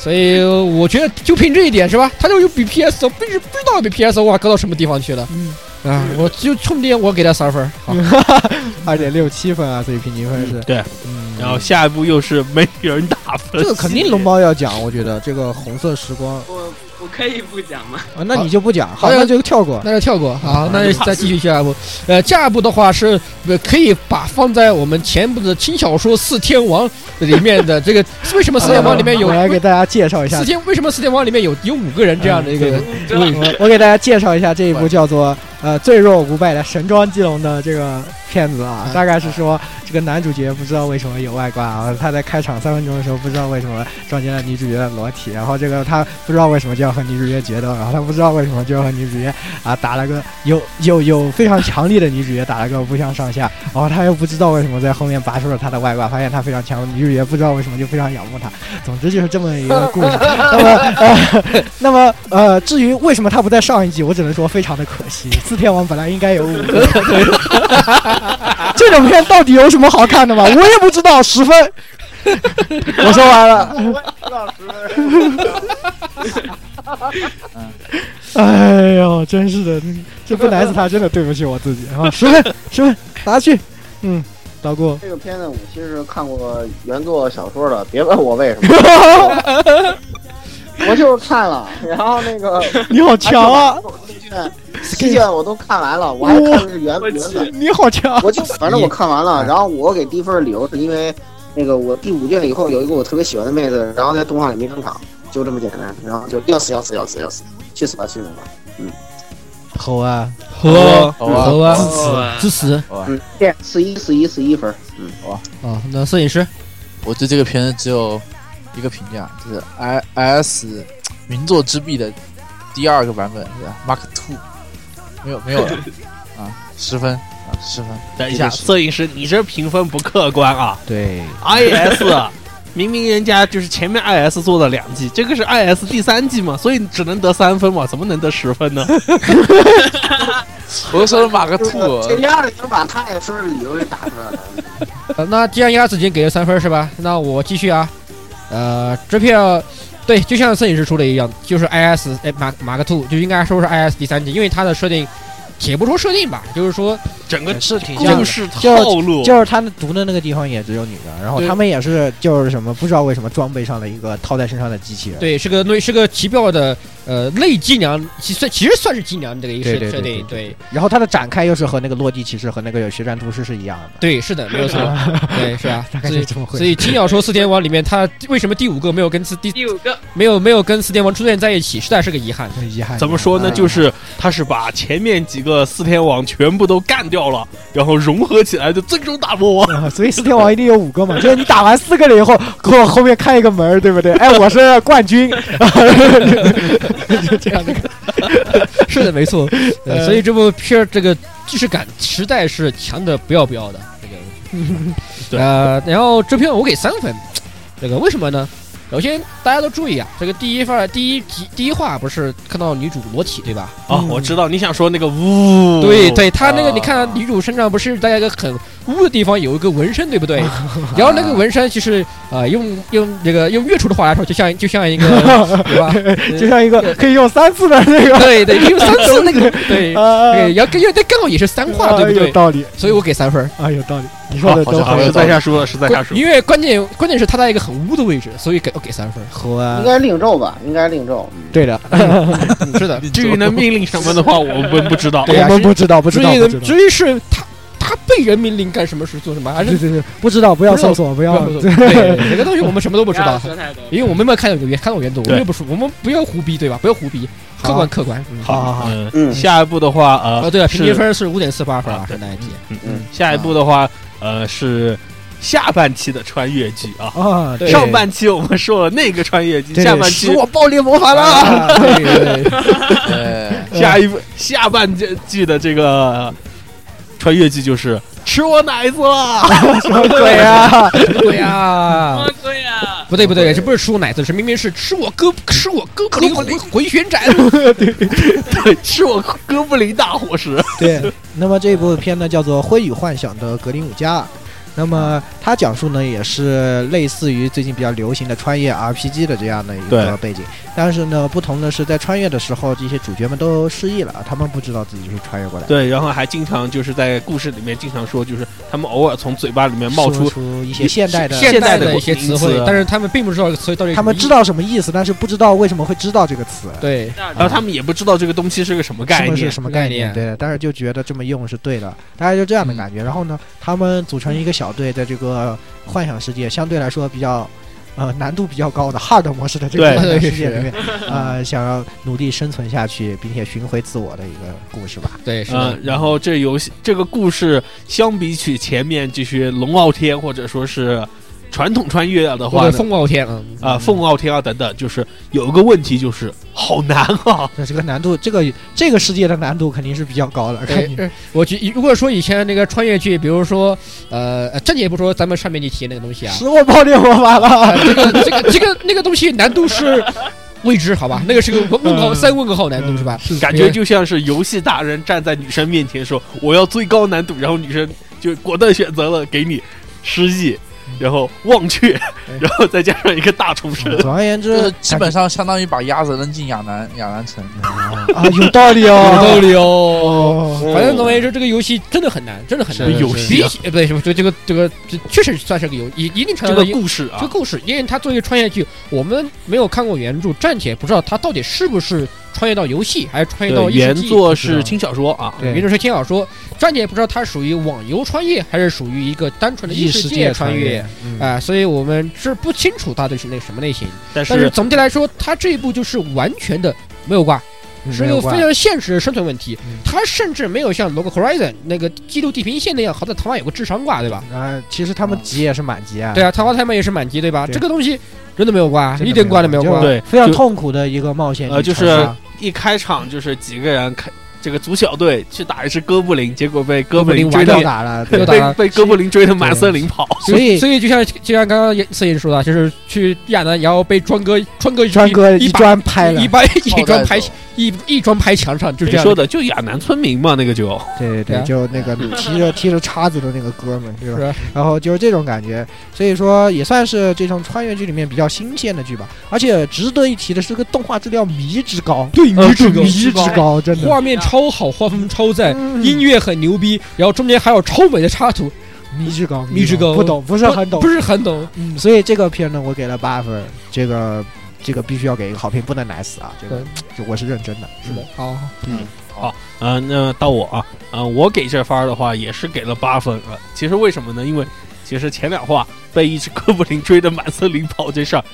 Speaker 7: 所以我觉得就凭这一点是吧？它就比 PS 不知不知道比 PS 二啊高到什么地方去了。
Speaker 4: 嗯
Speaker 7: 啊，我就冲这点我给它三分儿，好，
Speaker 4: 二点六七分啊，所以平均分是，
Speaker 2: 对，
Speaker 4: 嗯，
Speaker 2: 然后下一部又是没人打分，
Speaker 4: 这个肯定龙猫要讲，我觉得这个红色时光
Speaker 8: 我我可以不讲吗？
Speaker 4: 啊，嗯那你就不讲，好，
Speaker 7: 好像
Speaker 4: 那就跳过。
Speaker 7: 那就跳过。
Speaker 4: 嗯
Speaker 7: 好，那就再继续下一步。呃，下一步的话是呃可以把放在我们前部的轻小说《四天王》里面的这个，为什么《四天王》里面有
Speaker 4: 我 来给大家介绍一下嗯
Speaker 7: 四，天为什么四天王里面有有五个人这样的一个？
Speaker 8: 真的
Speaker 4: 我我给大家介绍一下这一部叫做呃最弱无败的神装基隆的这个片子啊，大概是说这个男主角不知道为什么有外挂啊，他在开场三分钟的时候不知道为什么撞见了女主角的裸体，然后这个他不知道为什么就要和女主角决斗，然后他不知道为什么就和女主角啊打了个有有有 非常强力的女主角打了个不相上下，然后他又不知道为什么在后面拔出了他的外挂，发现他非常强，女主角不知道为什么就非常仰慕他。总之就是这么一个故事。那么呃，那么呃，至于为什么他不在上一季，我只能说非常的可惜。四天王本来应该有五个， 这种片到底有什么好看的吗？我也不知道，十分。我说完了。哎呦，真是的，这不来自他，真的对不起我自己啊！十分，十分，拿去。嗯，老顾，
Speaker 5: 这个片子我其实看过原作小说的，别问我为什么， 我就是看了，然后那个
Speaker 4: 你好强啊！
Speaker 5: 试卷，试卷我都看完了，我还看的是原原本，
Speaker 4: 你好强！啊
Speaker 5: 我就反正我看完了，然后我给低分的理由是因为那个我第五卷以后有一个我特别喜欢的妹子，然后在动画里没登场，就这么简单，然后就要死要死要死要死，去死吧去死吧，
Speaker 4: 好啊，
Speaker 2: 和
Speaker 6: 好啊，
Speaker 7: 好啊，
Speaker 8: 哦
Speaker 7: 支持
Speaker 5: 嗯，对，四一四一四一分，嗯，
Speaker 7: 啊！那摄影师
Speaker 6: 我对这个片子只有一个评价，就是 I S 云作之壁的第二个版本是吧 Mark Two，没有没有了啊，十分啊十分，
Speaker 2: 等一下，
Speaker 6: 这个是
Speaker 2: 摄影师，你这评分不客观啊
Speaker 3: 对，
Speaker 2: ！IS 明明人家就是前面 IS 做了两季，这个是 IS 第三季嘛，所以只能得三分嘛，怎么能得十分 呢？
Speaker 6: 我又说了 Mark Two，
Speaker 5: 这丫的已经把他也分的理由给打出来了，
Speaker 7: 呃，那既然鸭子已经给了三分是吧？那我继续啊。呃，这票对，就像摄影师说的一样，就是 IS 哎马马克兔就应该说是 IS 第三季，因为它的设定也不说设定吧，就是说
Speaker 2: 整个
Speaker 4: 哎是挺像
Speaker 2: 故
Speaker 4: 的。
Speaker 2: 事套路，
Speaker 4: 就是他读的那个地方也只有女的，然后
Speaker 7: 对
Speaker 4: 他们也是就是什么不知道为什么装备上的一个套在身上的机器人，
Speaker 7: 对是个对是个奇妙的呃类伎俩，其实其实算是伎俩这个一个
Speaker 4: 对对
Speaker 7: 设
Speaker 4: 对
Speaker 7: 设
Speaker 4: 对
Speaker 7: 定，
Speaker 4: 对
Speaker 7: 对
Speaker 4: 然后它的展开又是和那个落地骑士和那个血战都市是一样的。
Speaker 7: 对是的，没 有错，对是啊，
Speaker 4: 大概
Speaker 7: 所以
Speaker 4: 是这么回
Speaker 7: 所以青鸟说四天王里面他为什么第五个没有跟四第
Speaker 8: 第五个
Speaker 7: 没有没有跟四天王出现在一起，实在是个遗憾。
Speaker 4: 很遗憾。
Speaker 2: 怎么说呢？
Speaker 5: 哎
Speaker 2: 就是他是把前面几个四天王全部都干掉了，然后融合起来的最终大魔王。
Speaker 4: 啊？所以四天王一定有五个嘛，就是你打完四个了以后，给我后面开一个门儿，对不对？哎，我是冠军，就这样的。
Speaker 7: 是的，没错。呃、所以这部片儿这个既视感实在是强的不要不要的。这个，
Speaker 2: 对
Speaker 7: 呃，然后这片我给三分，这个为什么呢？首先大家都注意啊，这个第一份儿第一集第一话不是看到女主裸体对吧？
Speaker 2: 啊，我知道你想说那个
Speaker 4: 哦
Speaker 2: 呜，
Speaker 7: 对，对，她那个
Speaker 6: 啊
Speaker 7: 你看女主身上不是在一个很污的地方有一个纹身对 不对？然后那个纹身其实呃用用这个用月初的话来说，就像就像一 个对吧？
Speaker 4: 就像一个可以用三次的那个，
Speaker 7: 对对，用三次那个对。
Speaker 4: 啊
Speaker 7: 对，，然后跟但刚好也是三话，对不
Speaker 4: 有
Speaker 7: 对？
Speaker 4: 道理
Speaker 7: 所以我给三分儿。
Speaker 4: 啊，有道理，你说的
Speaker 6: 好
Speaker 4: 都
Speaker 6: 好
Speaker 2: 好，
Speaker 4: 很
Speaker 6: 好
Speaker 4: 有
Speaker 2: 实
Speaker 4: 道
Speaker 2: 在
Speaker 4: 理。
Speaker 2: 下输了，实在下输。
Speaker 7: 因为关键关键是他在一个很污的位置，所以给哦我给 三分儿。
Speaker 4: 好
Speaker 5: 应
Speaker 4: 啊，
Speaker 5: 该令咒吧，应该是令咒，
Speaker 4: 对的，
Speaker 7: 嗯是的，
Speaker 2: 至于能命令什么的话，我们不知道。
Speaker 7: 对呀
Speaker 4: 我们不知道，不知
Speaker 7: 至
Speaker 4: 道，
Speaker 7: 于
Speaker 4: 不知
Speaker 7: 能
Speaker 4: 道。
Speaker 7: 至于是他他被人命令干什么事做什么，还
Speaker 4: 对
Speaker 7: 是
Speaker 4: 对对，不知道，不要搜索，不
Speaker 7: 不
Speaker 4: 要
Speaker 7: 要。对这个东西我们什么都不知
Speaker 8: 不
Speaker 7: 道，
Speaker 8: 说太多。
Speaker 7: 因为我们没有看到原看到原作，我
Speaker 2: 对
Speaker 7: 们又不说，我们不要胡逼对吧？不要胡逼，客观客观。嗯
Speaker 4: 好好好，
Speaker 2: 嗯，
Speaker 5: 嗯
Speaker 2: 下一步的话，
Speaker 7: 哦
Speaker 2: 呃，
Speaker 7: 对了，
Speaker 2: 是
Speaker 7: 平均分是五点四八分啊
Speaker 2: 啊，对
Speaker 7: 是那一题。
Speaker 2: 下一步的话，呃，是下半期的穿越剧啊。
Speaker 4: 啊，对
Speaker 2: 上半期我们说了那个穿越剧，
Speaker 4: 对
Speaker 2: 下半期
Speaker 4: 我暴力魔法了。
Speaker 7: 对对对，
Speaker 6: 对，
Speaker 2: 下一部下半季的这个穿越剧就是吃我奶子了。
Speaker 4: 对呀，
Speaker 7: 对呀，
Speaker 8: 对呀，
Speaker 7: 不对不对，这不是吃我奶子，是明明是吃我胳吃我胳 膊灵魂回旋斩。
Speaker 2: 对，吃我哥布林大火石。
Speaker 4: 对。那么这一部片呢，叫做《灰与幻想的格林伍家》。那么它讲述呢，也是类似于最近比较流行的穿越 RPG 的这样的一
Speaker 2: 对
Speaker 4: 个背景，但是呢，不同的是，在穿越的时候，这些主角们都失忆了，他们不知道自己是穿越过来的，
Speaker 2: 对，然后还经常就是在故事里面经常说，就是他们偶尔从嘴巴里面冒
Speaker 4: 说
Speaker 2: 出
Speaker 4: 出一些现代的，
Speaker 7: 现代
Speaker 2: 现代的
Speaker 7: 一些词
Speaker 2: 名
Speaker 7: 汇
Speaker 2: 词，
Speaker 7: 但是他们并不知道这个词汇到底是
Speaker 4: 他们
Speaker 7: 什么
Speaker 4: 知
Speaker 7: 意
Speaker 4: 道什么意思，但是不知道为什么会知道这个词。
Speaker 7: 思对
Speaker 2: 然后他们也不知道这个东西是个什么概
Speaker 4: 是
Speaker 2: 念。
Speaker 4: 什么
Speaker 7: 么
Speaker 4: 概
Speaker 7: 概
Speaker 4: 念？
Speaker 7: 念嗯
Speaker 4: 对，但是就觉得这么用是对的，大概就这样的感觉。然后呢，他们组成一个小队，在这个幻想世界相对来说比较。呃，难度比较高的 hard 模式的这个
Speaker 2: 对
Speaker 4: 幻想世界
Speaker 7: 是
Speaker 4: 里面，呃，想要努力生存下去，并且寻回自我的一个故事吧。
Speaker 7: 对是
Speaker 2: 嗯
Speaker 7: 的，，
Speaker 2: 然后这游戏这个故事相比起前面这些龙傲天或者说是传统穿越的
Speaker 7: 或
Speaker 2: 话
Speaker 7: 者
Speaker 2: 呢
Speaker 7: 凤傲天啊
Speaker 2: 啊，凤傲天啊等等，就是有一个问题就是好难 啊，
Speaker 3: 这这个难度，这个这个世界的难度肯定是比较高的。看 你
Speaker 7: 哎，我觉如果说以前那个穿越剧，比如说呃，呃暂且不说咱们上面你提那个东西啊，
Speaker 3: 石墨爆裂魔法了，
Speaker 7: 啊这个 这个这个那个东西难度是未知，好吧？那个是个问号三问号难度是吧？
Speaker 2: 感觉就嗯像是游戏大人站在女生面前说我要最高难度，然后女生就果断选择了给你失忆，然后忘却，然后再加上一个大重
Speaker 4: 嗯
Speaker 2: 生。
Speaker 3: 总而言之
Speaker 6: 就是，基本上相当于把鸭子扔进亚南亚南城。
Speaker 3: 啊有道理哦，
Speaker 7: 有道理哦。
Speaker 3: 哦。
Speaker 7: 反正总而言之，这个游戏真的很难，真的很难。
Speaker 2: 是游戏
Speaker 7: 比
Speaker 2: 啊
Speaker 7: 起呃不对，什么这这个这个这确实算是个游一一定程
Speaker 2: 这
Speaker 7: 度
Speaker 2: 个
Speaker 7: 上
Speaker 2: 故事
Speaker 7: 这个
Speaker 2: 啊，
Speaker 7: 故事，因为它作为穿越剧，我们没有看过原著，暂且不知道它到底是不是穿越到游戏，还是穿越到
Speaker 2: 对，
Speaker 7: 异世
Speaker 2: 原
Speaker 7: 界
Speaker 2: 作
Speaker 7: 不知
Speaker 2: 是
Speaker 7: 道
Speaker 2: 轻小说啊，
Speaker 7: 原著是轻小说，暂且不知道它属于网游穿越，还是属于一个单纯的
Speaker 3: 异
Speaker 7: 世
Speaker 3: 世界
Speaker 7: 穿
Speaker 3: 穿
Speaker 7: 越啊、所以我们是不清楚它的是那什么类型。
Speaker 2: 但
Speaker 7: 但是
Speaker 2: 是
Speaker 7: 总体来说，它这一部就是完全的没有挂，
Speaker 4: 嗯
Speaker 7: 是一个非常现实的生存问题。它甚至没有像《Log Horizon》那个记录地平线那样，好歹他妈有个智商挂，对吧？
Speaker 3: 啊，其实他们急也是满级啊，
Speaker 7: 嗯
Speaker 4: 哎
Speaker 7: 对啊，桃花太妹也是满级，对吧？
Speaker 3: 对
Speaker 7: 这个东西真的没有挂，
Speaker 3: 真的
Speaker 7: 啊一点挂都没有
Speaker 3: 就
Speaker 7: 挂。
Speaker 2: 对
Speaker 3: 非常
Speaker 2: 就
Speaker 3: 痛苦的一个冒险旅程
Speaker 2: 呃
Speaker 3: 啊。
Speaker 2: 就是一开场就是几个人开这个足小队去打一支哥布林，结果被哥布林追
Speaker 3: 完
Speaker 2: 到
Speaker 3: 掉打 了，
Speaker 7: 又
Speaker 2: 被
Speaker 7: 打
Speaker 2: 被
Speaker 7: 了
Speaker 2: 被哥布林追得满森林跑，
Speaker 3: 所以
Speaker 7: 所以就像就像刚刚也四爷说的，就是去亚南，然后被川哥川哥
Speaker 3: 川哥
Speaker 7: 一
Speaker 3: 一
Speaker 7: 把
Speaker 3: 砖拍了
Speaker 7: 一，般
Speaker 6: 炮
Speaker 7: 一
Speaker 6: 弹
Speaker 7: 砖拍
Speaker 6: 手
Speaker 7: 一一砖拍墙上，就这
Speaker 2: 谁
Speaker 7: 样
Speaker 2: 说的？就亚南村民嘛，那个就
Speaker 3: 对对
Speaker 7: 对啊
Speaker 3: 对，就那个提着提着叉子的那个哥们儿，是
Speaker 7: 是
Speaker 3: 吧？然后就是这种感觉，所以说也算是这种穿越剧里面比较新鲜的剧吧。而且值得一提的是，这个动画质量迷之高，
Speaker 7: 对
Speaker 3: 呃
Speaker 7: 迷之高
Speaker 3: 迷之高，真的
Speaker 7: 画面超好，画风超赞，
Speaker 3: 嗯
Speaker 7: 音乐很牛逼，然后中间还有超美的插图，
Speaker 3: 迷之高，
Speaker 7: 迷之高
Speaker 3: 不懂，不是很懂
Speaker 7: 不，是很懂。
Speaker 3: 嗯，所以这个片呢，我给了八分儿，这个这个必须要给一个好评，不能奶死啊，这个就我是认真的，
Speaker 7: 是的，好，
Speaker 2: 啊，那到我啊，啊，我给这番儿的话也是给了八分啊。其实为什么呢？因为其实前两话被一只哥布林追得满森林跑这事儿，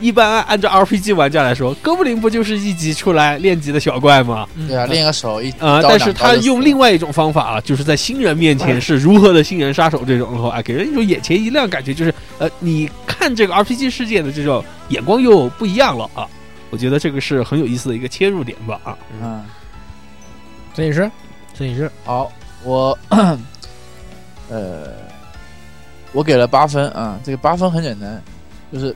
Speaker 2: 一般按照 RPG 玩家来说，哥布林不就是一级出来练级的小怪吗？
Speaker 6: 对啊，练个手一
Speaker 4: 嗯
Speaker 2: 啊、
Speaker 6: 一刀
Speaker 2: 但
Speaker 6: 两
Speaker 2: 是
Speaker 6: 刀
Speaker 2: 他
Speaker 6: 就死
Speaker 2: 用
Speaker 6: 了
Speaker 2: 另外一种方法啊，就是在新人面前是如何的新人杀手这种的话，哎给人一种眼前一亮感觉，就是呃，你看这个 RPG 世界的这种眼光又不一样了啊。我觉得这个是很有意思的一个切入点吧啊。
Speaker 6: 嗯。
Speaker 7: 摄影师，
Speaker 3: 摄影师
Speaker 6: 好，我 呃，我给了八分啊。这个八分很简单，就是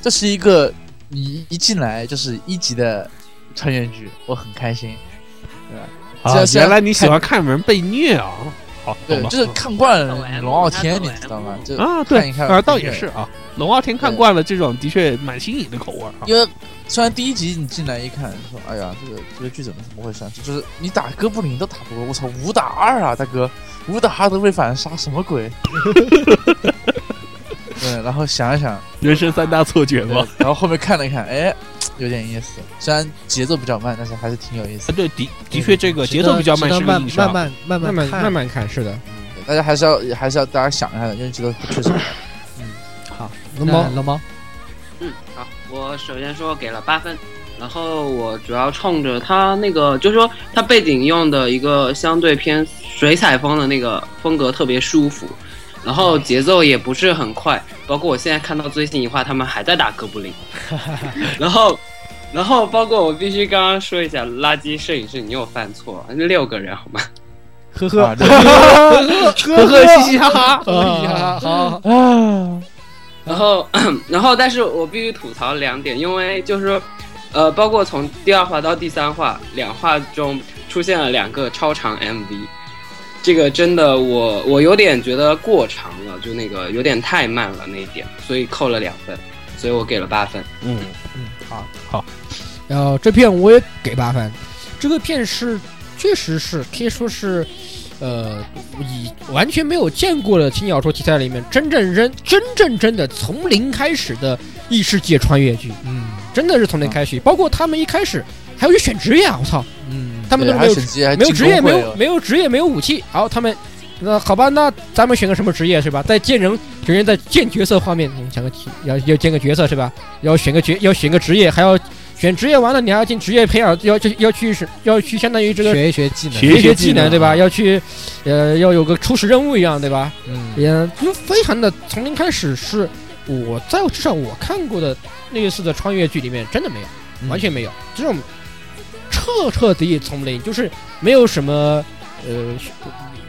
Speaker 6: 这是一个你一进来就是一级的穿越剧，我很开心。
Speaker 2: 啊
Speaker 6: 这，是
Speaker 2: 原来你喜欢看人被虐啊？好，
Speaker 6: 对
Speaker 2: 懂，了
Speaker 6: 就是看惯了龙傲天，你知道吗？就
Speaker 2: 啊，
Speaker 6: 看
Speaker 2: 对
Speaker 6: 一，看
Speaker 2: 啊，倒也是。啊。龙傲天看惯了这种，的确蛮新颖的口味啊。
Speaker 6: 因为虽然第一集你进来一看，说哎呀，这个这个剧怎么怎么回事？就是你打哥布林都打不过，我操，五打二啊，大哥，五打二都被反杀，什 么鬼？对，然后想一想，
Speaker 2: 人生三大错觉嘛啊
Speaker 6: 对。然后后面看了看，哎，有点意思。虽然节奏比较慢，但是还是挺有意思
Speaker 2: 啊，
Speaker 6: 的。
Speaker 2: 对，的的确这个节奏比较慢
Speaker 3: 值得
Speaker 2: 是啊个
Speaker 3: 慢
Speaker 2: 硬伤
Speaker 3: 慢。慢慢
Speaker 7: 慢慢
Speaker 3: 看
Speaker 7: 慢慢看，是的，
Speaker 6: 对大家还是要还是要大家想一下的，因为节奏确实。
Speaker 7: 龙猫
Speaker 3: 那龙猫，
Speaker 8: 嗯，好，我首先说给了八分，然后我主要冲着它那个，就是说它背景用的一个相对偏水彩风的那个风格特别舒服，然后节奏也不是很快，包括我现在看到最新一话，他们还在打哥布林，然后。然后包括我必须刚刚说一下，垃圾摄影师你又犯错，了，六个人好吗？
Speaker 3: 呵
Speaker 6: 啊
Speaker 3: 呵
Speaker 6: 对
Speaker 3: 呵呵，嘻嘻哈哈
Speaker 7: 哎呀，好，
Speaker 3: 啊，
Speaker 8: 然后， 然后，但是我必须吐槽两点，因为就是说，呃，包括从第二话到第三话，两话中出现了两个超长 MV，这个真的我我有点觉得过长了，就那个有点太慢了那一点，所以扣了两分，所以我给了八分。
Speaker 2: 嗯，
Speaker 7: 然后呃这片我也给八分，这个片是确实是可以说是，呃，以完全没有见过的轻小说题材里面真正真真正真的从零开始的异世界穿越剧，
Speaker 3: 嗯
Speaker 7: 真的是从零开始，包括他们一开始还要去选职业啊，我操，
Speaker 3: 嗯，
Speaker 7: 他们都是
Speaker 6: 对还
Speaker 7: 没有
Speaker 6: 审计，还
Speaker 7: 没有
Speaker 6: 哎进
Speaker 7: 职业，没
Speaker 6: 工会啊
Speaker 7: 有
Speaker 6: 了
Speaker 7: 没有职业，没有武器。然后他们，那好吧，那咱们选个什么职业是吧？在建人，首先在建角色方面，你们想个要要建个角色是吧？要选个角，要选个职业，还要选职业完了，你还要进职业培养，要去要去是要去相当于这个
Speaker 4: 学一学技能，
Speaker 2: 学一
Speaker 7: 学
Speaker 2: 学
Speaker 7: 技
Speaker 2: 技
Speaker 7: 能
Speaker 2: 能
Speaker 7: 对吧？要去呃要有个初始任务一样对吧？
Speaker 4: 嗯，
Speaker 7: 也就非常的从零开始是我在至少我看过的类似的穿越剧里面真的没有，
Speaker 4: 嗯
Speaker 7: 完全没有这种彻彻底底从零，就是没有什么呃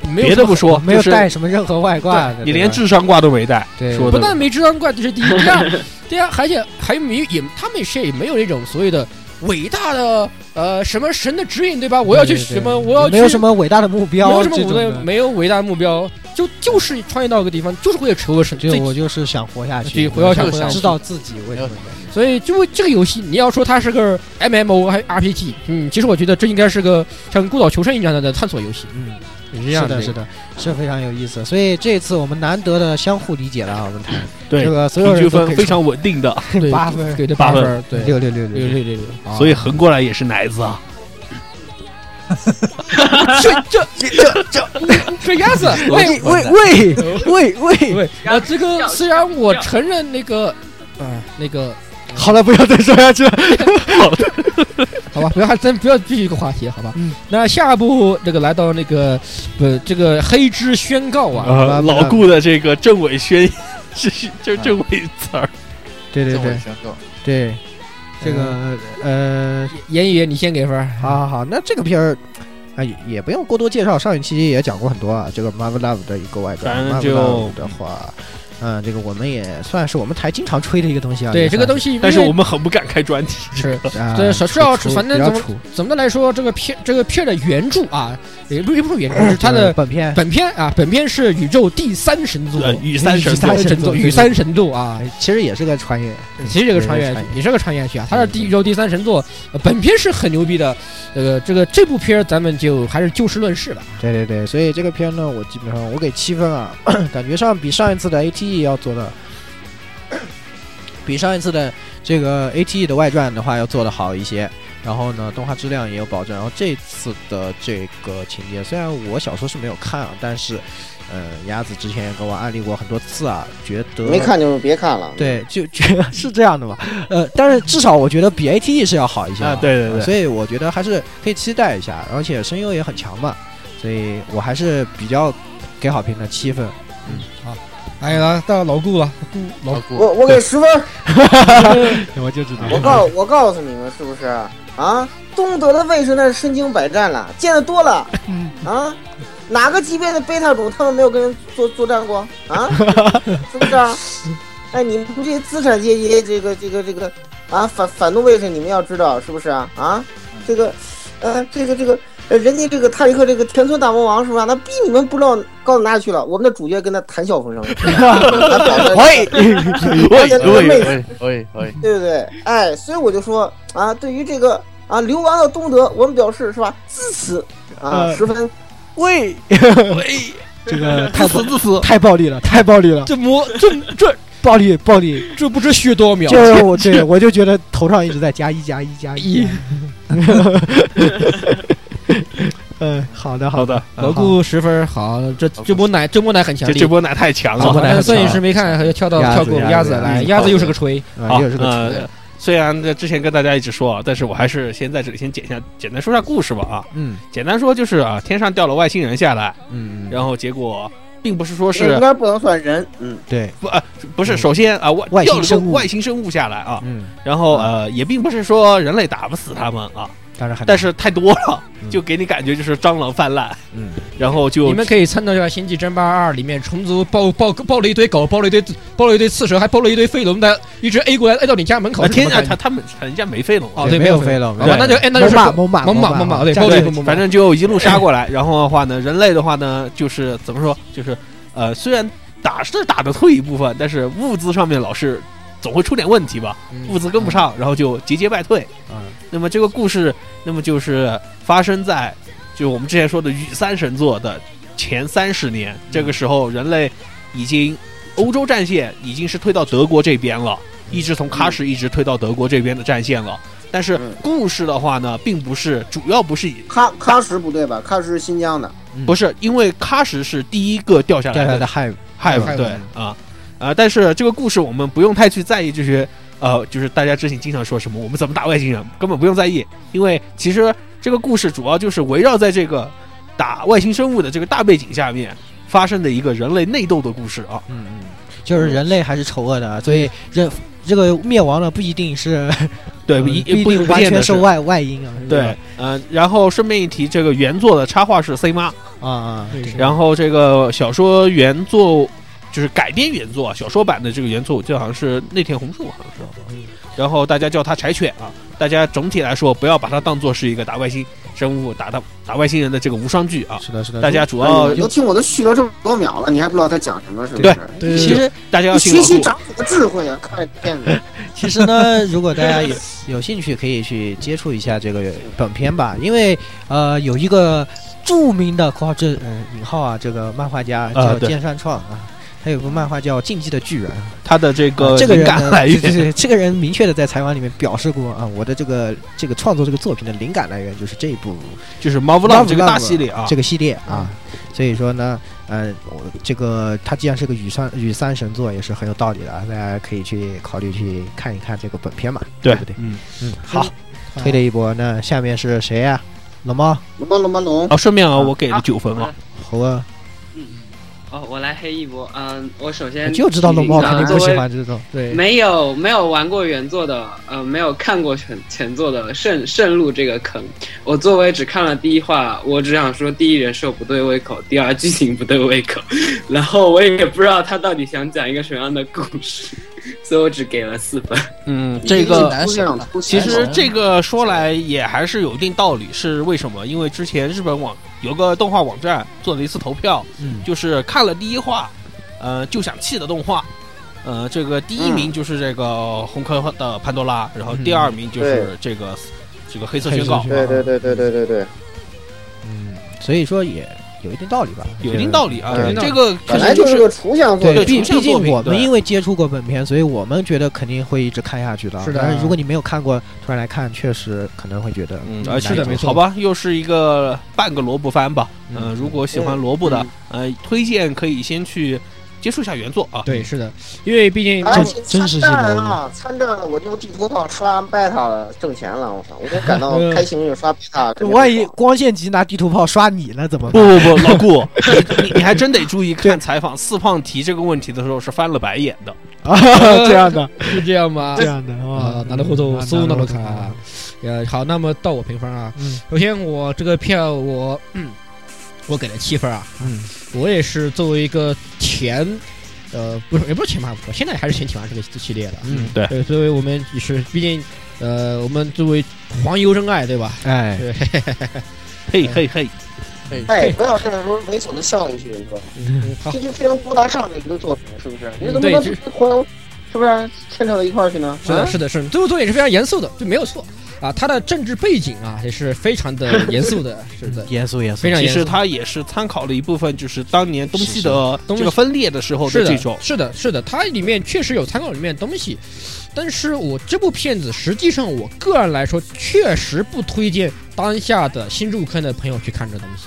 Speaker 7: 没有
Speaker 2: 别
Speaker 7: 什
Speaker 2: 的
Speaker 7: 么
Speaker 2: 不说，
Speaker 4: 没有
Speaker 2: 就是
Speaker 4: 带什么任何外挂的，
Speaker 2: 你
Speaker 4: 对
Speaker 2: 连
Speaker 4: 吧
Speaker 2: 智商挂都没带，
Speaker 4: 对
Speaker 2: 说
Speaker 7: 不
Speaker 2: 的
Speaker 7: 但没智商怪，这是第一。第二，第二，而且还没有也，他们是也没有那种所谓的伟大的呃什么神的指引，对吧？我要去
Speaker 4: 对对
Speaker 7: 什么？我要去
Speaker 4: 没有什么伟大的目标，
Speaker 7: 没有什么
Speaker 4: 这
Speaker 7: 伟
Speaker 4: 种
Speaker 7: 大
Speaker 4: 的
Speaker 7: 没有伟大的目标，就就是穿越到一个地方，就是为了成为神。
Speaker 4: 就
Speaker 7: 最
Speaker 4: 我就是想活下去，
Speaker 7: 对活要
Speaker 4: 想
Speaker 7: 活下去
Speaker 4: 知道自己为什么。
Speaker 7: 所以就这个游戏，你要说它是个 M M O 还是 R P G，嗯，其实我觉得这应该是个像孤岛求生一样的探索游戏，
Speaker 4: 嗯，
Speaker 7: 是这
Speaker 4: 是
Speaker 7: 样
Speaker 4: 的，是的，是非常有意思。所以这次我们难得的相互理解了啊，我们谈
Speaker 2: 对
Speaker 4: 这，个所有
Speaker 2: 平均
Speaker 4: 人都
Speaker 2: 分
Speaker 4: 可以
Speaker 2: 非常稳定的，
Speaker 7: 对
Speaker 4: 八分
Speaker 7: 对对
Speaker 2: 八分
Speaker 7: 分，对
Speaker 4: 六六六
Speaker 7: 对
Speaker 4: 六，
Speaker 7: 对对对。
Speaker 4: 啊
Speaker 2: 所以横过来也是奶子啊。
Speaker 7: 这这这 这这鸭子，喂喂
Speaker 4: 喂喂喂，
Speaker 7: 喂，啊，这个虽然我承认那个，嗯，那个，
Speaker 4: 好了，不要再说下去了。
Speaker 7: 好吧，不要还真不要继续这个话题，好吧
Speaker 4: 嗯？
Speaker 7: 那下一步这个来到那个不，这个黑之宣告啊，
Speaker 2: 呃，
Speaker 4: 那
Speaker 2: 老顾的这个政委宣是是就是
Speaker 6: 啊
Speaker 2: 政委词儿，
Speaker 4: 对对
Speaker 6: 政委
Speaker 4: 对
Speaker 6: 宣告，
Speaker 4: 对，这个
Speaker 2: 嗯
Speaker 4: 呃，
Speaker 7: 言语你先给分儿，
Speaker 4: 好好好，那这个片儿。啊，也也不用过多介绍，上一期也讲过很多啊。这个 Marvel Love 的一个外传
Speaker 2: 反正
Speaker 4: ，Marvel
Speaker 2: 就
Speaker 4: Love 的话，嗯，这个我们也算是我们台经常吹的一个东西啊。
Speaker 7: 对这个
Speaker 4: 西。
Speaker 7: 东西，
Speaker 2: 但是我们很不敢开专题。
Speaker 7: 是
Speaker 4: 啊
Speaker 7: 对少数要
Speaker 4: 出
Speaker 7: 反正
Speaker 4: 比较
Speaker 7: 怎么
Speaker 4: 出
Speaker 7: 怎么来说，这个片这个片的原著啊，也不是也不是原著，就是它
Speaker 4: 呃
Speaker 7: 的
Speaker 4: 本片
Speaker 7: 本片啊，本片是宇宙第三神作
Speaker 2: 嗯呃，。雨三神
Speaker 4: 雨
Speaker 2: 作
Speaker 4: 三神作
Speaker 7: 雨三神作啊，
Speaker 4: 哎其实也是个穿越，
Speaker 7: 其实这个穿越
Speaker 4: 对
Speaker 7: 也是个穿越剧啊，它是第宇宙第三神作，呃本片是很牛逼的。呃，这个这部片儿咱们就还是就事论事吧。
Speaker 4: 对对对，所以这个片呢，我基本上我给七分啊， 感觉上比上一次的 ATE 要做的， 比上一次的这个 ATE 的外传的话要做的好一些。然后呢，动画质量也有保证。然后这次的这个情节，虽然我小说是没有看啊，但是，呃，鸭子之前也给我安利过很多次啊，觉得
Speaker 5: 嗯没看就别看了。
Speaker 4: 对，就觉得是这样的嘛。呃，但是至少我觉得比 ATE 是要好一些
Speaker 2: 啊对对对
Speaker 4: 所以我觉得还是可以期待一下，而且声优也很强嘛，所以我还是比较给好评的七分。
Speaker 7: 哎呀，到老顾了，顾
Speaker 6: 老
Speaker 7: 老
Speaker 6: 顾
Speaker 5: 我我给十分儿，
Speaker 4: 我就 知道
Speaker 5: 我告我告诉你们是不是啊？东德的卫士那是身经百战了，见得多了啊！哪个级别的贝塔种他们没有跟人作作战过啊？是不是啊？哎，你们这些资产阶级，这个这个这个啊，反反动卫士，你们要知道是不是啊？啊，这个，呃，这个这个，呃，人家这个塔里克这个田村大魔王是吧？那比你们不知道高到哪里去了。我们的主角跟他谈笑风生， 咱保证
Speaker 4: 喂，
Speaker 5: 而且他
Speaker 2: 喂
Speaker 5: 妹
Speaker 2: 喂
Speaker 5: 子
Speaker 6: 喂喂喂，
Speaker 5: 对不对？哎，所以我就说啊，对于这个啊流亡的东德，我们表示是吧支持啊，
Speaker 4: 呃
Speaker 5: 十分
Speaker 4: 喂，
Speaker 2: 喂，
Speaker 4: 这 个
Speaker 2: 自私自私，
Speaker 4: 太暴力了，太暴力了，
Speaker 7: 这魔这这
Speaker 4: 暴力暴力。
Speaker 7: 这不知削多少秒，
Speaker 4: 就是 我对我就觉得头上一直在加一加一加一。嗯，好 的
Speaker 2: 好
Speaker 4: 好的，
Speaker 2: 的，
Speaker 7: 老顾十分儿好，这这波奶这波奶很强
Speaker 2: 这
Speaker 7: 力。
Speaker 2: 这波奶太强
Speaker 4: 这波
Speaker 2: 了。
Speaker 4: 奶
Speaker 7: 但
Speaker 4: 很强
Speaker 7: 摄影师没看，还要跳到
Speaker 4: 鸭子
Speaker 7: 跳过
Speaker 4: 鸭子
Speaker 7: 鸭
Speaker 4: 鸭
Speaker 7: 子
Speaker 4: 子
Speaker 7: 来，
Speaker 4: 嗯
Speaker 7: 鸭子又是个锤，
Speaker 4: 啊，
Speaker 2: 好
Speaker 4: 又是，个
Speaker 2: 呃，虽然这之前跟大家一直说，但是我还是先在这里先简下简单说下故事吧啊。
Speaker 4: 嗯
Speaker 2: 简单说就是啊，天上掉了外星人下来，
Speaker 4: 嗯，嗯
Speaker 2: 然后结果并不是啊说
Speaker 5: 应
Speaker 2: 是
Speaker 5: 该不能算人，嗯，
Speaker 4: 对，
Speaker 2: 不呃不是，
Speaker 4: 嗯
Speaker 2: 首先啊外
Speaker 4: 外星
Speaker 2: 掉了个
Speaker 4: 生物
Speaker 2: 外星生物下来啊，
Speaker 4: 嗯，
Speaker 2: 然后呃也并不是说人类打不死他们啊，
Speaker 4: 当然还
Speaker 2: 但是太多了，
Speaker 4: 嗯
Speaker 2: 就给你感觉就是蟑螂泛滥，
Speaker 4: 嗯，
Speaker 2: 然后就
Speaker 7: 你们可以参照一下《星际争霸二》里面，虫族爆爆爆了一堆狗，爆了一堆爆了一堆刺蛇，还爆了一堆飞龙的，一直 A 过来 A 到你家门口
Speaker 2: 啊
Speaker 7: 是什
Speaker 2: 天啊
Speaker 7: 么感觉。
Speaker 2: 他他们人家没飞龙啊
Speaker 7: 哦，对，
Speaker 4: 没
Speaker 7: 有
Speaker 4: 有飞龙
Speaker 7: 好吧，
Speaker 2: 对
Speaker 7: 那就哎，那就是
Speaker 4: 猛犸猛犸
Speaker 7: 猛
Speaker 4: 猛犸
Speaker 7: 猛犸，
Speaker 4: 啊
Speaker 7: 对，
Speaker 4: 加
Speaker 7: 暴力
Speaker 2: 对
Speaker 7: 猛犸，
Speaker 2: 反正就一路杀过来， 然后的话呢，人类的话呢，就是怎么说，就是呃，虽然打是打得退一部分，但是物资上面老是总会出点问题吧，
Speaker 7: 嗯
Speaker 2: 物资跟不上，然后就节节败退。
Speaker 4: 嗯，
Speaker 2: 那么这个故事，那么就是发生在就是我们之前说的雨三神作的前三十年，这个时候人类已经欧洲战线已经是退到德国这边了，一直从喀什一直退到德国这边的战线了。但是
Speaker 5: 嗯
Speaker 2: 故事的话呢，并不是主要不是以
Speaker 5: 喀喀什不对吧？喀什是新疆的，
Speaker 2: 不是，因为喀什是第一个掉下
Speaker 4: 带
Speaker 2: 来
Speaker 4: 来
Speaker 2: 的
Speaker 4: 的害
Speaker 2: 汉
Speaker 7: 汉
Speaker 2: 对呃
Speaker 7: 人
Speaker 2: 啊啊、但是这个故事我们不用太去在意这些呃，就是大家之前经常说什么我们怎么打外星人，根本不用在意，因为其实这个故事主要就是围绕在这个打外星生物的这个大背景下面发生的一个人类内斗的故事啊。
Speaker 4: 嗯嗯，就是人类还是丑恶的，所以人这个灭亡了不一定是
Speaker 2: 对，
Speaker 4: 嗯
Speaker 2: 一
Speaker 4: 不一
Speaker 2: 不
Speaker 4: 定完
Speaker 2: 见
Speaker 4: 全
Speaker 2: 得
Speaker 4: 受
Speaker 2: 是
Speaker 4: 外外因啊。是吧
Speaker 2: 对，嗯，然后顺便一提，这个原作的插画是 C 妈，
Speaker 4: 啊啊，对
Speaker 2: 然后这个小说原作就是改编原作，啊小说版的这个原作，我记得好像是内田宏树，好像是。然后大家叫它柴犬啊，大家总体来说不要把它当做是一个打外星生物、打打打外星人的这个无双剧啊。
Speaker 10: 是的，是的，
Speaker 2: 大家主要
Speaker 4: 哦
Speaker 5: 你哦都听我都续了这么多秒了，你还不知道在讲什么，是不
Speaker 2: 对
Speaker 5: 是？
Speaker 10: 对
Speaker 4: 其实
Speaker 2: 大家要
Speaker 5: 你
Speaker 2: 信
Speaker 5: 学习
Speaker 2: 老顾，
Speaker 5: 长子的智慧啊！看骗 子，
Speaker 4: 其实呢，如果大家有有兴趣，可以去接触一下这个本片吧，因为呃有一个著名的（括号这嗯引号啊）这个漫画家
Speaker 2: 啊
Speaker 4: 叫
Speaker 2: 对
Speaker 4: 剑山创啊。他有部漫画叫《竞技的巨人》，
Speaker 2: 他的这
Speaker 4: 啊
Speaker 2: 个
Speaker 4: 这个
Speaker 2: 灵
Speaker 4: 人
Speaker 2: 感
Speaker 4: 呢
Speaker 2: 来
Speaker 4: 对对
Speaker 2: 源
Speaker 4: 对这个人明确的在采访里面表示过啊，我的这个这个创作这个作品的灵感来源就是这一部
Speaker 2: 就是 Marvel
Speaker 4: Love
Speaker 2: Love 这个
Speaker 4: Love
Speaker 2: 大系列啊
Speaker 4: 这。个系列啊，所以说呢，呃，我这个它既然是个雨山雨山神作，也是很有道理的，啊大家可以去考虑去看一看这个本片嘛，对
Speaker 2: 对
Speaker 4: 不对？
Speaker 2: 嗯
Speaker 4: 嗯，
Speaker 2: 好，
Speaker 4: 推了一波，那下面是谁呀、老猫、
Speaker 5: 龙猫龙猫龙，
Speaker 2: 哦，顺便啊，我给了九分啊。
Speaker 4: 猴啊，
Speaker 8: 哦，我来黑一波。嗯，我首先
Speaker 4: 就 知道老猫肯定不喜
Speaker 8: 呃。
Speaker 4: 欢这种，
Speaker 8: 作为没有没有玩过原作的，呃，没有看过前前作的慎慎入这个坑。我作为只看了第一话，我只想说第一人设不对胃口，第二剧情不对胃口，然后我也不知道他到底想讲一个什么样的故事， 所以我只给了四分。
Speaker 2: 嗯，这
Speaker 5: 你
Speaker 2: 个
Speaker 5: 这姑娘出
Speaker 2: 其
Speaker 5: 现
Speaker 2: 实这个说来也还是有一定道理，是为什么？因为之前日本网有个动画网站做了一次投票，
Speaker 4: 嗯
Speaker 2: 就是看了第一话，呃，就想弃的动画，呃，这个第一名就是这个《红科的潘多拉》，然后第二名就是这个、这个黑色宣告，
Speaker 5: 对对对对对对对，
Speaker 4: 嗯，所以说也有一定道理吧，
Speaker 2: 有一定道理啊。
Speaker 5: 对
Speaker 2: 这个可
Speaker 5: 本
Speaker 2: 能
Speaker 5: 来就是
Speaker 2: 是
Speaker 5: 个图像作
Speaker 4: 对，
Speaker 2: 对，
Speaker 5: 品
Speaker 4: 毕
Speaker 2: 图像作
Speaker 4: 毕竟
Speaker 2: 品
Speaker 4: 我们
Speaker 2: 对
Speaker 4: 因为接触过本片，所以我们觉得肯定会一直看下去的。啊
Speaker 10: 是的
Speaker 4: 但如果你没有看过，突然来看，确实可能会觉得，
Speaker 2: 嗯，
Speaker 4: 难
Speaker 2: 是
Speaker 10: 的
Speaker 4: 受
Speaker 10: 没错
Speaker 2: 好吧，又是一个半个萝卜番吧。嗯、如果喜欢萝卜的，呃，推荐可以先去接触一下原作啊。
Speaker 7: 对，是的，因为毕竟这
Speaker 5: 哎，你
Speaker 10: 真实
Speaker 5: 参战
Speaker 10: 性
Speaker 5: 了
Speaker 10: 的
Speaker 5: 啊！参战了，我就地图炮刷 beta 了，挣钱了，我操！我就感到
Speaker 7: 嗯
Speaker 5: 开心，就刷 beta 挣钱了。
Speaker 4: 万一光线级拿地图炮刷你了怎么办？
Speaker 2: 不不不，老顾，你你你还真得注意看采访。四胖提这个问题的时候是翻了白眼的。
Speaker 10: 这样的，
Speaker 7: 是这样吗
Speaker 10: 这？样的
Speaker 7: 啊
Speaker 10: 啊，，
Speaker 7: 拿着护照搜
Speaker 10: 路
Speaker 7: 那罗卡，呃，好，那么到我评分啊。
Speaker 10: 嗯
Speaker 7: 首先我这个片我，嗯我给了七分啊。
Speaker 10: 嗯，
Speaker 7: 我也是作为一个前，呃，不是也不是前漫我现在还是前前漫这个系列的。
Speaker 10: 嗯，
Speaker 2: 对
Speaker 7: 对，作为我们也是，毕竟，呃，我们作为黄油真爱，对吧？
Speaker 4: 哎，
Speaker 7: 对，
Speaker 2: 嘿嘿嘿，
Speaker 5: 哎，不要这时候猥琐的笑一句，
Speaker 7: 好
Speaker 5: 这，就非常高大上的一个作品，是不是？你怎么
Speaker 7: 啊嗯对
Speaker 5: 能
Speaker 7: 这
Speaker 5: 跟黄油是不是牵扯到一块儿去呢？
Speaker 7: 是的，是的，是的，这部作品是非常严肃的，对，没有错啊。它的政治背景啊，也是非常的严肃的，是的，
Speaker 4: 严肃严肃
Speaker 7: 非，常
Speaker 2: 其
Speaker 7: 严肃
Speaker 2: 实。他也是参考了一部分，就是当年东西
Speaker 4: 是
Speaker 2: 德
Speaker 7: 东
Speaker 2: 这
Speaker 7: 西
Speaker 2: 个分裂的时候
Speaker 7: 是
Speaker 2: 这
Speaker 7: 的
Speaker 2: 种，。
Speaker 7: 是的，是的，它里面确实有参考里面的东西，但是我这部片子实际上我个人来说，确实不推荐当下的新入坑的朋友去看这东西，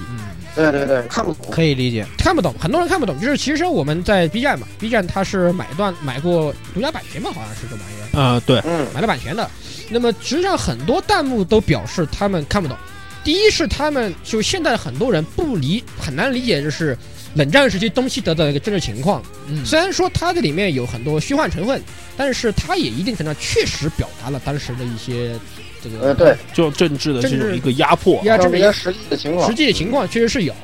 Speaker 5: 对对对，看不懂。
Speaker 4: 可以理解。
Speaker 7: 看不懂，很多人看不懂。就是其实我们在 B 站嘛，B 站它是买断买过独家版权吧，好像是这玩意儿。
Speaker 2: 啊、对，
Speaker 5: 嗯，
Speaker 7: 买了版权的。那么实际上很多弹幕都表示他们看不懂。第一是他们就现在很多人不理很难理解，就是冷战时期东西德的一个政治情况。
Speaker 4: 嗯
Speaker 7: 虽然说它这里面有很多虚幻成分，但是它也一定程度上确实表达了当时的一些这
Speaker 5: 呃，
Speaker 7: 个
Speaker 5: 对，
Speaker 2: 就政治的这
Speaker 7: 政
Speaker 2: 种
Speaker 7: 治
Speaker 2: 一个压迫，
Speaker 7: 压
Speaker 5: 这
Speaker 7: 制
Speaker 5: 是一
Speaker 7: 的一
Speaker 5: 些
Speaker 7: 个
Speaker 5: 实际的情况
Speaker 7: 实。际的情况确实是有。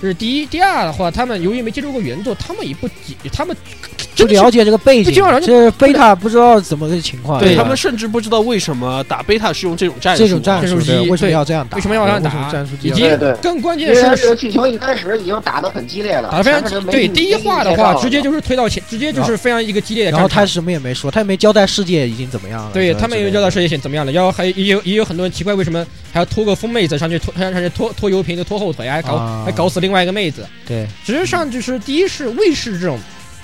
Speaker 7: 这是第一，第二的话，他们由于没接触过原作，他们也不解，他们
Speaker 4: 不
Speaker 7: 真的是
Speaker 4: 了解这个背
Speaker 7: 不
Speaker 4: 景，
Speaker 7: 知道了解
Speaker 4: 这贝塔不知道怎么个情况，
Speaker 2: 对
Speaker 4: 吧
Speaker 2: 他们甚至不知道为什么打贝塔是用这种战术，
Speaker 4: 啊这种战术
Speaker 7: 这种
Speaker 4: 的
Speaker 7: 机
Speaker 4: 为什么
Speaker 7: 对
Speaker 4: 要这样打？
Speaker 7: 为什么要这样打
Speaker 4: 为什么战术机
Speaker 7: 以
Speaker 4: 要
Speaker 7: 及
Speaker 5: 对对，
Speaker 7: 更关
Speaker 5: 因
Speaker 7: 键
Speaker 5: 为
Speaker 7: 是
Speaker 5: 它这个剧情一开始已经打得很激烈了，
Speaker 7: 打得非
Speaker 5: 前面
Speaker 7: 常
Speaker 5: 就没
Speaker 7: 对
Speaker 5: 你
Speaker 7: 第一话的
Speaker 5: 没
Speaker 7: 话，
Speaker 5: 你介绍啊
Speaker 7: 直接就是推到前，直接就是非常一个激烈的
Speaker 4: 然
Speaker 7: 战
Speaker 4: 后
Speaker 7: 场。
Speaker 4: 他什么也没说，他也没交代世界已经怎么样了。
Speaker 7: 对
Speaker 4: 是吧
Speaker 7: 他们也有
Speaker 4: 之
Speaker 7: 交
Speaker 4: 类
Speaker 7: 代
Speaker 4: 的
Speaker 7: 世界线怎么样了，然后还也有也有很多人奇怪为什么还要拖个疯妹子上去拖上上去拖拖油瓶就拖后腿，还搞、
Speaker 4: 啊
Speaker 7: 还搞死另外一个妹子。
Speaker 4: 对，
Speaker 7: 实际上就是第一是卫视这种，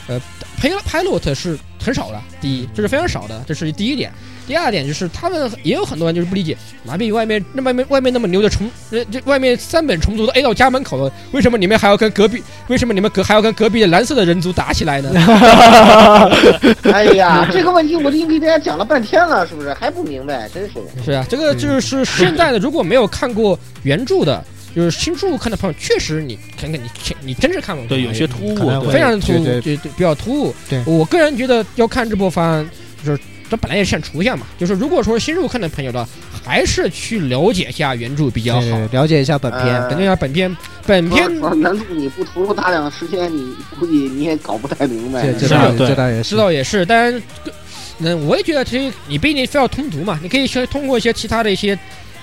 Speaker 7: 呃，拍 pilot 是很少了。第一，这是非常少的，这是第一点。第二点就是他们也有很多人就是不理解，麻痹外面那外面外面那么牛的重，呃，这外面三本重组都 A 到家门口了，为什么你们还要跟隔壁？为什么你们隔还要跟隔壁的蓝色的人族打起来呢？
Speaker 5: 哎 呀，这个问题我都已经给大家讲了半天了，是不是还不明白？真是的。
Speaker 4: 嗯
Speaker 7: 是啊，这个就是现在的，如果没有看过原著的，就是新著看的朋友，确实你看看你你真是看不懂，
Speaker 2: 对，有些突兀，
Speaker 4: 可能会
Speaker 2: 对
Speaker 7: 非常突兀，
Speaker 4: 对对
Speaker 7: 对对，比较突兀。
Speaker 4: 对
Speaker 7: 我个人觉得要看这波番，就是这本来也是想除一下嘛，就是如果说新入坑的朋友的，还是去了解一下原著比较
Speaker 4: 对
Speaker 7: 好。
Speaker 4: 对对了解一下本片。
Speaker 5: 呃
Speaker 7: 了解一下本片，本
Speaker 5: 说
Speaker 7: 片
Speaker 5: 说难度你不投入大量的时间，你估计你也搞不太明白
Speaker 4: 这。这
Speaker 2: 是
Speaker 4: 倒
Speaker 2: 啊
Speaker 4: 也
Speaker 2: 对
Speaker 4: 这倒也是
Speaker 7: 知，道也是，但是那我也觉得，其实你不一定非要通读嘛，你可以先通过一些其他的一些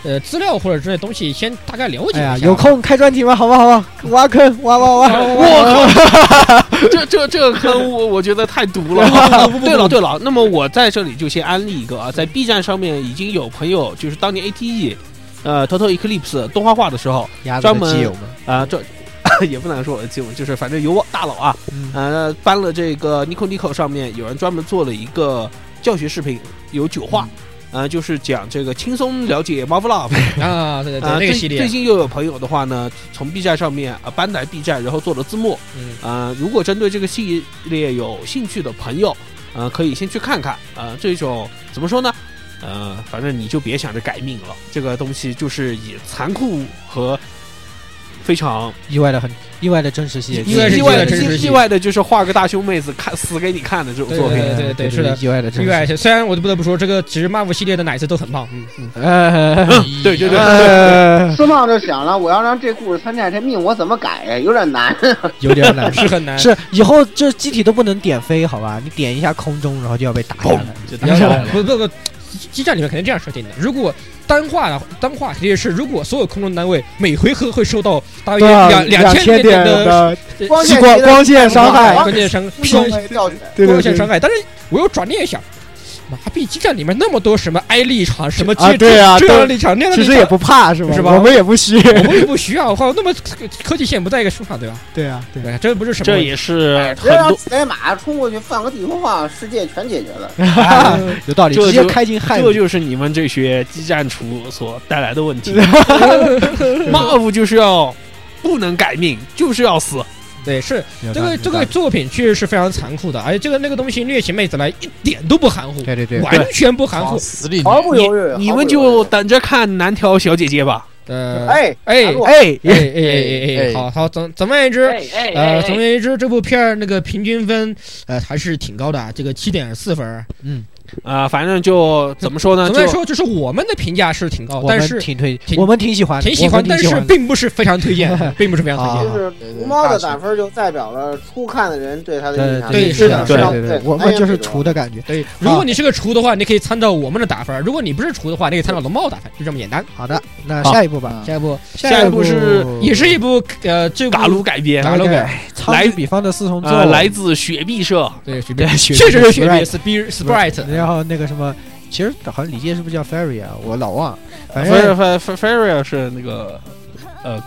Speaker 7: 呃资料或者之类的东西，先大概了
Speaker 4: 哎
Speaker 7: 解一下。
Speaker 4: 呀，有空开专题吧，好不好？好不好挖坑，挖挖挖！
Speaker 2: 我靠，这这这个坑我我觉得太毒了。对了对了，那么我在这里就先安利一个啊，在 B 站上面已经有朋友就是当年 ATE，呃，Total Eclipse 动画化的时候
Speaker 4: 鸭子
Speaker 2: 专
Speaker 4: 的
Speaker 2: 门
Speaker 4: 基友们，
Speaker 2: 啊，这也不难说，就就是反正有大佬啊，
Speaker 4: 嗯
Speaker 2: 呃，搬了这个 Nico Nico 上面有人专门做了一个教学视频，有九话。呃，就是讲这个轻松了解 Marvel Love
Speaker 7: 啊，对
Speaker 2: 啊、
Speaker 7: 对对，那
Speaker 2: 最
Speaker 7: 个系
Speaker 2: 最
Speaker 7: 列，
Speaker 2: 近又有朋友的话呢，从 B 站上面啊、搬来 B 站，然后做了字幕，
Speaker 7: 嗯，
Speaker 2: 呃，如果针对这个系列有兴趣的朋友，呃，可以先去看看。呃，这种怎么说呢？呃，反正你就别想着改命了，这个东西就是以残酷和非常
Speaker 4: 意外的很，意外的真实细节，
Speaker 7: 意外是
Speaker 2: 意
Speaker 7: 意
Speaker 2: 外
Speaker 7: 外
Speaker 2: 的
Speaker 7: 的真实
Speaker 2: 意意
Speaker 7: 性
Speaker 2: 外的就是画个大胸妹子看死给你看的这种
Speaker 7: 对
Speaker 2: 作品。
Speaker 7: 对对对是的
Speaker 4: 意外的真
Speaker 7: 意
Speaker 4: 实。
Speaker 7: 外一些。虽然我不得不说，这个其实 Marvel 系列的奶子都很棒，嗯嗯，
Speaker 4: 呃，
Speaker 2: 对对对
Speaker 7: 哎
Speaker 4: 呃
Speaker 5: 孙胖就想了，我要让这故事参战，这命我怎么改呀？有 点难。
Speaker 4: 有点难。
Speaker 7: 是很难。
Speaker 4: 是以后这机体都不能点飞，好吧？你点一下空中，然后就要被打下 来。
Speaker 7: 你要不不不，基基站里面肯定这样设定的。如果单话的单话，肯定是如果所有空中单位每回合会受到大约
Speaker 4: 啊
Speaker 7: 两啊两千点的
Speaker 5: 光
Speaker 4: 激
Speaker 5: 线
Speaker 4: 光
Speaker 5: 级的啊
Speaker 4: 光线伤害
Speaker 5: 光
Speaker 7: 关键伤
Speaker 5: 光线掉血
Speaker 4: 对
Speaker 7: 光
Speaker 4: 对
Speaker 7: 线
Speaker 4: 对
Speaker 7: 伤害。但是我又转念一想，麻痹基站里面那么多什么 I 立场，什么
Speaker 4: 啊
Speaker 7: 这
Speaker 4: 对啊
Speaker 7: 这
Speaker 4: 都
Speaker 7: 样的立场那样的
Speaker 4: 其
Speaker 7: 立
Speaker 4: 实也
Speaker 7: 场，
Speaker 4: 不怕是吧？
Speaker 7: 是吧
Speaker 4: 我们也不虚。
Speaker 7: 我们也不需要。还有那么科技线不在一个书上，对吧？
Speaker 4: 对啊，对。
Speaker 7: 对，这不是什么
Speaker 2: 这也是
Speaker 5: 直接
Speaker 7: 哎
Speaker 2: 很
Speaker 5: 让
Speaker 2: 多
Speaker 5: 骑白马冲过去放个地图炮，世界全解决了。
Speaker 4: 哎
Speaker 7: 啊
Speaker 4: 有道理，
Speaker 2: 这
Speaker 4: 直接
Speaker 2: 就
Speaker 4: 开进汉
Speaker 2: 这就是你们这些基站厨所带来的问 题。Marv 就是要不能改命，就是要死。
Speaker 7: 对是
Speaker 4: 有
Speaker 7: 这
Speaker 4: 道
Speaker 7: 个
Speaker 4: 理
Speaker 7: 这个作品确实是非常残酷的，而且这个那个东西虐起妹子来一点都不含糊，
Speaker 4: 对对对，
Speaker 7: 完全不含糊。
Speaker 6: 死里
Speaker 5: 毫不犹豫，毫不
Speaker 2: 你
Speaker 5: 犹
Speaker 2: 们
Speaker 5: 豫
Speaker 2: 就等着看南条小姐姐吧。
Speaker 7: 呃，
Speaker 5: 哎
Speaker 7: 哎
Speaker 5: 哎
Speaker 4: 哎
Speaker 7: 哎哎哎哎，好好，总总而言之，
Speaker 8: 哎
Speaker 7: 呃，总而言之，这部片儿那个平均分，呃，还是挺高的，啊，这个七点四分儿。
Speaker 2: 啊、反正就怎么说呢？
Speaker 7: 总的来
Speaker 2: 就
Speaker 7: 说，就是我们的评价是挺高，
Speaker 4: 我
Speaker 7: 但
Speaker 4: 们
Speaker 7: 是
Speaker 4: 挺推，
Speaker 7: 挺
Speaker 4: 我们挺喜欢的，
Speaker 7: 挺喜
Speaker 4: 我
Speaker 7: 欢，
Speaker 4: 们
Speaker 7: 但
Speaker 4: 喜
Speaker 7: 是
Speaker 4: 欢的
Speaker 7: 并不是非常推荐，并不是非常推荐。
Speaker 4: 啊
Speaker 5: 就是
Speaker 6: 对
Speaker 5: 毒猫的
Speaker 6: 大
Speaker 5: 打分就代表了初看的人对他的印象。
Speaker 4: 对
Speaker 7: 对
Speaker 5: 是
Speaker 7: 的
Speaker 5: 的，
Speaker 4: 对
Speaker 5: 是
Speaker 4: 对
Speaker 5: 对，
Speaker 4: 我们就是厨的感觉。
Speaker 7: 对，如果你是个厨的话，你可以参照我们的打分儿；如果你不是厨的话，你可以参照龙猫打分，就这么简单。
Speaker 4: 好的，那下一步吧，
Speaker 7: 下一部
Speaker 2: 下一部是
Speaker 7: 也是一部呃，这部
Speaker 2: 嘎鲁改编，
Speaker 7: 嘎鲁改
Speaker 4: 来比方的四重奏
Speaker 2: 呃，来自雪碧社。
Speaker 7: 对，雪碧
Speaker 4: 对，确
Speaker 7: 啊确实是雪碧 Spirit Sprite，
Speaker 4: 然后那个什么，其实好像李健是不是叫 Ferry 啊？我老忘，反
Speaker 2: f e r r e
Speaker 4: 正
Speaker 2: f e r f e r r e 是那个呃，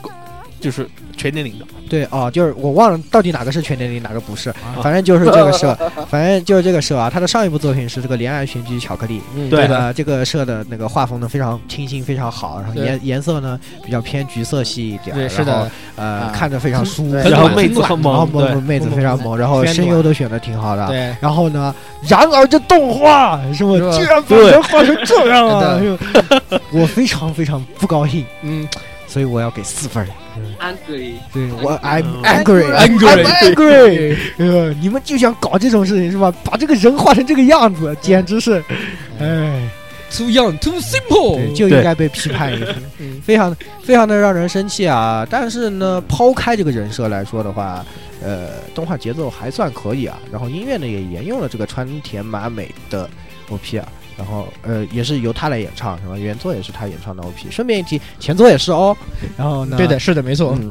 Speaker 2: 就是全年龄的。
Speaker 4: 对哦，就是我忘了到底哪个是全年龄，哪个不是，
Speaker 2: 啊
Speaker 4: 反正就是这 个社，反正就是这个社啊。他的上一部作品是这个《恋爱选举巧克力》，
Speaker 7: 嗯
Speaker 2: 对
Speaker 4: 吧？这个社的那个画风呢非常清新，非常好，然后
Speaker 7: 对
Speaker 4: 颜颜色呢比较偏橘色系一点，
Speaker 7: 对，是
Speaker 4: 然后
Speaker 7: 的，
Speaker 4: 呃，看着非常舒服，
Speaker 7: 很
Speaker 2: 啊哎然后
Speaker 7: 暖
Speaker 2: 妹子很嗯
Speaker 7: 很
Speaker 4: 然后
Speaker 2: 萌，对
Speaker 4: 妹妹子非常萌，然后
Speaker 7: 宣
Speaker 4: 声
Speaker 7: 传
Speaker 4: 优都选的挺好的，啊
Speaker 7: 对，
Speaker 4: 然后呢，然而这动画是我
Speaker 7: 是吧
Speaker 4: 居然把人画成这样了，
Speaker 7: 真
Speaker 4: 是吧我非常非常不高兴，
Speaker 7: 嗯，
Speaker 4: 所以我要给四分儿。
Speaker 8: 安格里，
Speaker 4: 对我，I'm
Speaker 2: 嗯
Speaker 4: angry，I'm
Speaker 7: Angry
Speaker 4: angry，呃，你们就想搞这种事情是吧？把这个人画成这个样子，简直是，哎，
Speaker 7: Too young, too
Speaker 4: 对，
Speaker 7: simple。
Speaker 4: 就应该被批判一番
Speaker 7: 嗯，
Speaker 4: 非常非常的让人生气啊！但是呢，抛开这个人设来说的话，呃，动画节奏还算可以啊，然后音乐呢也沿用了这个川田麻美的 OP 啊。然后，呃，也是由他来演唱，是吧？原作也是他演唱的 OP，顺便一提，前作也是哦。然后呢，
Speaker 7: 对的，是哦的，没错。
Speaker 4: 嗯，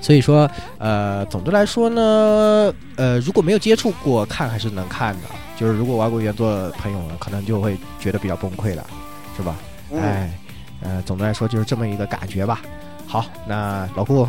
Speaker 4: 所以说，呃，总的来说呢，呃，如果没有接触过看，还是能看的。就是如果玩过原作的朋友呢，可能就会觉得比较崩溃了，是吧？
Speaker 5: 嗯，
Speaker 4: 哎，呃，总的来说就是这么一个感觉吧。好，那老顾，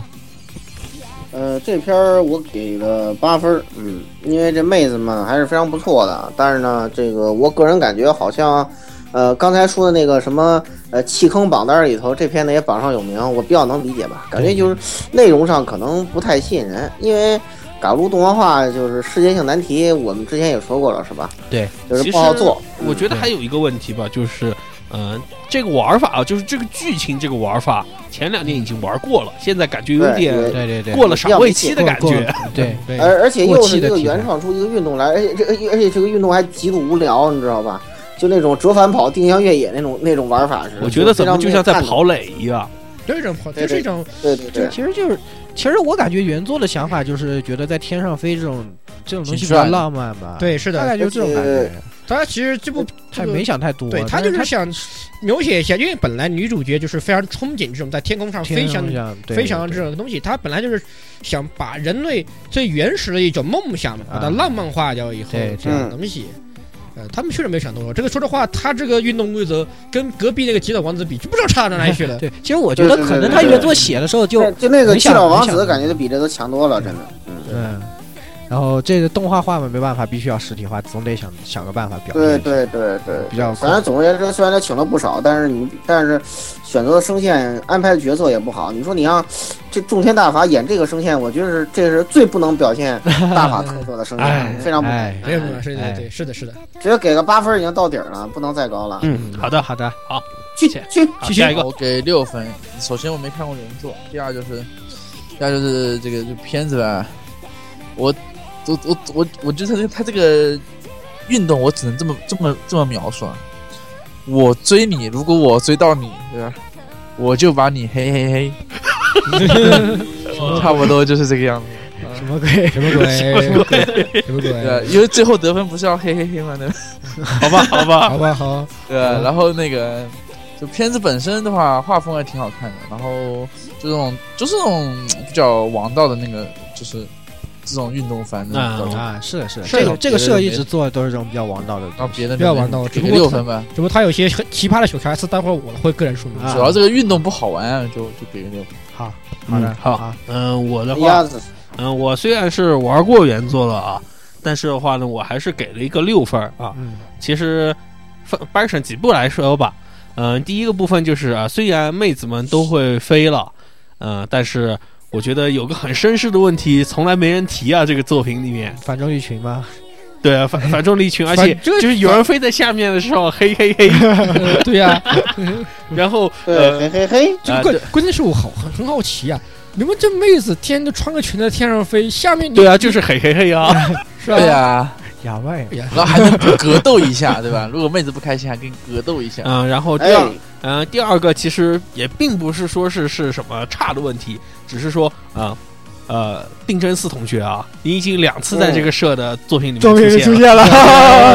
Speaker 5: 呃，这片儿我给了八分儿，嗯，因为这妹子们还是非常不错的。但是呢，这个我个人感觉好像，呃，刚才说的那个什么，呃，弃坑榜单里头，这片子也榜上有名，我比较能理解吧。感觉就是内容上可能不太吸引人，因为嘎撸动画化就是世界性难题，我们之前也说过了，是吧？
Speaker 4: 对，
Speaker 5: 就是不好做。
Speaker 2: 我觉得还有一个问题吧，就是，嗯，这个玩法啊，就是这个剧情这个玩法，前两年已经玩过了，现在感觉有点
Speaker 5: 对
Speaker 4: 对对对，
Speaker 2: 过了赏味期的感
Speaker 4: 过
Speaker 2: 觉。
Speaker 4: 对对
Speaker 2: 哎
Speaker 5: 而而且又
Speaker 4: 过
Speaker 5: 是
Speaker 4: 气
Speaker 5: 这
Speaker 4: 的
Speaker 5: 个
Speaker 4: 题材
Speaker 5: 原创出一个运动来，而且这而且这个运动还极度无聊，你知道吧？就那种折返跑、定向越野那种那种玩法似 的。
Speaker 2: 我觉得怎么就像在
Speaker 5: 非常没有看头
Speaker 2: 跑垒一样？
Speaker 7: 就是一种跑，
Speaker 5: 对
Speaker 7: 就是一种
Speaker 5: 对对对
Speaker 4: 其实就是，其实我感觉原作的想法就是觉得在天上飞这种这种东西比
Speaker 6: 挺帅
Speaker 4: 较
Speaker 6: 的
Speaker 4: 浪漫吧，，
Speaker 7: 对，是
Speaker 4: 大
Speaker 7: 的，
Speaker 4: 概就这种感觉，
Speaker 7: 他其实这部
Speaker 4: 他
Speaker 7: 这个
Speaker 4: 也没想太多，
Speaker 7: 对他
Speaker 4: 但
Speaker 7: 就是
Speaker 4: 他
Speaker 7: 想描写一下，因为本来女主角就是非常憧憬这种在天空上飞
Speaker 4: 天
Speaker 7: 翔
Speaker 4: 上像对
Speaker 7: 飞翔
Speaker 4: 对
Speaker 7: 这种东西，他本来就是想把人类最原始的一种梦想嘛，把它
Speaker 4: 啊
Speaker 7: 浪漫化掉以后，
Speaker 4: 对
Speaker 7: 这
Speaker 5: 嗯
Speaker 7: 种东西。呃，他们确实没有想多少。这个说实话，他这个运动规则跟隔壁那个极岛王子比，就不知道差到哪里去了。
Speaker 4: 对，其实我觉得
Speaker 5: 对对对
Speaker 4: 可能
Speaker 5: 对
Speaker 4: 他
Speaker 5: 对
Speaker 4: 原作写的时候就
Speaker 5: 那就那个
Speaker 4: 没
Speaker 5: 七
Speaker 4: 想
Speaker 5: 岛王
Speaker 4: 没
Speaker 5: 子
Speaker 4: 想
Speaker 5: 的感觉就比这都强多了，真的。
Speaker 4: 嗯，然后这个动画化嘛，没办法，必须要实体化，总得想想个办法表
Speaker 2: 嗯
Speaker 5: 对
Speaker 4: 现。
Speaker 5: 对对对，
Speaker 4: 比较
Speaker 5: 反正总而言之，虽然他请了不少，但是你但是选择的声线安排的角色也不好。你说你让这种田大法演这个声线，我觉得是这是最不能表现大法特色的声
Speaker 2: 哎
Speaker 5: 线，非常不。
Speaker 4: 哎，
Speaker 7: 没有没有，是的，
Speaker 4: 哎
Speaker 7: 对，是的，是的。
Speaker 5: 只要给个八分已经到底儿了，不能再高了。
Speaker 2: 嗯，好的，
Speaker 4: 好的，
Speaker 5: 去去，
Speaker 2: 好下一个
Speaker 6: 我给六分。首先我没看过原作，第二就是，第二就是这个这片子吧，我我我我我觉得他这个他这个运动，我只能这么这么这么描述啊。我追你，如果我追到你，对吧？我就把你嘿嘿嘿，差不多就是这个样子，
Speaker 7: 什么鬼？什么鬼？ 什么鬼？什么
Speaker 6: 对吧
Speaker 7: 鬼？？
Speaker 6: 因为最后得分不是要嘿嘿嘿吗？对吧？
Speaker 2: 好吧，好吧，
Speaker 7: 好 吧，好，
Speaker 6: 对，然后那个就片子本身的话，画风还挺好看的，然后就这种就是那种嗯比较王道的那个，就是这种运动番的
Speaker 2: 啊
Speaker 6: 比较多。
Speaker 4: 啊，是的，是的，
Speaker 7: 是
Speaker 4: 这
Speaker 7: 的
Speaker 4: 个这个
Speaker 6: 别的
Speaker 4: 社
Speaker 6: 没
Speaker 4: 一直做的都是这种比较王道的
Speaker 6: 然
Speaker 4: 东
Speaker 6: 后
Speaker 4: 西。
Speaker 6: 别的
Speaker 7: 不要玩到我
Speaker 6: 给
Speaker 7: 只
Speaker 6: 个
Speaker 7: 不过
Speaker 6: 六分吧，
Speaker 7: 只不过他有些很奇葩的小瑕疵，待会儿我会个人说明。
Speaker 4: 啊
Speaker 6: 主要这个运动不好玩啊，就就给个六分。
Speaker 4: 好，好的，
Speaker 2: 嗯
Speaker 6: 好
Speaker 4: 好，
Speaker 2: 嗯，我的话
Speaker 5: 鸭，子
Speaker 2: 嗯，我虽然是玩过原作了啊，但是的话呢，我还是给了一个六分儿啊。
Speaker 4: 嗯，
Speaker 2: 其实分掰成几步来说吧，嗯、第一个部分就是啊，虽然妹子们都会飞了，嗯、但是我觉得有个很绅士的问题，从来没人提啊。这个作品里面，
Speaker 4: 反正一群嘛，
Speaker 2: 对啊，反反重力群，而且
Speaker 7: 反正
Speaker 2: 就是有人飞在下面的时候，嘿嘿 嘿，
Speaker 7: 呃 对呀，
Speaker 2: 啊然后
Speaker 5: 对，
Speaker 2: 呃
Speaker 5: 嘿嘿嘿，
Speaker 7: 这
Speaker 2: 啊
Speaker 7: 个关关键是我好很很好奇啊，你们这妹子天天都穿个裙子在天上飞，下面 你
Speaker 2: 对啊，就是嘿嘿嘿啊，
Speaker 7: 是吧？
Speaker 6: 对呀，
Speaker 4: 哑巴呀，
Speaker 7: 哎呀，
Speaker 6: 然后还能格斗一下，对吧？如 果妹子不开心，还跟你格斗一下。
Speaker 2: 嗯、然后第
Speaker 5: 哎
Speaker 2: 二，，嗯、第二个其实也并不是说是是什么差的问题，只是说啊。呃，定真寺同学啊，你已经两次在这个社的作品里面出现了，
Speaker 4: 现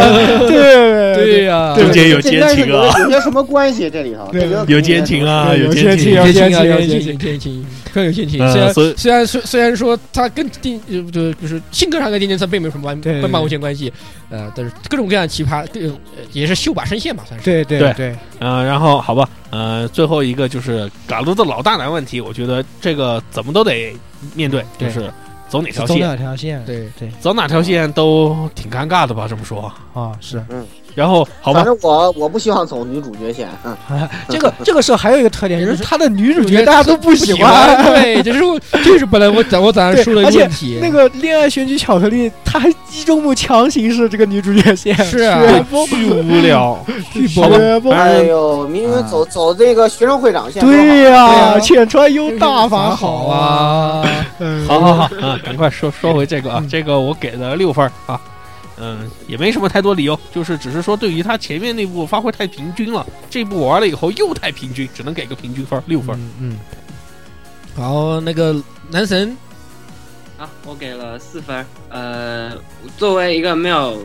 Speaker 4: 了，对
Speaker 7: 对啊呀、
Speaker 2: 中间有
Speaker 5: 这
Speaker 2: 奸
Speaker 5: 应该是
Speaker 2: 情
Speaker 5: 有
Speaker 2: 啊，
Speaker 5: 有些什么关系这里头？这个
Speaker 2: 有奸情啊，
Speaker 4: 对有
Speaker 2: 奸
Speaker 4: 奸情
Speaker 2: 情
Speaker 4: 啊。
Speaker 7: 有
Speaker 4: 奸
Speaker 7: 奸
Speaker 4: 情
Speaker 7: 情，有
Speaker 4: 有
Speaker 7: 奸
Speaker 4: 奸
Speaker 7: 情，奸情，更有奸情。
Speaker 2: 呃
Speaker 7: 虽然
Speaker 2: 所以
Speaker 7: 虽然说虽然说他跟定就就是性格上跟定金层并没有什么完
Speaker 4: 对对对
Speaker 7: 半毛钱关系，呃，但是各种各样的奇葩，各种呃也是秀把声线吧，算是。
Speaker 4: 对对对，
Speaker 2: 嗯，然后好吧，呃，最后一个就是嘎鲁的老大难问题，我觉得这个怎么都得面对，就
Speaker 4: 对
Speaker 2: 是走哪条
Speaker 4: 走
Speaker 2: 线，
Speaker 4: 两条线，
Speaker 7: 对
Speaker 2: 走哪条线都挺尴尬的吧，这么说。
Speaker 4: 啊，是
Speaker 2: 然后好吧，
Speaker 5: 反正我我不希望走女主角线。嗯
Speaker 4: 这个这个社还有一个特点，就是他的女主
Speaker 7: 女主角
Speaker 4: 角大家都不喜欢，，
Speaker 7: 对，这是我，这是本来我咱我早上
Speaker 4: 对
Speaker 7: 说了一
Speaker 4: 而
Speaker 7: 个
Speaker 4: 且
Speaker 7: 问题，
Speaker 4: 那个恋爱选举巧克力，他还一周目强行是这个女主角线，
Speaker 7: 是啊
Speaker 4: 绝
Speaker 2: 巨无聊，
Speaker 4: 巨
Speaker 2: 好吧
Speaker 4: 绝不
Speaker 5: 哎呦，明明走走这个学生会长线多好，
Speaker 4: 对
Speaker 7: 对
Speaker 4: 呀，
Speaker 7: 啊
Speaker 4: 浅川优
Speaker 7: 这个
Speaker 4: 大
Speaker 7: 法
Speaker 4: 法
Speaker 7: 好
Speaker 4: 好，
Speaker 7: 啊，
Speaker 4: 嗯
Speaker 2: 好好好，嗯，赶快说说回这个啊，这个我给了六分儿啊，嗯，也没什么太多理由，就是只是说对于他前面那部发挥太平均了，这部玩了以后又太平均，只能给个平均分儿六分儿。
Speaker 4: 嗯嗯，
Speaker 7: 然后那个男神
Speaker 8: 啊，我给了四分儿。呃，作为一个没有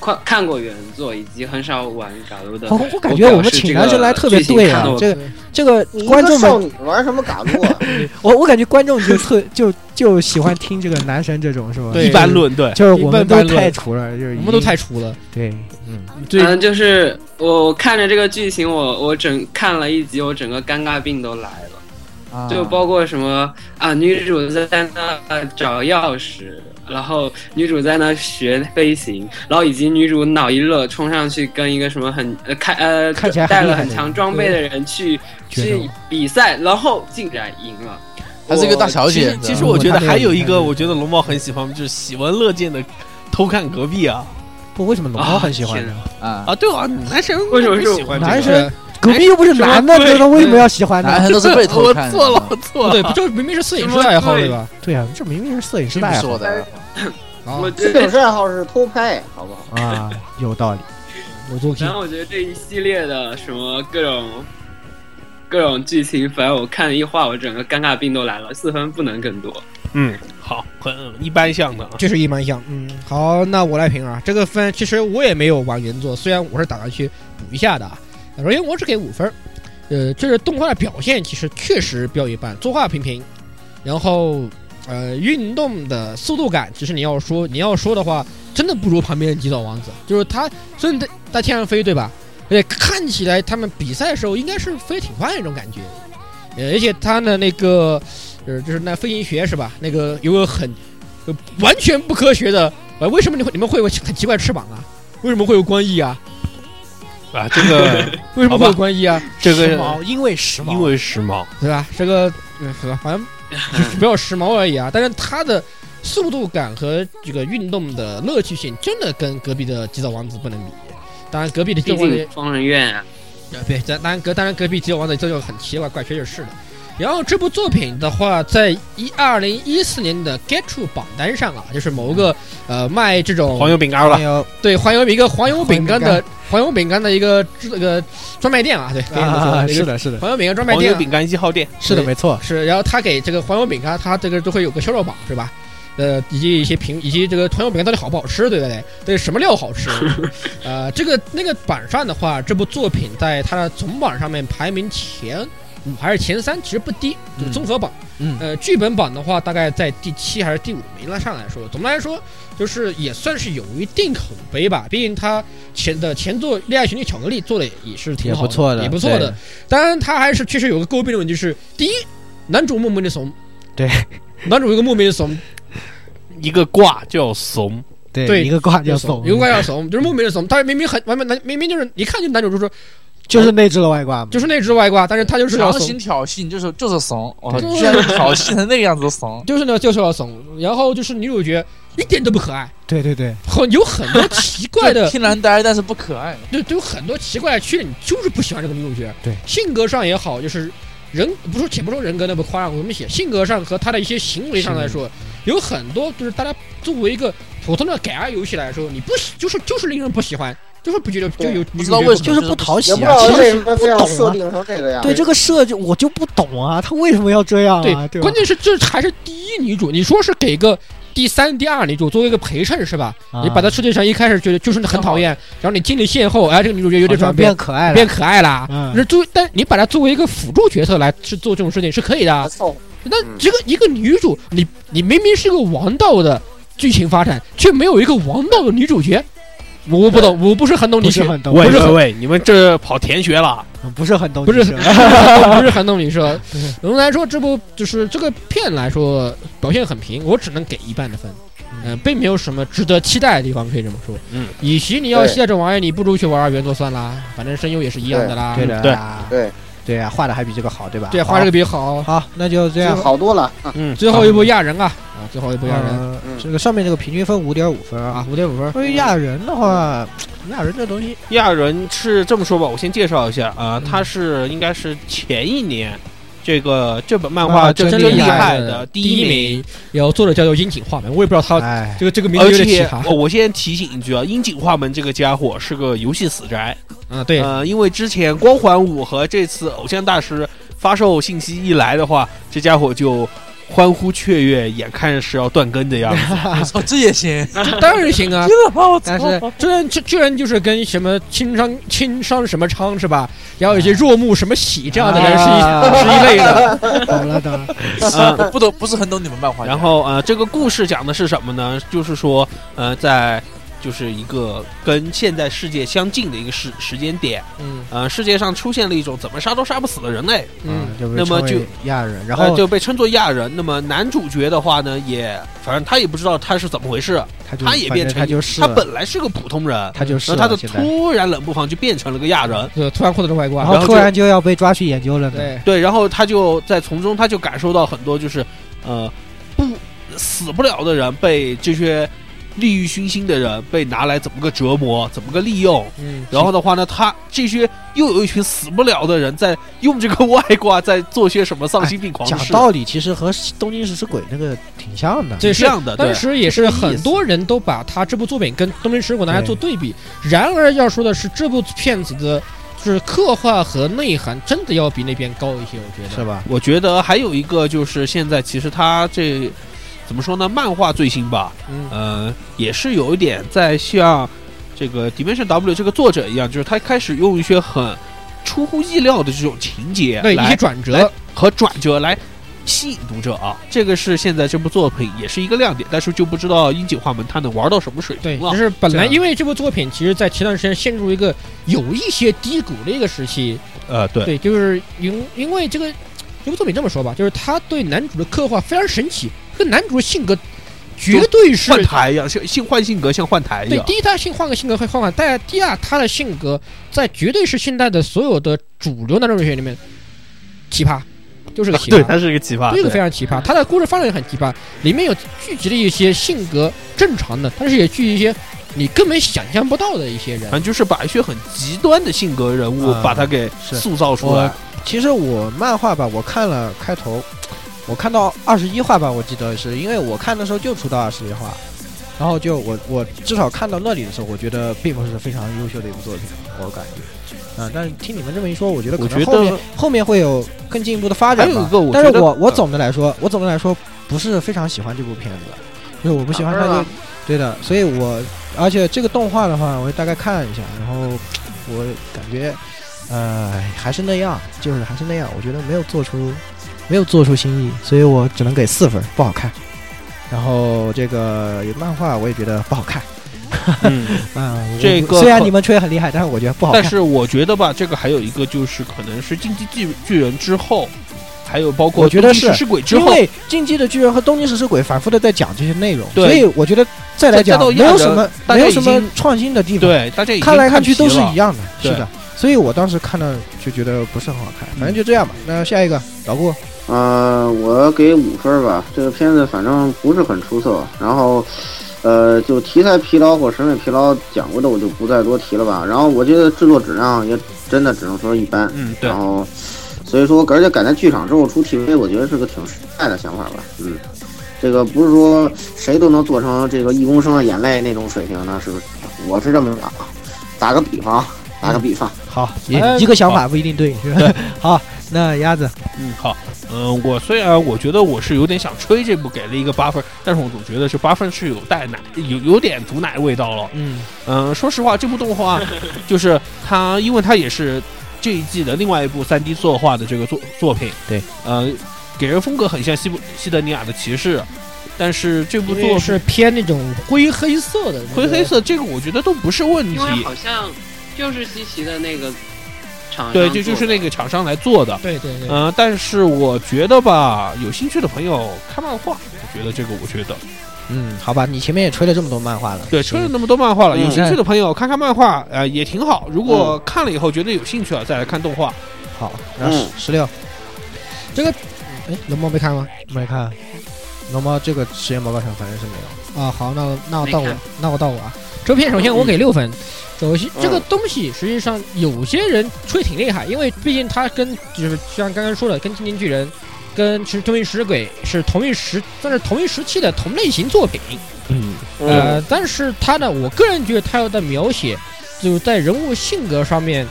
Speaker 8: 看看过原作以及很少玩嘎撸的，
Speaker 4: 我我感觉我们请男神来特别对啊，
Speaker 8: 这
Speaker 4: 这个这个
Speaker 5: 你一
Speaker 4: 观
Speaker 5: 个
Speaker 4: 众
Speaker 5: 少
Speaker 4: 们，
Speaker 5: 女玩什么嘎撸啊？
Speaker 4: 我我感觉观众就特就就喜欢听这个男神这种是吧？
Speaker 7: 对
Speaker 2: 一般论 对，
Speaker 4: 就是我
Speaker 7: 一
Speaker 4: 们
Speaker 7: 般
Speaker 4: 都
Speaker 7: 般论
Speaker 4: 太除了，就是
Speaker 7: 我们都太除了，
Speaker 4: 对，
Speaker 7: 对
Speaker 8: 嗯，就是我看着这个剧情，我我整看了一集，我整个尴尬病都来了。
Speaker 6: 啊
Speaker 8: 就包括什么啊，女主在那找钥匙，然后女主在那学飞行，然后以及女主脑一热冲上去跟一个什么很呃开呃
Speaker 4: 看起来很
Speaker 8: 带
Speaker 4: 厉
Speaker 8: 了
Speaker 4: 害
Speaker 8: 很
Speaker 4: 的
Speaker 8: 强
Speaker 4: 人
Speaker 8: 装备的人去
Speaker 4: 决斗
Speaker 8: 去比赛，然后竟然赢了。
Speaker 6: 还是一个大小
Speaker 2: 其实，
Speaker 6: 姐是
Speaker 2: 其
Speaker 6: 吧
Speaker 2: 实我觉得还有一
Speaker 4: 我看那
Speaker 2: 个，
Speaker 4: 个
Speaker 2: 我觉得龙猫很喜欢，就是喜闻乐见的偷看隔壁啊
Speaker 4: 不，为什么龙猫很喜欢呢？
Speaker 6: 啊，
Speaker 2: 啊！对啊，男生
Speaker 8: 为什么是
Speaker 2: 不喜欢这个
Speaker 4: 男生隔壁又不是
Speaker 7: 哎
Speaker 4: 男的，
Speaker 2: 什么鬼
Speaker 4: 他为什么要喜欢
Speaker 6: 男
Speaker 4: 呢？
Speaker 6: 生都是被偷
Speaker 2: 我
Speaker 6: 看的，
Speaker 2: 错了，我错了。
Speaker 7: 对，不就明明是摄影师爱好 对吧？
Speaker 4: 对啊，这明明是摄影师
Speaker 6: 并
Speaker 4: 的
Speaker 6: 不
Speaker 4: 爱
Speaker 6: 是
Speaker 4: 好
Speaker 6: 我的，
Speaker 8: 我
Speaker 4: 哦
Speaker 7: 啊，
Speaker 8: 觉
Speaker 5: 这
Speaker 8: 得
Speaker 5: 种爱好是偷拍，好不好？
Speaker 4: 啊，有道 理。
Speaker 7: 我做 K
Speaker 8: 然后我觉得这一系列的什么各种各种剧情，反正我看了一话，我整个尴尬病都来了，四分不能更多。
Speaker 2: 嗯，好，很一般像的啊。
Speaker 7: 这是一般项。嗯，好，那我来评啊。这个分其实我也没有玩原作，虽然我是打算去补一下的啊。首先我只给五分儿，呃，这是动画的表现其实确实比较一般，作画平平，然后呃，运动的速度感，其实你要说你要说的话，真的不如旁边的极岛王子，就是他虽然在在天上飞，对吧？而且看起来他们比赛的时候应该是飞得挺快那种感觉，呃，而且他的那个呃，就是那飞行学是吧？那个有个很呃完全不科学的，呃，为什么你会你们会有很奇怪的翅膀啊？为什么会有光翼啊？
Speaker 2: 啊，这 个
Speaker 7: 为什
Speaker 2: 好
Speaker 7: 么
Speaker 2: 吧
Speaker 7: 会有光翼啊？
Speaker 2: 这个
Speaker 4: 时髦，因为时髦，
Speaker 2: 因为时髦，
Speaker 7: 对吧？这个嗯，是吧？反正就是比较时髦而已啊。但是它的速度感和这个运动的乐趣性，真的跟隔壁的极岛王子不能比。当然，隔壁的极
Speaker 8: 毕
Speaker 7: 岛王子
Speaker 8: 竟疯人院啊，
Speaker 7: 呃，对，咱当然隔当然隔壁极有王子这就很奇怪怪缺就是了。然后这部作品的话，在一二零一四年的 Get To 榜单上啊，就是某个呃卖这种
Speaker 2: 黄油饼干
Speaker 4: 还
Speaker 2: 了，
Speaker 4: 有
Speaker 7: 对黄油一个黄油饼干
Speaker 4: 黄
Speaker 7: 的黄油饼干的一个这个专卖店啊，对，可以这么说
Speaker 4: 啊，
Speaker 7: 一个
Speaker 4: 是的，是的，
Speaker 7: 黄油饼干专卖
Speaker 2: 黄
Speaker 7: 店
Speaker 2: 油
Speaker 7: 啊、
Speaker 2: 饼干一号店，
Speaker 4: 是的，没错。
Speaker 7: 是，然后他给这个黄油饼干，他这个都会有个销售榜是吧？呃，以及一些评，以及这个黄油饼干到底好不好吃，对不对？对，什么料好吃？呃，这个那个榜上的话，这部作品在它的总榜上面排名前五还是前三，其实不低，就是综合榜。
Speaker 6: 嗯
Speaker 7: 呃，剧本榜的话，大概在第七还是第五名了上来说，总的来说就是也算是有一定口碑吧。毕竟它前的前作《恋爱旋律巧克力》做的也是挺
Speaker 4: 也
Speaker 7: 好
Speaker 4: 不错的
Speaker 7: 也不错的。当然，它还是确实有个诟病的问题是，第一，男主莫名的怂，
Speaker 4: 对，
Speaker 7: 男主有个莫名的怂，
Speaker 2: 一个挂叫怂，
Speaker 4: 对
Speaker 7: 对
Speaker 4: 一个挂就
Speaker 7: 怂
Speaker 4: 怂，，
Speaker 7: 有个怪叫怂，就是莫名的怂，但是明明很完美，男明明就是一看就男主就说
Speaker 4: 就是那只外挂嘛，
Speaker 7: 就是那只外挂，但是他就是要
Speaker 6: 强
Speaker 7: 怂
Speaker 6: 行，挑衅，就是就是怂，我
Speaker 7: 对
Speaker 6: 居然挑衅成那个样子的怂，
Speaker 7: 就是呢就是要怂，然后就是女主角一点都不可爱，
Speaker 4: 对对对，
Speaker 7: 很有很多奇怪 的
Speaker 6: 就天然呆，但是不可爱。
Speaker 7: 对，都有很多奇怪的缺点，你就是不喜欢这个女主角。
Speaker 4: 对，
Speaker 7: 性格上也好，就是人不说且不说人格那么夸张，我们写性格上和她的一些行为上来说，有很多就是大家作为一个普通的改爱游戏来说，你不喜就是就是令人不喜欢，就是不觉得就有
Speaker 6: 不知道为什么
Speaker 4: 就是不讨喜
Speaker 5: 也不知
Speaker 4: 啊，
Speaker 5: 道
Speaker 4: 其
Speaker 5: 为
Speaker 4: 实
Speaker 5: 什么非要
Speaker 4: 不懂啊
Speaker 5: 设定成这个样子。
Speaker 4: 对这个设计我就不懂啊，他为什么要这样
Speaker 7: 对，
Speaker 4: 啊？对吧
Speaker 7: 关？键是这还是第一女主，你说是给个。第三、第二女主作为一个陪衬是吧？你
Speaker 4: 啊
Speaker 7: 把她设计成一开始觉得就是很讨厌，然后你经历邂逅，哎，这个女主角有
Speaker 4: 有
Speaker 7: 点转变
Speaker 4: 变，可爱了，
Speaker 7: 变可爱啦。
Speaker 4: 嗯
Speaker 7: 那作为但你把她作为一个辅助角色来去做这种事情是可以的啊
Speaker 5: 还。凑合
Speaker 7: 那这个一个女主，你你明明是个王道的剧情发展，却没有一个王道的女主角，我不懂，我不是很懂你
Speaker 4: 不是
Speaker 7: 说，
Speaker 4: 很懂，
Speaker 2: 喂
Speaker 4: 不是
Speaker 2: 喂喂，你们这跑田学了？
Speaker 4: 很不是很懂，
Speaker 7: 不是
Speaker 4: 其实啊
Speaker 7: 不是很懂 你说。总的来说，这部就是这个片来说表现很平，我只能给一半的分。嗯、并没有什么值得期待的地方，可以这么说。
Speaker 2: 嗯，
Speaker 7: 与其你要
Speaker 5: 对
Speaker 7: 期待这玩意儿，你不如去玩玩原作算啦，反正声优也是一样的啦。
Speaker 4: 对的
Speaker 2: 对
Speaker 4: 啊
Speaker 5: 对
Speaker 4: 对啊，画的还比这个好，对吧？
Speaker 7: 对，画这个比较好。
Speaker 4: 好，好，那就这样
Speaker 5: 就。好多了。
Speaker 2: 嗯，
Speaker 7: 最后一部亚人啊，啊，最后一部亚人
Speaker 4: 呃
Speaker 5: 嗯
Speaker 4: 这个上面这个平均分五点五分啊
Speaker 7: 啊，。五点五分。
Speaker 4: 关于亚人的话，亚人这东西
Speaker 2: 亚人是这么说吧，我先介绍一下啊，他是应该是前一年这个这本漫画
Speaker 4: 啊
Speaker 2: 真
Speaker 4: 真
Speaker 2: 正厉
Speaker 4: 厉害
Speaker 2: 害的
Speaker 7: 的
Speaker 2: 第
Speaker 7: 一
Speaker 2: 名。
Speaker 7: 名，然后作者叫做樱井画门，我也不知道他
Speaker 4: 哎，
Speaker 7: 这个这个名字
Speaker 2: 而
Speaker 7: 有点奇
Speaker 2: 且
Speaker 7: 葩
Speaker 2: 我我先提醒一句啊，樱井画门这个家伙是个游戏死宅，
Speaker 7: 啊。对，
Speaker 2: 呃，因为之前《光环五》和这次《偶像大师》发售信息一来的话，这家伙就欢呼雀跃，眼看是要断更的样 子。
Speaker 6: 我操，这也行，
Speaker 7: 当然 行啊。
Speaker 6: 这把我操
Speaker 4: 但是
Speaker 7: 居然居居然就是跟什么轻商轻商什么昌是吧？然后有些若木什么喜这样的人是一
Speaker 4: 啊
Speaker 7: 是一类的。
Speaker 4: 懂了懂了，
Speaker 2: 嗯
Speaker 6: 我不懂，不是很懂你们漫画。
Speaker 2: 然后呃，这个故事讲的是什么呢？就是说呃，在就就是一个跟现在世界相近的一个时时间点。
Speaker 11: 嗯
Speaker 2: 呃，世界上出现了一种怎么杀都杀不死的人类，
Speaker 7: 啊
Speaker 11: 嗯，
Speaker 4: 啊就被
Speaker 2: 那么
Speaker 4: 称
Speaker 2: 就
Speaker 4: 为亚人，然
Speaker 2: 呃
Speaker 4: 后
Speaker 2: 就被称作亚人。那么男主角的话呢，也反正他也不知道他是怎么回事，
Speaker 4: 他就
Speaker 2: 他也
Speaker 4: 反
Speaker 2: 变
Speaker 4: 正
Speaker 2: 成
Speaker 4: 他就是
Speaker 2: 他
Speaker 4: 了
Speaker 2: 本来是个普通人，
Speaker 4: 他就是
Speaker 2: 然后他的
Speaker 4: 了现在
Speaker 2: 突然冷不防就变成了个亚人。
Speaker 7: 对，突然获得了外
Speaker 4: 然
Speaker 7: 挂，
Speaker 2: 然
Speaker 4: 后
Speaker 2: 后
Speaker 4: 突
Speaker 2: 就
Speaker 4: 然就要被抓去研究了呢。
Speaker 7: 对，
Speaker 2: 对，然后他就在从中他就感受到很多就是呃不死不了的人被这些利欲熏心的人被拿来怎么个折磨，怎么个利用。
Speaker 11: 嗯，
Speaker 2: 然后的话呢，他这些又有一群死不了的人在用这个外挂在做些什么丧心病狂
Speaker 4: 讲
Speaker 2: 的事，
Speaker 4: 道理，其实和《东京食尸鬼》那个挺像的。
Speaker 7: 这
Speaker 2: 这
Speaker 7: 是
Speaker 2: 样的啊对
Speaker 7: 当。时也是很多人都把他这部作品跟《东京食尸鬼》拿来做对比。然而要说的是，这部片子的就是刻画和内涵真的要比那边高一些，我觉得
Speaker 4: 是吧？
Speaker 2: 我觉得还有一个就是现在其实他这怎么说呢？漫画最新吧，
Speaker 7: 嗯
Speaker 2: 呃，也是有一点在像这个 Dimension W 这个作者一样，就是他开始用一些很出乎意料的这种情节
Speaker 7: 对一些
Speaker 2: 来
Speaker 7: 转折
Speaker 2: 来，和转折来吸引读者啊。这个是现在这部作品也是一个亮点，但是就不知道樱井画门他能玩到什么水
Speaker 7: 对，
Speaker 2: 平了
Speaker 7: 就。是本
Speaker 11: 这
Speaker 7: 来
Speaker 11: 样
Speaker 7: 因为这部作品，其实在前段时间陷入一个有一些低谷的一个时期。
Speaker 2: 呃，对，
Speaker 7: 对，就是因因为这个这部作品这么说吧，就是他对男主的刻画非常神奇，这个男主的性格绝对是
Speaker 2: 换台一样，像性换性格像换台一
Speaker 7: 对，
Speaker 2: 样。
Speaker 7: 第一他性换个性格会换换，但第二他的性格在绝对是现在的所有的主流男主角里面奇葩，就是个奇葩，
Speaker 2: 啊对，他是一个奇葩，
Speaker 7: 这个非
Speaker 2: 对
Speaker 7: 常奇葩。他的故事发展也很奇葩，里面有聚集了一些性格正常的，但是也聚集一些你根本想象不到的一些人
Speaker 2: 反。正就是把一些很极端的性格人物
Speaker 4: 啊
Speaker 2: 把他给
Speaker 4: 是
Speaker 2: 塑造出
Speaker 4: 我
Speaker 2: 来。
Speaker 4: 其实我漫画吧，我看了开头，我看到二十一话吧，我记得是因为我看的时候就出到二十一话，然后就我我至少看到那里的时候，我觉得并不是非常优秀的一部作品，我感觉。啊，但是听你们这么一说，我觉得可
Speaker 2: 我
Speaker 4: 能
Speaker 2: 觉
Speaker 4: 后
Speaker 2: 得
Speaker 4: 面后面会有更进一步的发展吧。
Speaker 2: 还有一个我
Speaker 4: 但
Speaker 2: 觉
Speaker 4: 是
Speaker 2: 得
Speaker 4: 我我
Speaker 2: 嗯
Speaker 4: 总的来说，我总的来说不是非常喜欢这部片子，就是我不喜欢它
Speaker 5: 哪儿
Speaker 4: 的
Speaker 5: 啊，
Speaker 4: 对的，所以我而且这个动画的话，我大概看了一下，然后我感觉，呃，还是那样，就是还是那样，我觉得没有做出没有做出新意，所以我只能给四分，不好看。然后这个漫画我也觉得不好看，
Speaker 2: 嗯，
Speaker 4: 嗯，我
Speaker 2: 这个
Speaker 4: 虽然
Speaker 2: 可
Speaker 4: 你们吹得很厉害，但是我觉得不好看。
Speaker 2: 但是我觉得吧，这个还有一个就是，可能是《进击巨巨人》之后，还有包括
Speaker 4: 我觉得
Speaker 2: 《
Speaker 4: 是
Speaker 2: 食尸鬼》之
Speaker 4: 因
Speaker 2: 后，
Speaker 4: 为《进击的巨人》和《东京食尸鬼》反复的在讲这些内容，
Speaker 2: 对
Speaker 4: 所以我觉得再来讲
Speaker 2: 再到
Speaker 4: 没
Speaker 2: 亚
Speaker 4: 有
Speaker 2: 人
Speaker 4: 什么
Speaker 2: 大
Speaker 4: 没
Speaker 2: 家
Speaker 4: 有
Speaker 2: 已
Speaker 4: 什
Speaker 2: 经
Speaker 4: 么创新的地方。
Speaker 2: 对大家已经
Speaker 4: 看来看去
Speaker 2: 疲
Speaker 4: 都是
Speaker 2: 了
Speaker 4: 一样的，是
Speaker 2: 对
Speaker 4: 的。所以我当时看了就觉得不是很好看，反正就这样吧。那下一个老顾，
Speaker 5: 呃，我给五分儿吧。这个片子反正不是很出色，然后，呃，就题材疲劳或审美疲劳讲过的，我就不再多提了吧。然后我觉得制作质量也真的只能说一般。
Speaker 2: 嗯，对
Speaker 5: 然，后，所以说，而且赶在剧场之后出 TV，我觉得是个挺实在的想法吧。嗯，这个不是说谁都能做成这个一公升的眼泪那种水平的，是不是？我是这么想啊。打个比方，打个比方，
Speaker 4: 好，也
Speaker 7: 哎
Speaker 4: 一个想法不一定对，是吧？好，那鸭子，
Speaker 2: 嗯，好，嗯，我虽然我觉得我是有点想吹这部，给了一个八分，但是我总觉得这八分是有带奶，有有点毒奶味道了。
Speaker 4: 嗯，
Speaker 2: 嗯，说实话，这部动画就是它，因为它也是这一季的另外一部三 D 作画的这个作作品，
Speaker 4: 对，
Speaker 2: 呃，给人风格很像西部西德尼亚的骑士，但是这部
Speaker 7: 因
Speaker 2: 作
Speaker 7: 为
Speaker 2: 品
Speaker 7: 是偏那种灰黑色的，
Speaker 2: 灰黑色这个我觉得都不是问
Speaker 8: 因为
Speaker 2: 题
Speaker 8: 好，像就是西奇的那个厂商
Speaker 2: 对，就就是
Speaker 8: 做的
Speaker 2: 那个厂商来做的。
Speaker 7: 对对对，
Speaker 2: 嗯、但是我觉得吧，有兴趣的朋友看漫画，我觉得这个我觉得
Speaker 4: 嗯，好吧，你前面也吹了这么多漫画了，
Speaker 2: 对，吹了那么多漫画了，
Speaker 5: 嗯
Speaker 2: 有兴趣的朋友看看漫画，呃，也挺好。如果看了以后觉得有兴趣了，再来看动画。
Speaker 4: 好，然后
Speaker 5: 嗯
Speaker 4: 十六
Speaker 7: 哎，龙猫没看吗？
Speaker 4: 没看。龙猫这个实验报告上反正是没有，
Speaker 7: 啊，好，那我那我
Speaker 8: 没
Speaker 7: 到我
Speaker 8: 看，嗯
Speaker 7: 那我到我啊。这片首先我给六分，首先这个东西实际上有些人吹挺厉害，因为毕竟它跟就是像刚刚说的，跟《进击巨人》跟《其实《东京食尸鬼》是同一时算是同一时期的同类型作品。
Speaker 2: 嗯，
Speaker 7: 呃，但是它呢，我个人觉得它要在描写，就是在人物性格上面，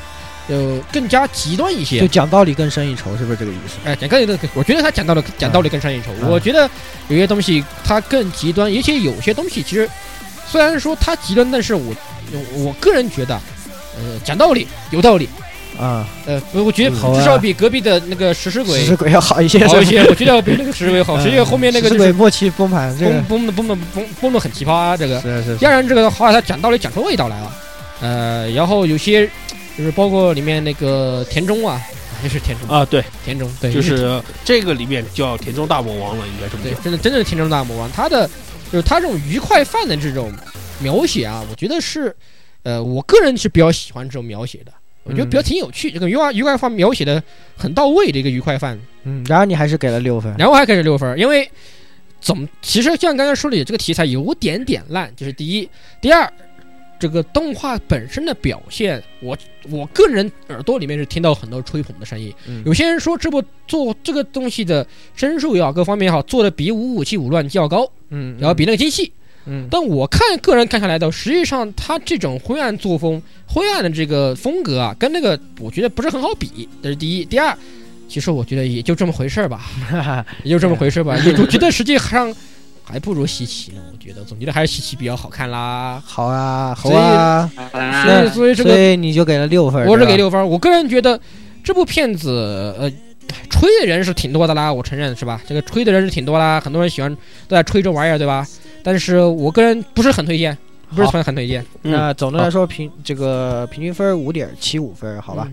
Speaker 7: 呃，更加极端一些
Speaker 4: 就。讲道理更深一筹，是不是这个意思？
Speaker 7: 哎，讲道理的，我觉得他讲到了讲道理更上一筹。
Speaker 4: 嗯
Speaker 7: 我觉得有些东西它更极端，而且有些东西其实虽然说它极端，但是我我我个人觉得，呃，讲道理有道理，
Speaker 4: 啊，
Speaker 7: 呃，不我觉得
Speaker 4: 好啊
Speaker 7: 至少比隔壁的那个食尸鬼
Speaker 4: 食尸鬼要好一些，
Speaker 7: 好
Speaker 4: 是
Speaker 7: 一
Speaker 4: 吧
Speaker 7: 些，我觉得要比那个食尸鬼好。
Speaker 4: 嗯
Speaker 7: 实际上后面那个
Speaker 4: 食
Speaker 7: 就
Speaker 4: 尸鬼
Speaker 7: 是
Speaker 4: 末期崩盘，这个
Speaker 7: 崩崩的崩的崩崩的很奇葩啊，这个。
Speaker 4: 是是
Speaker 7: 第二人这个的话，他讲道理讲出味道来了，呃，然后有些就是包括里面那个田中啊，还是田中，
Speaker 2: 啊，对，
Speaker 7: 田中对，
Speaker 2: 就是这个里面叫田中大魔王了，应该这么
Speaker 7: 对，
Speaker 2: 讲。
Speaker 7: 真的真正的天中大魔王，他的就是他这种愉快犯的这种描写啊，我觉得是，呃，我个人是比较喜欢这种描写的，我觉得比较挺有趣，这个愉快愉快犯描写的很到位的一个愉快犯，
Speaker 4: 嗯，然后你还是给了六分，
Speaker 7: 然后还给了六分儿，因为总其实像刚才说的，这个题材有点点烂，这是第一，第二。这个动画本身的表现，我我个人耳朵里面是听到很多吹捧的声音。
Speaker 4: 嗯
Speaker 7: 有些人说这部做这个东西的帧数也好，各方面也好，做的比五五七五乱要高，
Speaker 4: 嗯，
Speaker 7: 然后比那个精细。
Speaker 4: 嗯
Speaker 7: 但我看个人看下来的，实际上他这种灰暗作风、灰暗的这个风格啊，跟那个我觉得不是很好比。这是第一，第二，其实我觉得也就这么回事儿吧， 也就这么回事儿吧。也我
Speaker 4: 啊
Speaker 7: 觉得实际上还不如西奇呢，我觉得总觉得还是西奇比较好看啦。
Speaker 4: 好啊，好
Speaker 7: 所以
Speaker 4: 啊，
Speaker 12: 好啦
Speaker 7: 所以，所以这
Speaker 4: 所
Speaker 7: 个
Speaker 4: 以你就给了六分，
Speaker 7: 我
Speaker 4: 是
Speaker 7: 是
Speaker 4: 吧
Speaker 7: 给，六分儿。我个人觉得这部片子，呃，吹的人是挺多的啦，我承认是吧？这个吹的人是挺多啦，很多人喜欢都在吹这玩意儿，对吧？但是我个人不是很推荐，不是很很推荐。
Speaker 2: 嗯
Speaker 4: 那总的来说平这个平均分五点七五分，
Speaker 2: 嗯
Speaker 4: 好吧。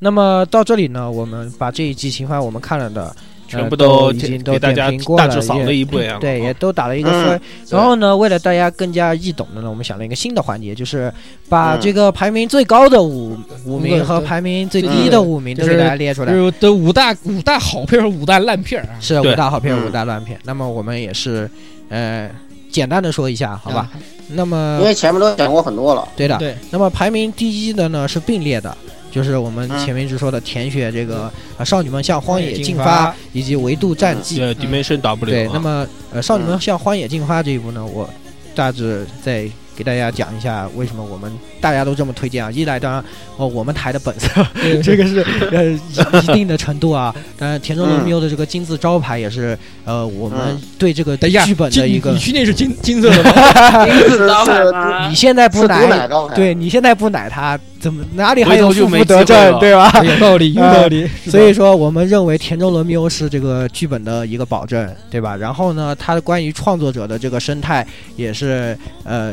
Speaker 4: 那么到这里呢，我们把这一季情番我们看了的
Speaker 2: 全部
Speaker 4: 呃都
Speaker 2: 都
Speaker 4: 已经
Speaker 2: 给大
Speaker 4: 点
Speaker 2: 家
Speaker 4: 评过
Speaker 2: 大致扫
Speaker 4: 也
Speaker 2: 了一遍啊，
Speaker 4: 对，也
Speaker 2: 啊
Speaker 4: 都打了一个分。然后呢，为了大家更加易懂的呢，我们想了一个新的环节，就是把
Speaker 5: 嗯
Speaker 4: 这个排名最高的五五名和
Speaker 7: 对
Speaker 4: 排名最
Speaker 7: 对
Speaker 4: 低
Speaker 7: 对
Speaker 4: 的五名
Speaker 7: 就
Speaker 4: 都给
Speaker 7: 是
Speaker 4: 大家列出来。
Speaker 7: 就是的五大五大好片儿，五大烂片儿啊，
Speaker 4: 是
Speaker 2: 对
Speaker 4: 五大好片，
Speaker 5: 嗯
Speaker 4: 五大烂片。那么我们也是，呃，简单的说一下，好吧？
Speaker 2: 嗯
Speaker 7: 啊？
Speaker 4: 那么
Speaker 5: 因为前面都讲过很多了，
Speaker 4: 对的，
Speaker 7: 对。
Speaker 4: 那么排名第一的呢是并列的，就是我们
Speaker 5: 嗯
Speaker 4: 前面一直说的舔血这个呃少女们向荒野
Speaker 7: 野
Speaker 4: 进
Speaker 7: 进
Speaker 4: 发
Speaker 7: 哎发
Speaker 4: 以及维度战记。
Speaker 2: 嗯
Speaker 7: 嗯
Speaker 2: 对呃 Dimension W
Speaker 4: 对，
Speaker 2: 啊
Speaker 4: 那么呃少女们向荒野进发这一部呢，我大致再给大家讲一下为什么我们大家都这么推荐啊。一来当然哦我们台的本色， 这个是呃一一定的程度啊。当然田中罗密欧的这个金字招牌也是呃我们
Speaker 5: 嗯
Speaker 4: 对这个
Speaker 7: 等一下，
Speaker 4: 剧本
Speaker 7: 金
Speaker 4: 的一个
Speaker 7: 哎你。去那是金金色 的吗？
Speaker 5: 是是
Speaker 8: 老板
Speaker 5: 是
Speaker 8: 吗
Speaker 4: 你？现在不
Speaker 5: 毒
Speaker 4: 奶
Speaker 5: 奶，招牌，
Speaker 4: 对你现在不奶他，怎么哪里还
Speaker 2: 回头
Speaker 4: 有
Speaker 2: 就
Speaker 4: 负
Speaker 2: 没
Speaker 4: 负
Speaker 2: 机
Speaker 4: 得
Speaker 2: 会
Speaker 4: 正
Speaker 2: 了
Speaker 4: 对吧？
Speaker 7: 有道理，有道理。是吧
Speaker 4: 呃所以说，我们认为田中伦缪是这个剧本的一个保证，对吧？然后呢，他关于创作者的这个生态也是呃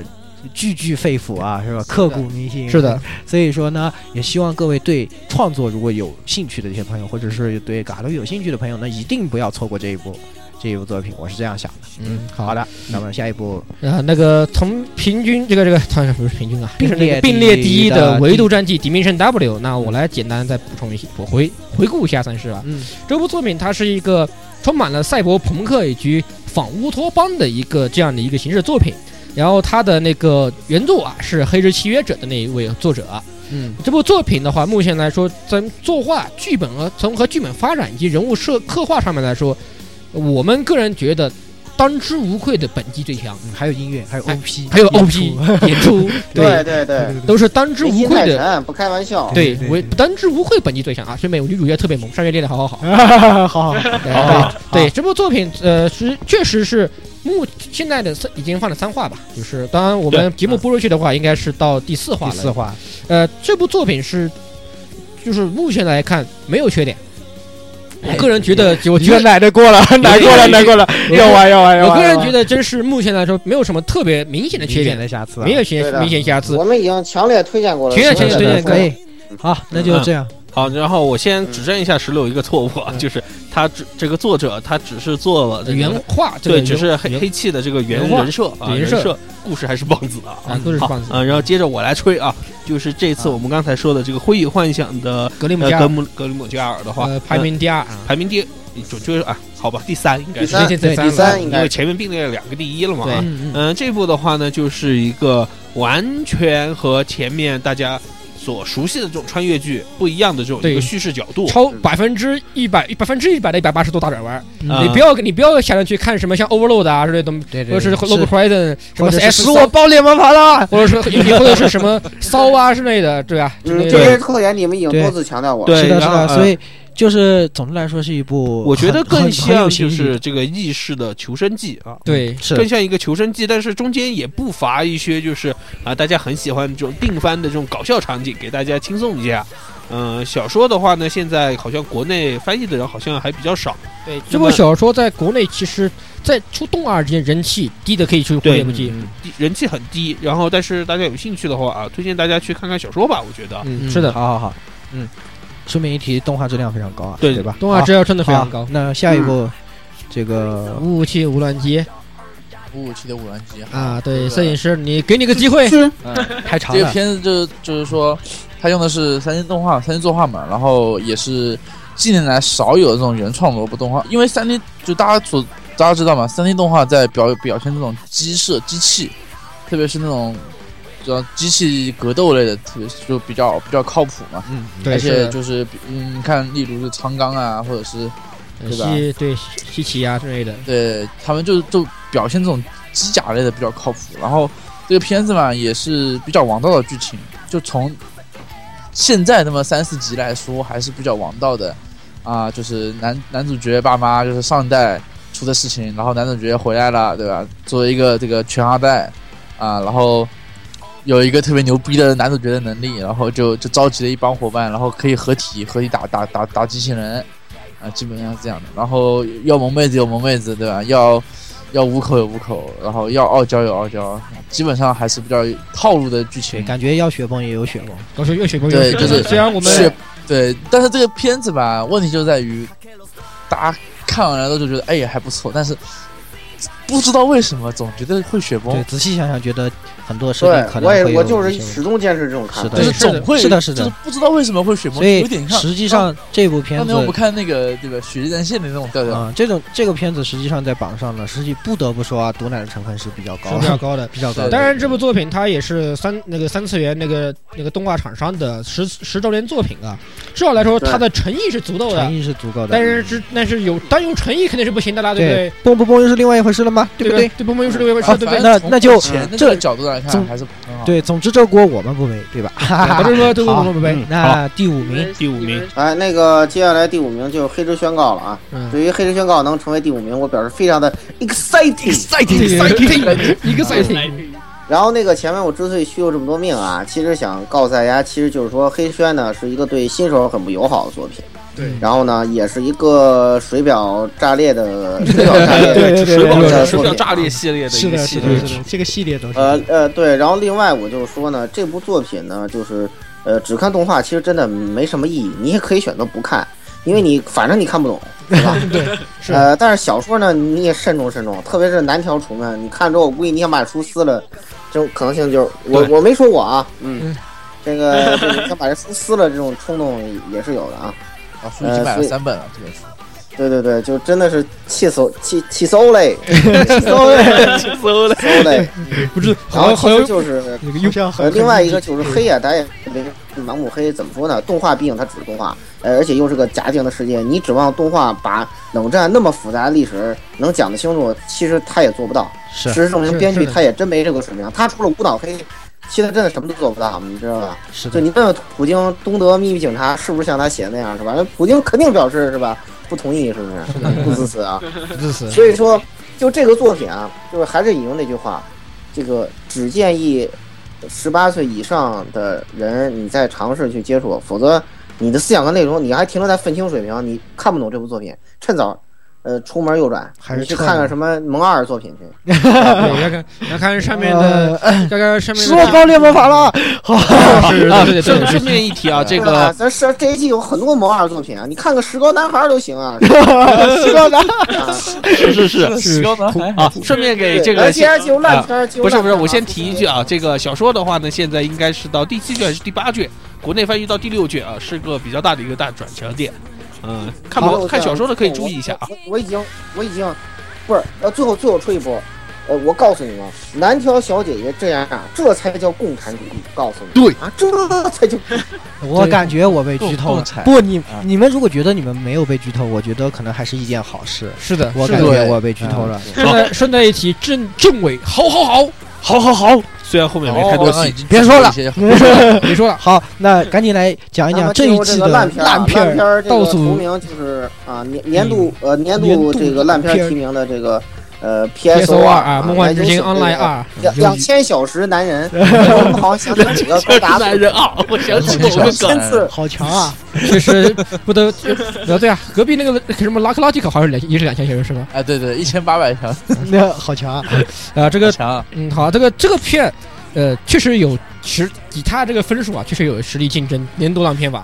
Speaker 4: 句句肺腑啊，是吧？刻骨铭心。啊
Speaker 7: 是的，
Speaker 4: 所以说呢，也希望各位对创作如果有兴趣的这些朋友，或者是对嘎鲁有兴趣的朋友呢，一定不要错过这一部这一部作品。我是这样想的。
Speaker 7: 嗯，
Speaker 4: 好
Speaker 7: 好的。
Speaker 4: 的，那么下一部
Speaker 7: 啊，那个从平均这个这个，当然不是平均啊，
Speaker 4: 并
Speaker 7: 就是那个
Speaker 4: 列
Speaker 7: 并列
Speaker 4: 第
Speaker 7: 第
Speaker 4: 一
Speaker 7: 一
Speaker 4: 的
Speaker 7: 的维
Speaker 4: 第
Speaker 7: 度战记《Dimension W》，那我来简单再补充一些，我回回顾一下算是吧。
Speaker 4: 嗯，
Speaker 7: 这部作品它是一个充满了赛博朋克以及仿乌托邦的一个这样的一个形式作品。然后它的那个原作啊是《黑之契约者》的那一位作者啊，
Speaker 4: 嗯
Speaker 7: 这部作品的话，目前来说，在作画、剧本和从和剧本发展以及人物设刻画上面来说，我们个人觉得当之无愧的本季最强，
Speaker 4: 嗯，还有音乐，还有
Speaker 7: 哎
Speaker 4: OP，
Speaker 7: 还有
Speaker 4: 演
Speaker 7: OP
Speaker 4: 出
Speaker 7: 演 出，
Speaker 5: 对对对，
Speaker 7: 都是当之无
Speaker 5: 心
Speaker 7: 愧
Speaker 5: 太
Speaker 7: 的，
Speaker 5: 沉，不开玩笑，
Speaker 7: 对
Speaker 4: 对，
Speaker 7: 为当之无愧本季最强啊！顺便，我女主角特别萌，上月练的好好 嗯 好。
Speaker 4: 好好好，
Speaker 7: 对对对，这部作品呃是确实是目现在的三已经放了三话吧，就是当然我们节目播出去的话，应该是到第四话
Speaker 4: 第
Speaker 7: 了。
Speaker 4: 四话，
Speaker 7: 呃，这部作品是，就是目前来看没有缺点。我个人觉得，我
Speaker 4: 我
Speaker 7: 觉得，
Speaker 4: 奶的过了，奶过了，奶过了，要完要完要
Speaker 7: 我
Speaker 4: 完。
Speaker 7: 个人
Speaker 4: 要完
Speaker 7: 觉得，真是目前来说没有什么特别明显的缺点，
Speaker 4: 的瑕疵啊，
Speaker 7: 没有
Speaker 5: 对
Speaker 7: 些
Speaker 5: 的
Speaker 7: 明显瑕疵
Speaker 5: 我。们已经强烈推荐过了，
Speaker 7: 强烈
Speaker 5: 是不是
Speaker 7: 强烈推荐
Speaker 4: 可
Speaker 7: 过
Speaker 4: 以。啊好，那就这样。
Speaker 2: 好，然后我先指正一下石榴一个错误啊，就是他只这个作者他只是做了这个
Speaker 7: 嗯原画这个
Speaker 2: 对，只是黑
Speaker 7: 原
Speaker 2: 黑气的这个原
Speaker 7: 原画
Speaker 2: 人设啊，
Speaker 7: 对
Speaker 2: 人
Speaker 7: 人设
Speaker 2: 故事还是棒子的
Speaker 7: 啊故事是棒子
Speaker 2: 啊，然后接着我来吹啊，就是这次我们刚才说的这个《灰与幻想》的
Speaker 7: 格里姆
Speaker 2: 呃
Speaker 7: 加
Speaker 2: 格姆格里姆加尔的话
Speaker 7: 呃，排
Speaker 2: 呃
Speaker 7: 名第二啊，
Speaker 2: 排名第准确啊，好吧，第三应该
Speaker 5: 第
Speaker 2: 是
Speaker 5: 三，
Speaker 7: 直接
Speaker 4: 对
Speaker 7: 在
Speaker 5: 第
Speaker 7: 了
Speaker 5: 三应
Speaker 2: 啊因
Speaker 5: 该
Speaker 2: 为前面并列了两个第一了嘛啊
Speaker 7: 对。
Speaker 4: 嗯嗯
Speaker 2: 嗯，这部的话呢，就是一个完全和前面大家所熟悉的这种穿越剧不一样的这种一个
Speaker 7: 对
Speaker 2: 叙事角度。
Speaker 7: 超百分之一百百分之一百的一百八十度大转弯。
Speaker 2: 啊
Speaker 7: 你不要你不要想着去看什么像 Overload 啊之类的东西，
Speaker 4: 对对，
Speaker 7: 或者是
Speaker 4: 对
Speaker 7: Log Horizon 什
Speaker 4: 或
Speaker 7: 么
Speaker 4: 者是
Speaker 7: S
Speaker 4: 使我爆裂门盘了。
Speaker 7: 或者说或者是什么骚啊之类的，对吧？之
Speaker 5: 嗯，
Speaker 7: 类
Speaker 5: 这
Speaker 7: 的。
Speaker 5: 些特点你们已经多次强调过了，
Speaker 2: 对
Speaker 4: 是的，是
Speaker 2: 然后
Speaker 4: 的，
Speaker 2: 呃
Speaker 4: 所以就是总的来说是一部很，
Speaker 2: 我觉得更
Speaker 4: 很很
Speaker 2: 像
Speaker 4: 有新
Speaker 2: 就
Speaker 4: 意
Speaker 2: 是这个意识的求生记啊，，
Speaker 7: 对，
Speaker 4: 是
Speaker 2: 更像一个求生记，但是中间也不乏一些就是啊、大家很喜欢这种定番的这种搞笑场景，给大家轻松一下。嗯、小说的话呢，现在好像国内翻译的人好像还比较少。
Speaker 7: 对，这部小说在国内其实，在出动画之前人气低的可以去忽略不
Speaker 3: 嗯
Speaker 7: 计。
Speaker 2: 低人气很低，然后但是大家有兴趣的话啊，推荐大家去看看小说吧，我觉得。
Speaker 3: 嗯
Speaker 7: 是的
Speaker 3: 好好好，嗯，说明一提，动画质量非常高啊，
Speaker 2: 对
Speaker 3: 对
Speaker 4: 嗯
Speaker 3: 吧？
Speaker 7: 动画质量真的非常高嗯
Speaker 3: 好。那下一部，这个
Speaker 7: 五五七无乱机
Speaker 6: 五五七的五万集
Speaker 7: 啊，
Speaker 6: 这
Speaker 7: 对，
Speaker 6: 个
Speaker 7: 摄影师，你给你个机会，
Speaker 1: 是
Speaker 3: 太长
Speaker 6: 这个
Speaker 3: 了，
Speaker 6: 片子就就是说，它用的是三 D 动画、三 D 作画嘛，然后也是近年来少有的这种原创萝卜动画，因为三 D 就大家所大家知道嘛，三 D 动画在表表现这种机设机器，特别是那种主要机器格斗类的，特别是就比较比较靠谱嘛。
Speaker 3: 嗯，嗯
Speaker 7: 对
Speaker 6: 而
Speaker 7: 是
Speaker 6: 且
Speaker 7: 的
Speaker 6: 就是比嗯，你看，例如是苍冈啊，或者是对吧
Speaker 7: 西对西奇啊之类的，
Speaker 6: 对他们就就表现这种机甲类的比较靠谱。然后这个片子嘛也是比较王道的剧情，就从现在那么三四集来说还是比较王道的啊，就是男男主角爸妈就是上一代出的事情，然后男主角回来了，对吧？作为一个这个全二代啊，然后。有一个特别牛逼的男主角的能力，然后就就召集了一帮伙伴，然后可以合体合体打打打打机器人，啊，基本上是这样的。然后要萌妹子有萌妹子，对吧？要要五口有五口，然后要傲娇有傲娇，基本上还是比较套路的剧情。
Speaker 3: 感觉要雪崩也有雪崩，
Speaker 7: 我说越雪崩
Speaker 6: 对
Speaker 7: 越
Speaker 6: 就是
Speaker 7: 虽然我
Speaker 6: 是
Speaker 7: 们，
Speaker 6: 对，但是这个片子吧，问题就在于大家看完了都就觉得哎呀还不错，但是不知道为什么总觉得会雪崩
Speaker 3: 对，，仔细想想，觉得很多设
Speaker 5: 对
Speaker 3: 定可，能
Speaker 5: 我
Speaker 3: 会
Speaker 5: 也
Speaker 3: 有
Speaker 5: 我就是
Speaker 3: 一些
Speaker 5: 始终坚持这种看
Speaker 3: 是
Speaker 5: 法
Speaker 3: 的。
Speaker 6: 就是
Speaker 7: 是的
Speaker 6: 总会
Speaker 3: 是的是的
Speaker 6: 就是不知道为什么会雪崩，
Speaker 3: 所以
Speaker 6: 有点像
Speaker 3: 实际上这部片
Speaker 6: 当
Speaker 3: 子
Speaker 6: 年我们看那个对吧《血战线》的那种调调，
Speaker 3: 啊、这种这个片子实际上在榜上呢，实际不得不说啊，毒奶的成分是比较高
Speaker 7: 是比较
Speaker 3: 的，
Speaker 7: 高的。
Speaker 3: 比较高的。
Speaker 7: 当然，这部作品它也是三那个三次元那个那个动画厂商的十十周年作品啊，至少来说
Speaker 5: 对
Speaker 7: 它的诚意是足够的
Speaker 3: 诚。意是足够的，嗯
Speaker 7: 但是是但是有单有诚意肯定是不行的啦，对不
Speaker 3: 对
Speaker 7: 对？
Speaker 3: 蹦不蹦又是另外一回事了吗？对不
Speaker 7: 对
Speaker 3: 对？
Speaker 7: 吧？对不？我们又是六位
Speaker 6: 啊
Speaker 7: 说对不
Speaker 6: 反
Speaker 7: 对？
Speaker 6: 正
Speaker 3: 那
Speaker 6: 从
Speaker 3: 那就
Speaker 6: 钱的
Speaker 3: 这
Speaker 6: 这个角度来看
Speaker 3: 总
Speaker 6: 还是不很好。
Speaker 3: 对，总之这锅我们不背，对吧？
Speaker 7: 不是说对不？
Speaker 3: 好
Speaker 7: 我们
Speaker 2: 嗯
Speaker 7: 呗。
Speaker 2: 好，
Speaker 3: 那第五名，
Speaker 2: 第五名，
Speaker 5: 哎，那个接下来第五名就是黑之宣告了啊！
Speaker 7: 嗯
Speaker 5: 对于黑之宣告能成为第五名，我表示非常的 exciting。
Speaker 7: 一个赛艇，
Speaker 5: 然后那个前面我之所以虚有这么多命啊，其实想告诉大家，其实就是说黑轩呢是一个对新手很不友好的作品，
Speaker 7: 对
Speaker 5: 然后呢也是一个水表炸裂的水表炸裂的
Speaker 4: 对对对
Speaker 2: 水
Speaker 4: 对
Speaker 2: 宝
Speaker 5: 对对
Speaker 2: 水
Speaker 5: 对
Speaker 2: 表
Speaker 5: 对
Speaker 2: 炸裂系列的
Speaker 4: 是
Speaker 2: 一个
Speaker 4: 的，
Speaker 2: 系
Speaker 4: 是
Speaker 2: 列
Speaker 4: 的，，是的，这个系列都是。
Speaker 5: 呃呃对，然后另外我就说呢，这部作品呢就是呃只看动画其实真的没什么意义，你也可以选择不看，因为你反正你看不懂，对吧？
Speaker 7: 对，是
Speaker 5: 呃，但是小说呢，你也慎重慎重，特别是南条虫呢，你看之后，我估计你想把书撕了，这种可能性就是我
Speaker 2: 对
Speaker 5: 我没说我啊，嗯，这个这个想把这书撕了这种冲动也是有的啊。
Speaker 6: 啊，书已经买
Speaker 5: 呃所
Speaker 6: 了
Speaker 5: 以
Speaker 6: 三本了，这本书。
Speaker 5: 对对对，就真的是气死我气气死我嘞，气死我嘞，
Speaker 2: 气死我了
Speaker 5: 气死我嘞。
Speaker 7: 不是
Speaker 5: 然
Speaker 7: 好
Speaker 5: 后
Speaker 7: 像好
Speaker 5: 其实
Speaker 7: 像
Speaker 5: 就是
Speaker 7: 那个又
Speaker 4: 像
Speaker 5: 呃，另外一个就是黑啊，大家也别盲目黑，怎么说呢？动画毕竟它只是动画，呃，而且又是个假定的世界，你指望动画把冷战那么复杂的历史能讲得清楚，其实他也做不到。
Speaker 3: 是
Speaker 5: 事实证
Speaker 7: 是
Speaker 5: 明，编
Speaker 7: 是
Speaker 5: 剧
Speaker 7: 的
Speaker 5: 他也真没这个水平，他除了无脑黑，其他真的什么都做不到，你知道吧？
Speaker 3: 是
Speaker 5: 就
Speaker 3: 的，
Speaker 5: 你问问普京东德秘密警察是不是像他写的那样，是吧？普京肯定表示是吧，不同意，是不是？不支持啊。
Speaker 7: 致死，
Speaker 5: 所以说，就这个作品啊，就是还是引用那句话，这个只建议十八岁以上的人你再尝试去接触，否则你的思想和内容你还停留在愤青水平，你看不懂这部作品，趁早。呃，出门右转，
Speaker 3: 还是
Speaker 5: 你去
Speaker 3: 趁
Speaker 5: 看看什么萌二作品去。
Speaker 7: 对要看要看上面
Speaker 3: 呃
Speaker 7: 的，要看上面
Speaker 3: 说
Speaker 7: 的啊
Speaker 3: 高烈魔法了，
Speaker 7: 是
Speaker 2: 啊！
Speaker 7: 对对
Speaker 2: 顺
Speaker 7: 对
Speaker 2: 顺便一提啊，这
Speaker 5: 对吧
Speaker 2: 个
Speaker 5: 咱是这一季有很多萌二作品啊，你看个石膏男孩儿都行啊。
Speaker 3: 西高达，
Speaker 5: 啊
Speaker 2: 是是是
Speaker 6: 是高男孩
Speaker 2: 啊，顺便给这
Speaker 5: 来
Speaker 2: 个
Speaker 5: 接着进入烂片儿，进入
Speaker 2: 不是
Speaker 5: 烂
Speaker 2: 不是，
Speaker 5: 片儿
Speaker 2: 我
Speaker 5: 啊
Speaker 2: 先提一句啊，这个小说的话呢，现在应该是到第七卷还是第八卷，国内翻译到第六卷啊，是个比较大的一个大转折点。嗯，看
Speaker 5: 好
Speaker 2: 不看小说的可以注意一下啊。
Speaker 5: 我我我已经我已经不是呃，最后最后吹一波，呃，我告诉你们，南条小姐姐这样啊，这才叫共产主义，告诉你
Speaker 2: 对
Speaker 5: 啊，这才叫
Speaker 3: 我感觉我被剧透
Speaker 6: 动
Speaker 3: 了
Speaker 6: 产。
Speaker 3: 不，你
Speaker 6: 啊
Speaker 3: 你们如果觉得你们没有被剧透，我觉得可能还是一件好事。
Speaker 7: 是的，
Speaker 3: 我
Speaker 7: 是的
Speaker 3: 感
Speaker 6: 的
Speaker 3: 觉
Speaker 6: 对
Speaker 3: 我被剧透了，
Speaker 7: 顺带顺带一提，政政委，好好好，
Speaker 2: 好好好，虽然后面没太多
Speaker 6: 刚刚
Speaker 2: 戏
Speaker 6: 已，经
Speaker 3: 别说了
Speaker 6: 一些
Speaker 7: 别说了，
Speaker 3: 好，那赶紧来
Speaker 4: 哎
Speaker 3: 讲一
Speaker 5: 那
Speaker 3: 讲
Speaker 5: 么
Speaker 3: 这
Speaker 5: 进
Speaker 3: 一
Speaker 5: 入这
Speaker 3: 季
Speaker 5: 个
Speaker 3: 的
Speaker 5: 烂片儿啊烂
Speaker 3: 片儿。
Speaker 5: 片儿这
Speaker 7: 倒
Speaker 5: 个
Speaker 7: 数
Speaker 5: 同名就是啊年年度呃年
Speaker 3: 年
Speaker 5: 度
Speaker 3: 度
Speaker 5: 这个烂片
Speaker 3: 片
Speaker 5: 儿
Speaker 3: 儿
Speaker 5: 提名的这个呃
Speaker 7: PSO
Speaker 5: ，PSO
Speaker 7: 二
Speaker 5: 啊
Speaker 7: 啊，，梦幻之星
Speaker 5: 那就是
Speaker 3: 哎
Speaker 7: Online 啊
Speaker 5: 这个
Speaker 7: 二，
Speaker 5: 两两千小时男人，我们好像想起几个高达组
Speaker 2: 男人啊，我想起我们梗
Speaker 5: 千次，
Speaker 4: 好强啊！
Speaker 7: 确实不得得罪啊。隔壁那个什么拉克拉蒂卡好像是两也是两千学生是吧？
Speaker 6: 哎，对对，一千八百强，
Speaker 4: 那好强啊！
Speaker 7: 啊，这个
Speaker 6: 强啊，
Speaker 7: 嗯，好，这个这个片，呃，确实有实以他这个分数啊，确实有实力竞争年度浪片榜。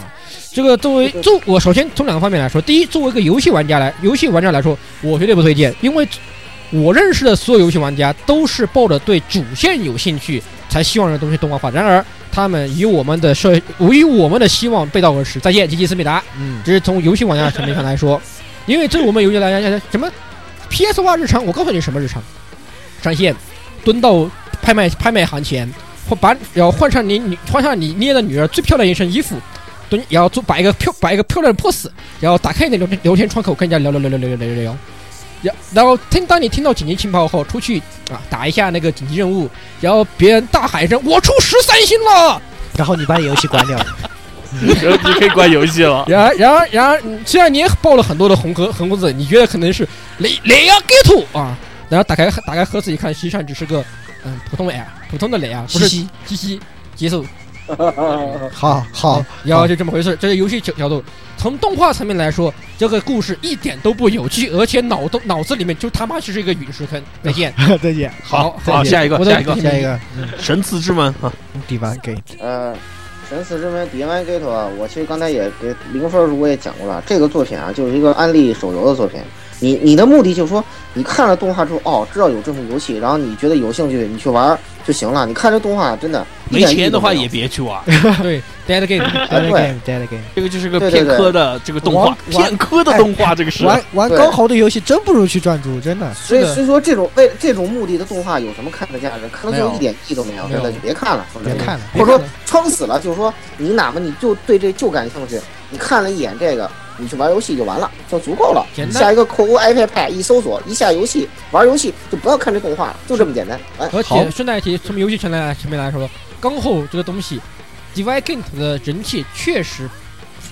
Speaker 7: 这个作为作，我首先从两个方面来说，第一，作为一个游戏玩家来，游戏玩家来说，我绝对不推荐，因为我认识的所有游戏玩家都是抱着对主线有兴趣才希望这个东西动画化，然而他们以我们的社，以我们的希望背道而驰。再见，吉吉思密达。
Speaker 4: 嗯，
Speaker 7: 只是从游戏玩家的层面上来说，因为对我们游戏来讲，什么 PS 化啊日常，我告诉你什么日常，上线蹲到拍卖拍卖行前，或把然后换上你女换上你捏的女儿最漂亮一身衣服，蹲然后做把一个漂把一个漂亮的 pose，然后打开你的聊天聊天窗口跟人家聊聊聊聊聊聊聊聊。然然后听，当你听到紧急情报后，出去啊打一下那个紧急任务，然后别人大喊一声“我出十三星了”，
Speaker 4: 然后你把游戏关掉，
Speaker 2: 然后 你可以关游戏了。
Speaker 7: 然而，然而，然而，嗯虽然你也爆了很多的红盒红盒子，你觉得可能是雷雷啊 g e t 啊，然后打开打开盒子一看，实际上只是个嗯普通 L 普通的雷啊，不是
Speaker 4: 嘻
Speaker 7: 嘻嘻结束，嗯
Speaker 4: 好
Speaker 2: 哦
Speaker 4: 好，
Speaker 7: 然后就这么回事。这是游戏角角度，从动画层面来说，这个故事一点都不有趣，而且脑洞脑子里面就他妈就是一个陨石坑。再见，
Speaker 4: 再见。
Speaker 2: 好
Speaker 7: 再
Speaker 2: 好
Speaker 7: 见
Speaker 2: 下一个
Speaker 7: 我的
Speaker 2: 下一个
Speaker 4: 下一个
Speaker 2: 神赐之门啊，
Speaker 4: 底板给
Speaker 5: 呃，神死之门 d i a m a n Gate 啊，我其实刚才也给零分儿时我也讲过了，这个作品啊，就是一个安利手游的作品。你你的目的就是说，你看了动画之后，哦，知道有这款游戏，然后你觉得有兴趣，你去玩儿就行了。你看这动画真的，一
Speaker 2: 没
Speaker 5: 点意义
Speaker 2: 钱的
Speaker 5: 都
Speaker 2: 话
Speaker 5: 没有
Speaker 2: 也别去玩。
Speaker 7: 对 Dead Game，
Speaker 5: 哎
Speaker 4: dead
Speaker 5: 对
Speaker 4: game dead game。
Speaker 2: 这个就是个
Speaker 5: 对对
Speaker 2: 片
Speaker 5: 对
Speaker 2: 刻的这个动画
Speaker 4: 玩，玩
Speaker 2: 片刻的动画，这个是
Speaker 4: 玩玩
Speaker 5: 对
Speaker 4: 高豪的游戏真不如去转猪，真的。
Speaker 5: 所以
Speaker 7: 是的
Speaker 5: 所以说这种为这种目的的动画有什么看的价值？看了之
Speaker 6: 没
Speaker 5: 后
Speaker 6: 有
Speaker 5: 一点意义都没有，
Speaker 7: 没有
Speaker 5: 真的就别看了，说真
Speaker 4: 别
Speaker 5: 的
Speaker 4: 看了，
Speaker 5: 或者说撑死了，就是说你哪怕你就对这就感兴趣，你看了一眼这个，你去玩游戏就完了，就足够了
Speaker 7: 简。单
Speaker 5: 下一个扣 o iPad Pad 一搜索，一下游戏玩游戏就不要看这动画了，就这么简单。哎，
Speaker 7: 而且顺带一提，从游戏层面来层面来说，刚后这个东西 d i v i d e Game 的人气确实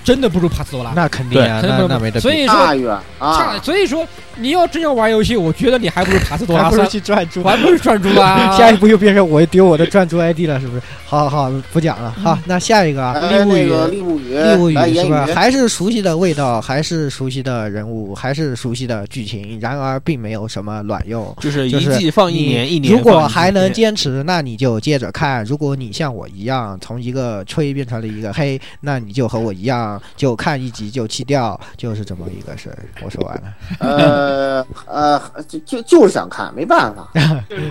Speaker 7: 真的不如帕斯多拉。
Speaker 4: 那肯定啊，
Speaker 7: 真的
Speaker 4: 那
Speaker 7: 不
Speaker 4: 那没得比。
Speaker 7: 所以说
Speaker 5: 大远
Speaker 7: 差，
Speaker 5: 啊，
Speaker 7: 所以说你要真要玩游戏，我觉得你还不如帕斯多
Speaker 4: 还
Speaker 7: 拉
Speaker 4: 不如
Speaker 7: 算，
Speaker 4: 去转猪。
Speaker 7: 还不如转猪 啊。
Speaker 4: 下一步又变成我丢我的转猪 ID 了，是不是？好好好，不讲了。好，那下一个啊，物
Speaker 5: 哎，那
Speaker 4: 语，
Speaker 5: 个利物语，
Speaker 4: 利物
Speaker 5: 来
Speaker 4: 语
Speaker 5: 言
Speaker 4: 是吧？
Speaker 5: 语，
Speaker 4: 还是熟悉的味道，还是熟悉的人物，还是熟悉的剧情，然而并没有什么卵用。
Speaker 2: 就是一
Speaker 4: 就是
Speaker 2: 季放一
Speaker 4: 你
Speaker 2: 年，一年
Speaker 4: 如果
Speaker 2: 放一
Speaker 4: 还
Speaker 2: 年
Speaker 4: 能坚持，那你就接着看；如果你像我一样从一个吹变成了一个黑，那你就和我一样，就看一集就弃掉，就是这么一个事儿。我说完了，
Speaker 5: 呃呃，就就就是想看，没办 法，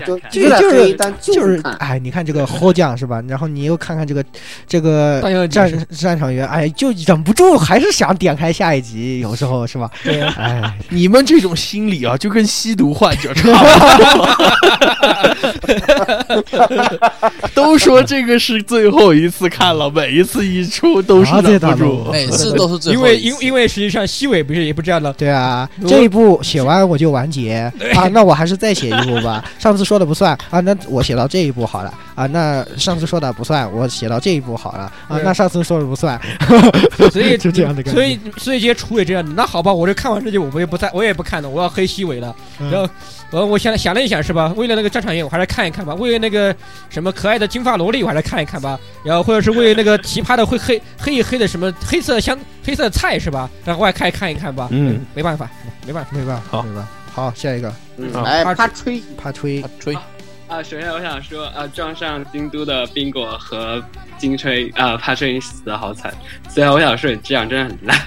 Speaker 5: 就
Speaker 4: 就
Speaker 5: 有点
Speaker 4: 就是
Speaker 5: 黑，但
Speaker 4: 就是是
Speaker 5: 看。
Speaker 4: 哎，你看这个霍将是吧？然后你又看看这个这个
Speaker 7: 但要
Speaker 4: 战战场员，哎，就忍不住还是想点开下一 集，有时候是吧？
Speaker 7: 对呀
Speaker 4: 哎，
Speaker 2: 你们这种心理啊，就跟吸毒患者差不多。都说这个是最后一次看了，每一次一出都是
Speaker 4: 啊对
Speaker 2: 忍
Speaker 4: 的
Speaker 2: 不住。
Speaker 6: 每次都是最
Speaker 7: 因
Speaker 6: 后一
Speaker 7: 为
Speaker 6: 次
Speaker 7: 因因为实际上西尾不是也不这样的，
Speaker 4: 对啊，
Speaker 7: 如
Speaker 4: 这一部写完我就完结啊，那我还是再写一部吧。 上次说的不算啊，那我写到这一步好了啊，那上次说的不算，我写到这一步好了啊，
Speaker 7: 对
Speaker 4: 那上次说的不算，
Speaker 7: 所 以
Speaker 4: 就这样的感觉
Speaker 7: 所以所以这些厨也这样的。那好吧，我就看完这些，我也不再我也不看了，我要黑西尾了。
Speaker 4: 嗯
Speaker 7: 然后呃，我想想了一想是吧？为了那个战场员，我还是看一看吧；为了那个什么可爱的金发萝莉，我还是看一看吧。然后或者是为了那个奇葩的会黑黑一黑的什么黑色的香黑色的菜是吧？然后我还看一看一看吧。
Speaker 2: 嗯，
Speaker 7: 没办法，没办法。
Speaker 4: 对吧？
Speaker 2: 好
Speaker 4: 对吧？好，下一个
Speaker 5: 嗯
Speaker 2: 啊
Speaker 5: 来，
Speaker 7: 他
Speaker 5: 啪吹，
Speaker 4: 怕吹
Speaker 6: 啊吹
Speaker 8: 啊，首先我想说啊，撞上京都的冰果和金吹啊，帕吹死的好惨。虽然我想说你这样真的很烂，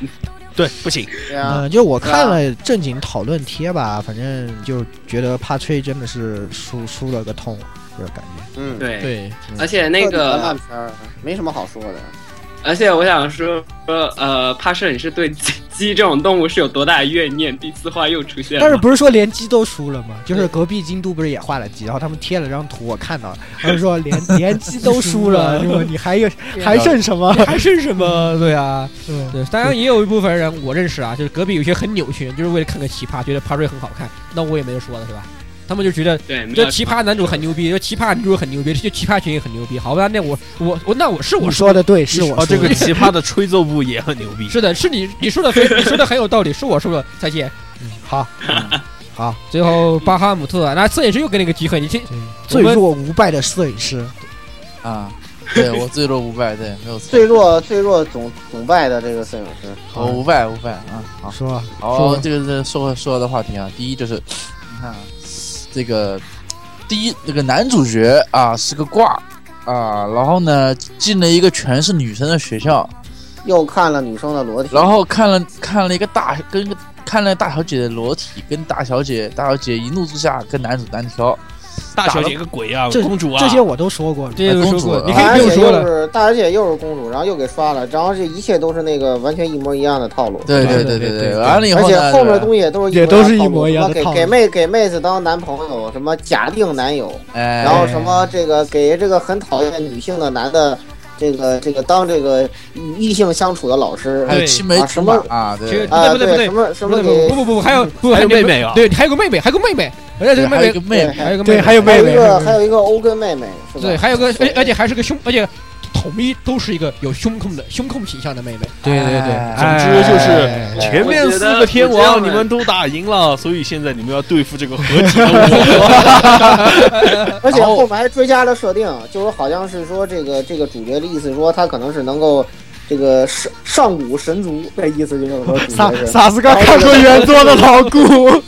Speaker 2: 对，不行，
Speaker 5: 对啊，
Speaker 4: 嗯，就我看了正经讨论贴吧，反正就觉得怕吹真的是输输了个痛，这个感觉。
Speaker 5: 嗯，
Speaker 8: 对，
Speaker 6: 对，
Speaker 8: 而且那
Speaker 5: 彻底的
Speaker 8: 个
Speaker 5: 烂，片儿没什么好说的。
Speaker 8: 而且我想说说呃，帕摄你是对鸡鸡这种动物是有多大的怨念？第四话又出现
Speaker 4: 但是
Speaker 8: 了，
Speaker 4: 不是说连鸡都输了吗？就是隔壁京都不是也画了鸡，然后他们贴了张图，我看到了，他们说连连鸡都输了，是吧？你还有还剩什么？
Speaker 7: 啊还剩什么？对啊，
Speaker 4: 嗯
Speaker 7: 对，当然也有一部分人我认识啊，就是隔壁有些很扭曲，就是为了看个奇葩，觉得帕瑞很好看，那我也没得说了，是吧？他们就觉得
Speaker 8: 对，没有
Speaker 7: 这奇葩男主很牛逼，这奇葩女主很牛逼，这奇葩群也很牛逼。好吧，那我我我那我是我
Speaker 4: 我说的对，是我
Speaker 2: 哦，这
Speaker 4: 输
Speaker 2: 个
Speaker 4: 了。
Speaker 2: 奇葩的吹奏部也很牛逼。
Speaker 7: 是的，是你你说的非你说的很有道理，是我说的。再见。
Speaker 4: 好，
Speaker 3: 好，
Speaker 7: 嗯最后巴哈姆特，那摄影师又给你个机会，你去
Speaker 3: 最弱无败的摄影师，
Speaker 6: 啊，对我最弱五百，对，没有错，
Speaker 5: 最弱最弱总总败的这个摄影师，
Speaker 6: 我五百五百啊，好。
Speaker 3: 说
Speaker 6: 好，这个是说说的话题啊，第一就是，你看啊这个第一那个男主角啊是个挂啊，然后呢进了一个全是女生的学校，
Speaker 5: 又看了女生的裸体，
Speaker 6: 然后看了看了一个大跟个看了大小姐的裸体，跟大小姐大小姐一怒之下跟男主单挑，
Speaker 2: 大小姐个鬼啊，
Speaker 3: 这
Speaker 2: 公主啊，
Speaker 3: 这些我都说过了，
Speaker 7: 这就说过，
Speaker 6: 公主
Speaker 7: 你可以
Speaker 5: 大
Speaker 7: 不
Speaker 5: 小
Speaker 7: 用
Speaker 5: 姐
Speaker 7: 说
Speaker 5: 又
Speaker 4: 哎
Speaker 7: 了，
Speaker 5: 是大小姐又是公主，然后又给刷了，然后这一切都是那个完全一模一样的套路。
Speaker 6: 对
Speaker 3: 对
Speaker 6: 对
Speaker 3: 对对对
Speaker 6: 完了以
Speaker 5: 而
Speaker 6: 后
Speaker 5: 且
Speaker 6: 呢，
Speaker 5: 后面的东西也都是
Speaker 4: 也都是一
Speaker 5: 套路
Speaker 4: 模一样的
Speaker 5: 什么
Speaker 4: 套路
Speaker 5: 给给妹给妹子当男朋友，什么假定男友，
Speaker 6: 哎，
Speaker 5: 然后什么这个给这个很讨厌女性的男的，这个这个当这个与异性相处的老师
Speaker 6: 还有
Speaker 7: 对
Speaker 6: 青梅
Speaker 5: 啊
Speaker 6: 竹
Speaker 5: 什
Speaker 6: 马
Speaker 5: 么
Speaker 6: 啊，
Speaker 7: 其实
Speaker 6: 对，
Speaker 5: 啊，
Speaker 7: 不对不对
Speaker 5: 什么什
Speaker 7: 不
Speaker 5: 么
Speaker 7: 不
Speaker 5: 给
Speaker 7: 不不不，还有不
Speaker 2: 还有
Speaker 7: 你
Speaker 2: 妹
Speaker 7: 们
Speaker 2: 妹啊，
Speaker 7: 对，还有个妹妹，还有个妹妹，而且这个
Speaker 6: 还有
Speaker 7: 妹
Speaker 6: 一个
Speaker 7: 妹，
Speaker 6: 妹妹，
Speaker 7: 还有个妹
Speaker 4: 对，
Speaker 7: 妹，
Speaker 4: 还有
Speaker 5: 还
Speaker 4: 妹
Speaker 5: 有一
Speaker 4: 妹，
Speaker 5: 个还有一个欧根妹妹是吧
Speaker 7: 对，？还有个，而且而且还是个胸，而且统一都是一个有胸控的胸控倾向的妹妹。
Speaker 6: 对对对
Speaker 2: 总之就是
Speaker 7: 哎
Speaker 2: 哎前面四个天
Speaker 8: 我觉得
Speaker 2: 王
Speaker 8: 我
Speaker 2: 你
Speaker 8: 这样哎
Speaker 2: 们都打赢了，所以现在你们要对付这个合体的我。
Speaker 5: 而且
Speaker 6: 然后
Speaker 5: 后面还追加了设定，就是好像是说这个这个主角的意思，说他可能是能够这个上上古神族的意思，就是说主
Speaker 4: 萨
Speaker 5: 角是。
Speaker 4: 萨斯刚看过原作的老顾，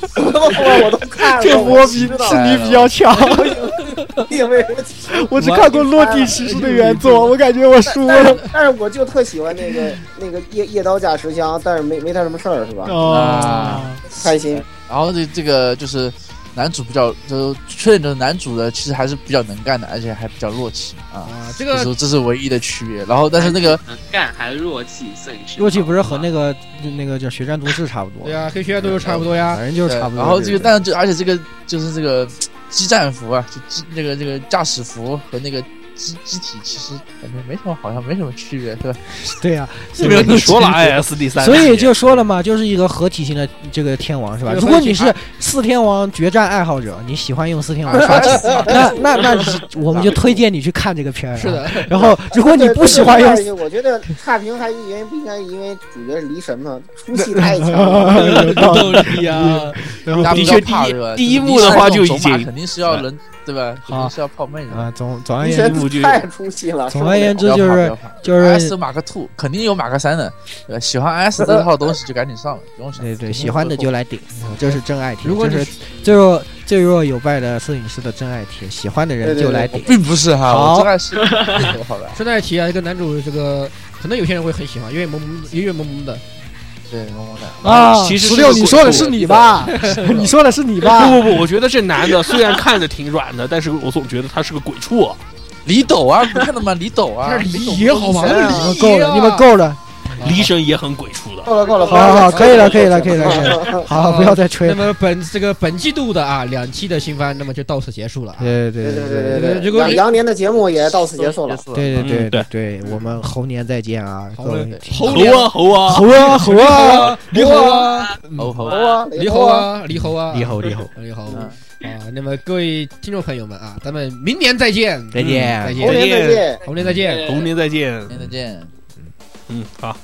Speaker 5: 后面 我都看了，
Speaker 4: 这
Speaker 5: 我
Speaker 4: 波比 是
Speaker 5: 知道
Speaker 4: 你比较 强，
Speaker 5: 你 为什么？
Speaker 4: 我只看过《落地骑士》的原作，我感觉我输
Speaker 5: 但
Speaker 4: 了。
Speaker 5: 是但是我就特喜欢那个那个夜夜刀架持枪，但是没没他什么事儿是
Speaker 4: 嗯
Speaker 5: 吧？
Speaker 4: 哦
Speaker 6: 啊，
Speaker 5: 开心，
Speaker 6: 然后这这个就是男主比较，就确认的男主的其实还是比较能干的，而且还比较弱气啊，
Speaker 7: 啊，这
Speaker 6: 这
Speaker 7: 个
Speaker 6: 是这是唯一的区别。然后但是 那个
Speaker 8: 能干还弱气摄影师，
Speaker 3: 洛奇不是和那个那个叫《血战都市》差不多
Speaker 7: 对，啊呀，黑学院都是差不多呀。
Speaker 3: 反正就是差不多。
Speaker 6: 呃然后这个，
Speaker 3: 对
Speaker 6: 但就而且这个就是这个机战服啊，就机那个这个驾驶服和那个机机体其实感觉没什么，好像没什么区别，对吧？
Speaker 3: 对呀，
Speaker 2: 没有你说了啊 ISD 三，
Speaker 3: 所以就说了嘛，就是一个合体型的这个天王是吧？
Speaker 7: 对
Speaker 3: 如果你是四天王决战爱好者，你喜欢用四天王 刷钱，
Speaker 4: 啊
Speaker 3: 那那那你我们就推荐你去看这个片儿。啊
Speaker 7: 是，的，
Speaker 3: 然后如果你不喜欢用
Speaker 5: 对，对对我觉得差评还一原因不应该因为主角是离神嘛，出戏太强 了。
Speaker 2: 斗力啊，
Speaker 6: 大家
Speaker 2: 的
Speaker 6: 比
Speaker 2: 确
Speaker 6: 较怕
Speaker 2: 第一
Speaker 6: 对吧
Speaker 2: 第一
Speaker 6: 就是
Speaker 2: 幕的话就已
Speaker 6: 你上那种走马
Speaker 2: 经啊
Speaker 6: 肯定是要人对吧？肯定是要泡妹的。
Speaker 3: 啊，总总而
Speaker 5: 离
Speaker 3: 言之，
Speaker 2: 一部剧
Speaker 5: 神太出戏了。
Speaker 3: 总而言
Speaker 5: 之，
Speaker 3: 之
Speaker 6: 不
Speaker 3: 就
Speaker 6: 要怕不
Speaker 3: 是
Speaker 6: 要怕
Speaker 3: 就
Speaker 6: S
Speaker 3: 是
Speaker 6: 马克兔肯定有马克三的，对吧喜欢 S 这套东西就赶紧上了，不用想。
Speaker 3: 对对，喜欢的嗯就来顶，这是真爱贴。
Speaker 7: 如果
Speaker 3: 这
Speaker 7: 你
Speaker 3: 是最弱最弱有败的摄影师的真爱贴，喜欢的人就来
Speaker 6: 我
Speaker 3: 顶。
Speaker 6: 并不是哈，
Speaker 3: 好
Speaker 6: 我真爱是好吧？
Speaker 7: 顺带提啊，这个男主这个可能有些人会很喜欢，因为萌萌，因为萌萌的，
Speaker 6: 对，萌萌的，
Speaker 4: 啊，
Speaker 2: 其实
Speaker 4: 十
Speaker 2: 是
Speaker 4: 六，
Speaker 2: 个
Speaker 4: 你
Speaker 2: 鬼
Speaker 4: 说的
Speaker 2: 畜
Speaker 4: 是你吧？你说的是你吧？
Speaker 2: 不不不，我觉得这男的 虽然看着挺软的，但是我总觉得他是个鬼畜。
Speaker 6: 李斗啊，你看到吗？李斗啊
Speaker 7: 但，是李也好玩，
Speaker 4: 你
Speaker 7: 啊
Speaker 4: 们够了，你们够了，
Speaker 2: 离神也很鬼畜的，
Speaker 5: 够了够了，
Speaker 4: 好好好可以了可以了可以了可以
Speaker 5: 了。
Speaker 4: 好，不要再吹
Speaker 7: 那
Speaker 4: 了。
Speaker 7: 么本这个本季度的啊两期的新番，那么就到此结束了啊。
Speaker 3: 对对对
Speaker 5: 对对对
Speaker 7: 对
Speaker 5: 对
Speaker 7: 对
Speaker 5: 对
Speaker 7: 如果
Speaker 5: 对，
Speaker 7: 你
Speaker 5: 羊年的节目也到此结束了。
Speaker 3: 对对
Speaker 2: 嗯对
Speaker 3: 对，我们猴年再见啊！各
Speaker 7: 猴
Speaker 3: 位
Speaker 7: 年
Speaker 3: 听
Speaker 7: 猴
Speaker 2: 猴啊猴啊，
Speaker 4: 猴啊猴啊，
Speaker 7: 李猴啊，
Speaker 6: 哦
Speaker 5: 猴
Speaker 6: 吼
Speaker 5: 啊，
Speaker 7: 李猴，啊，李猴啊，
Speaker 3: 李猴李猴，
Speaker 7: 李猴
Speaker 6: 嗯
Speaker 7: 啊。那么各位听众朋友们啊，咱们明年再见，
Speaker 3: 再见
Speaker 7: 嗯再
Speaker 5: 猴
Speaker 7: 见，
Speaker 5: 年再见。
Speaker 7: 猴年再见。
Speaker 2: 猴年再见。
Speaker 6: 明天再见。
Speaker 2: 嗯，好。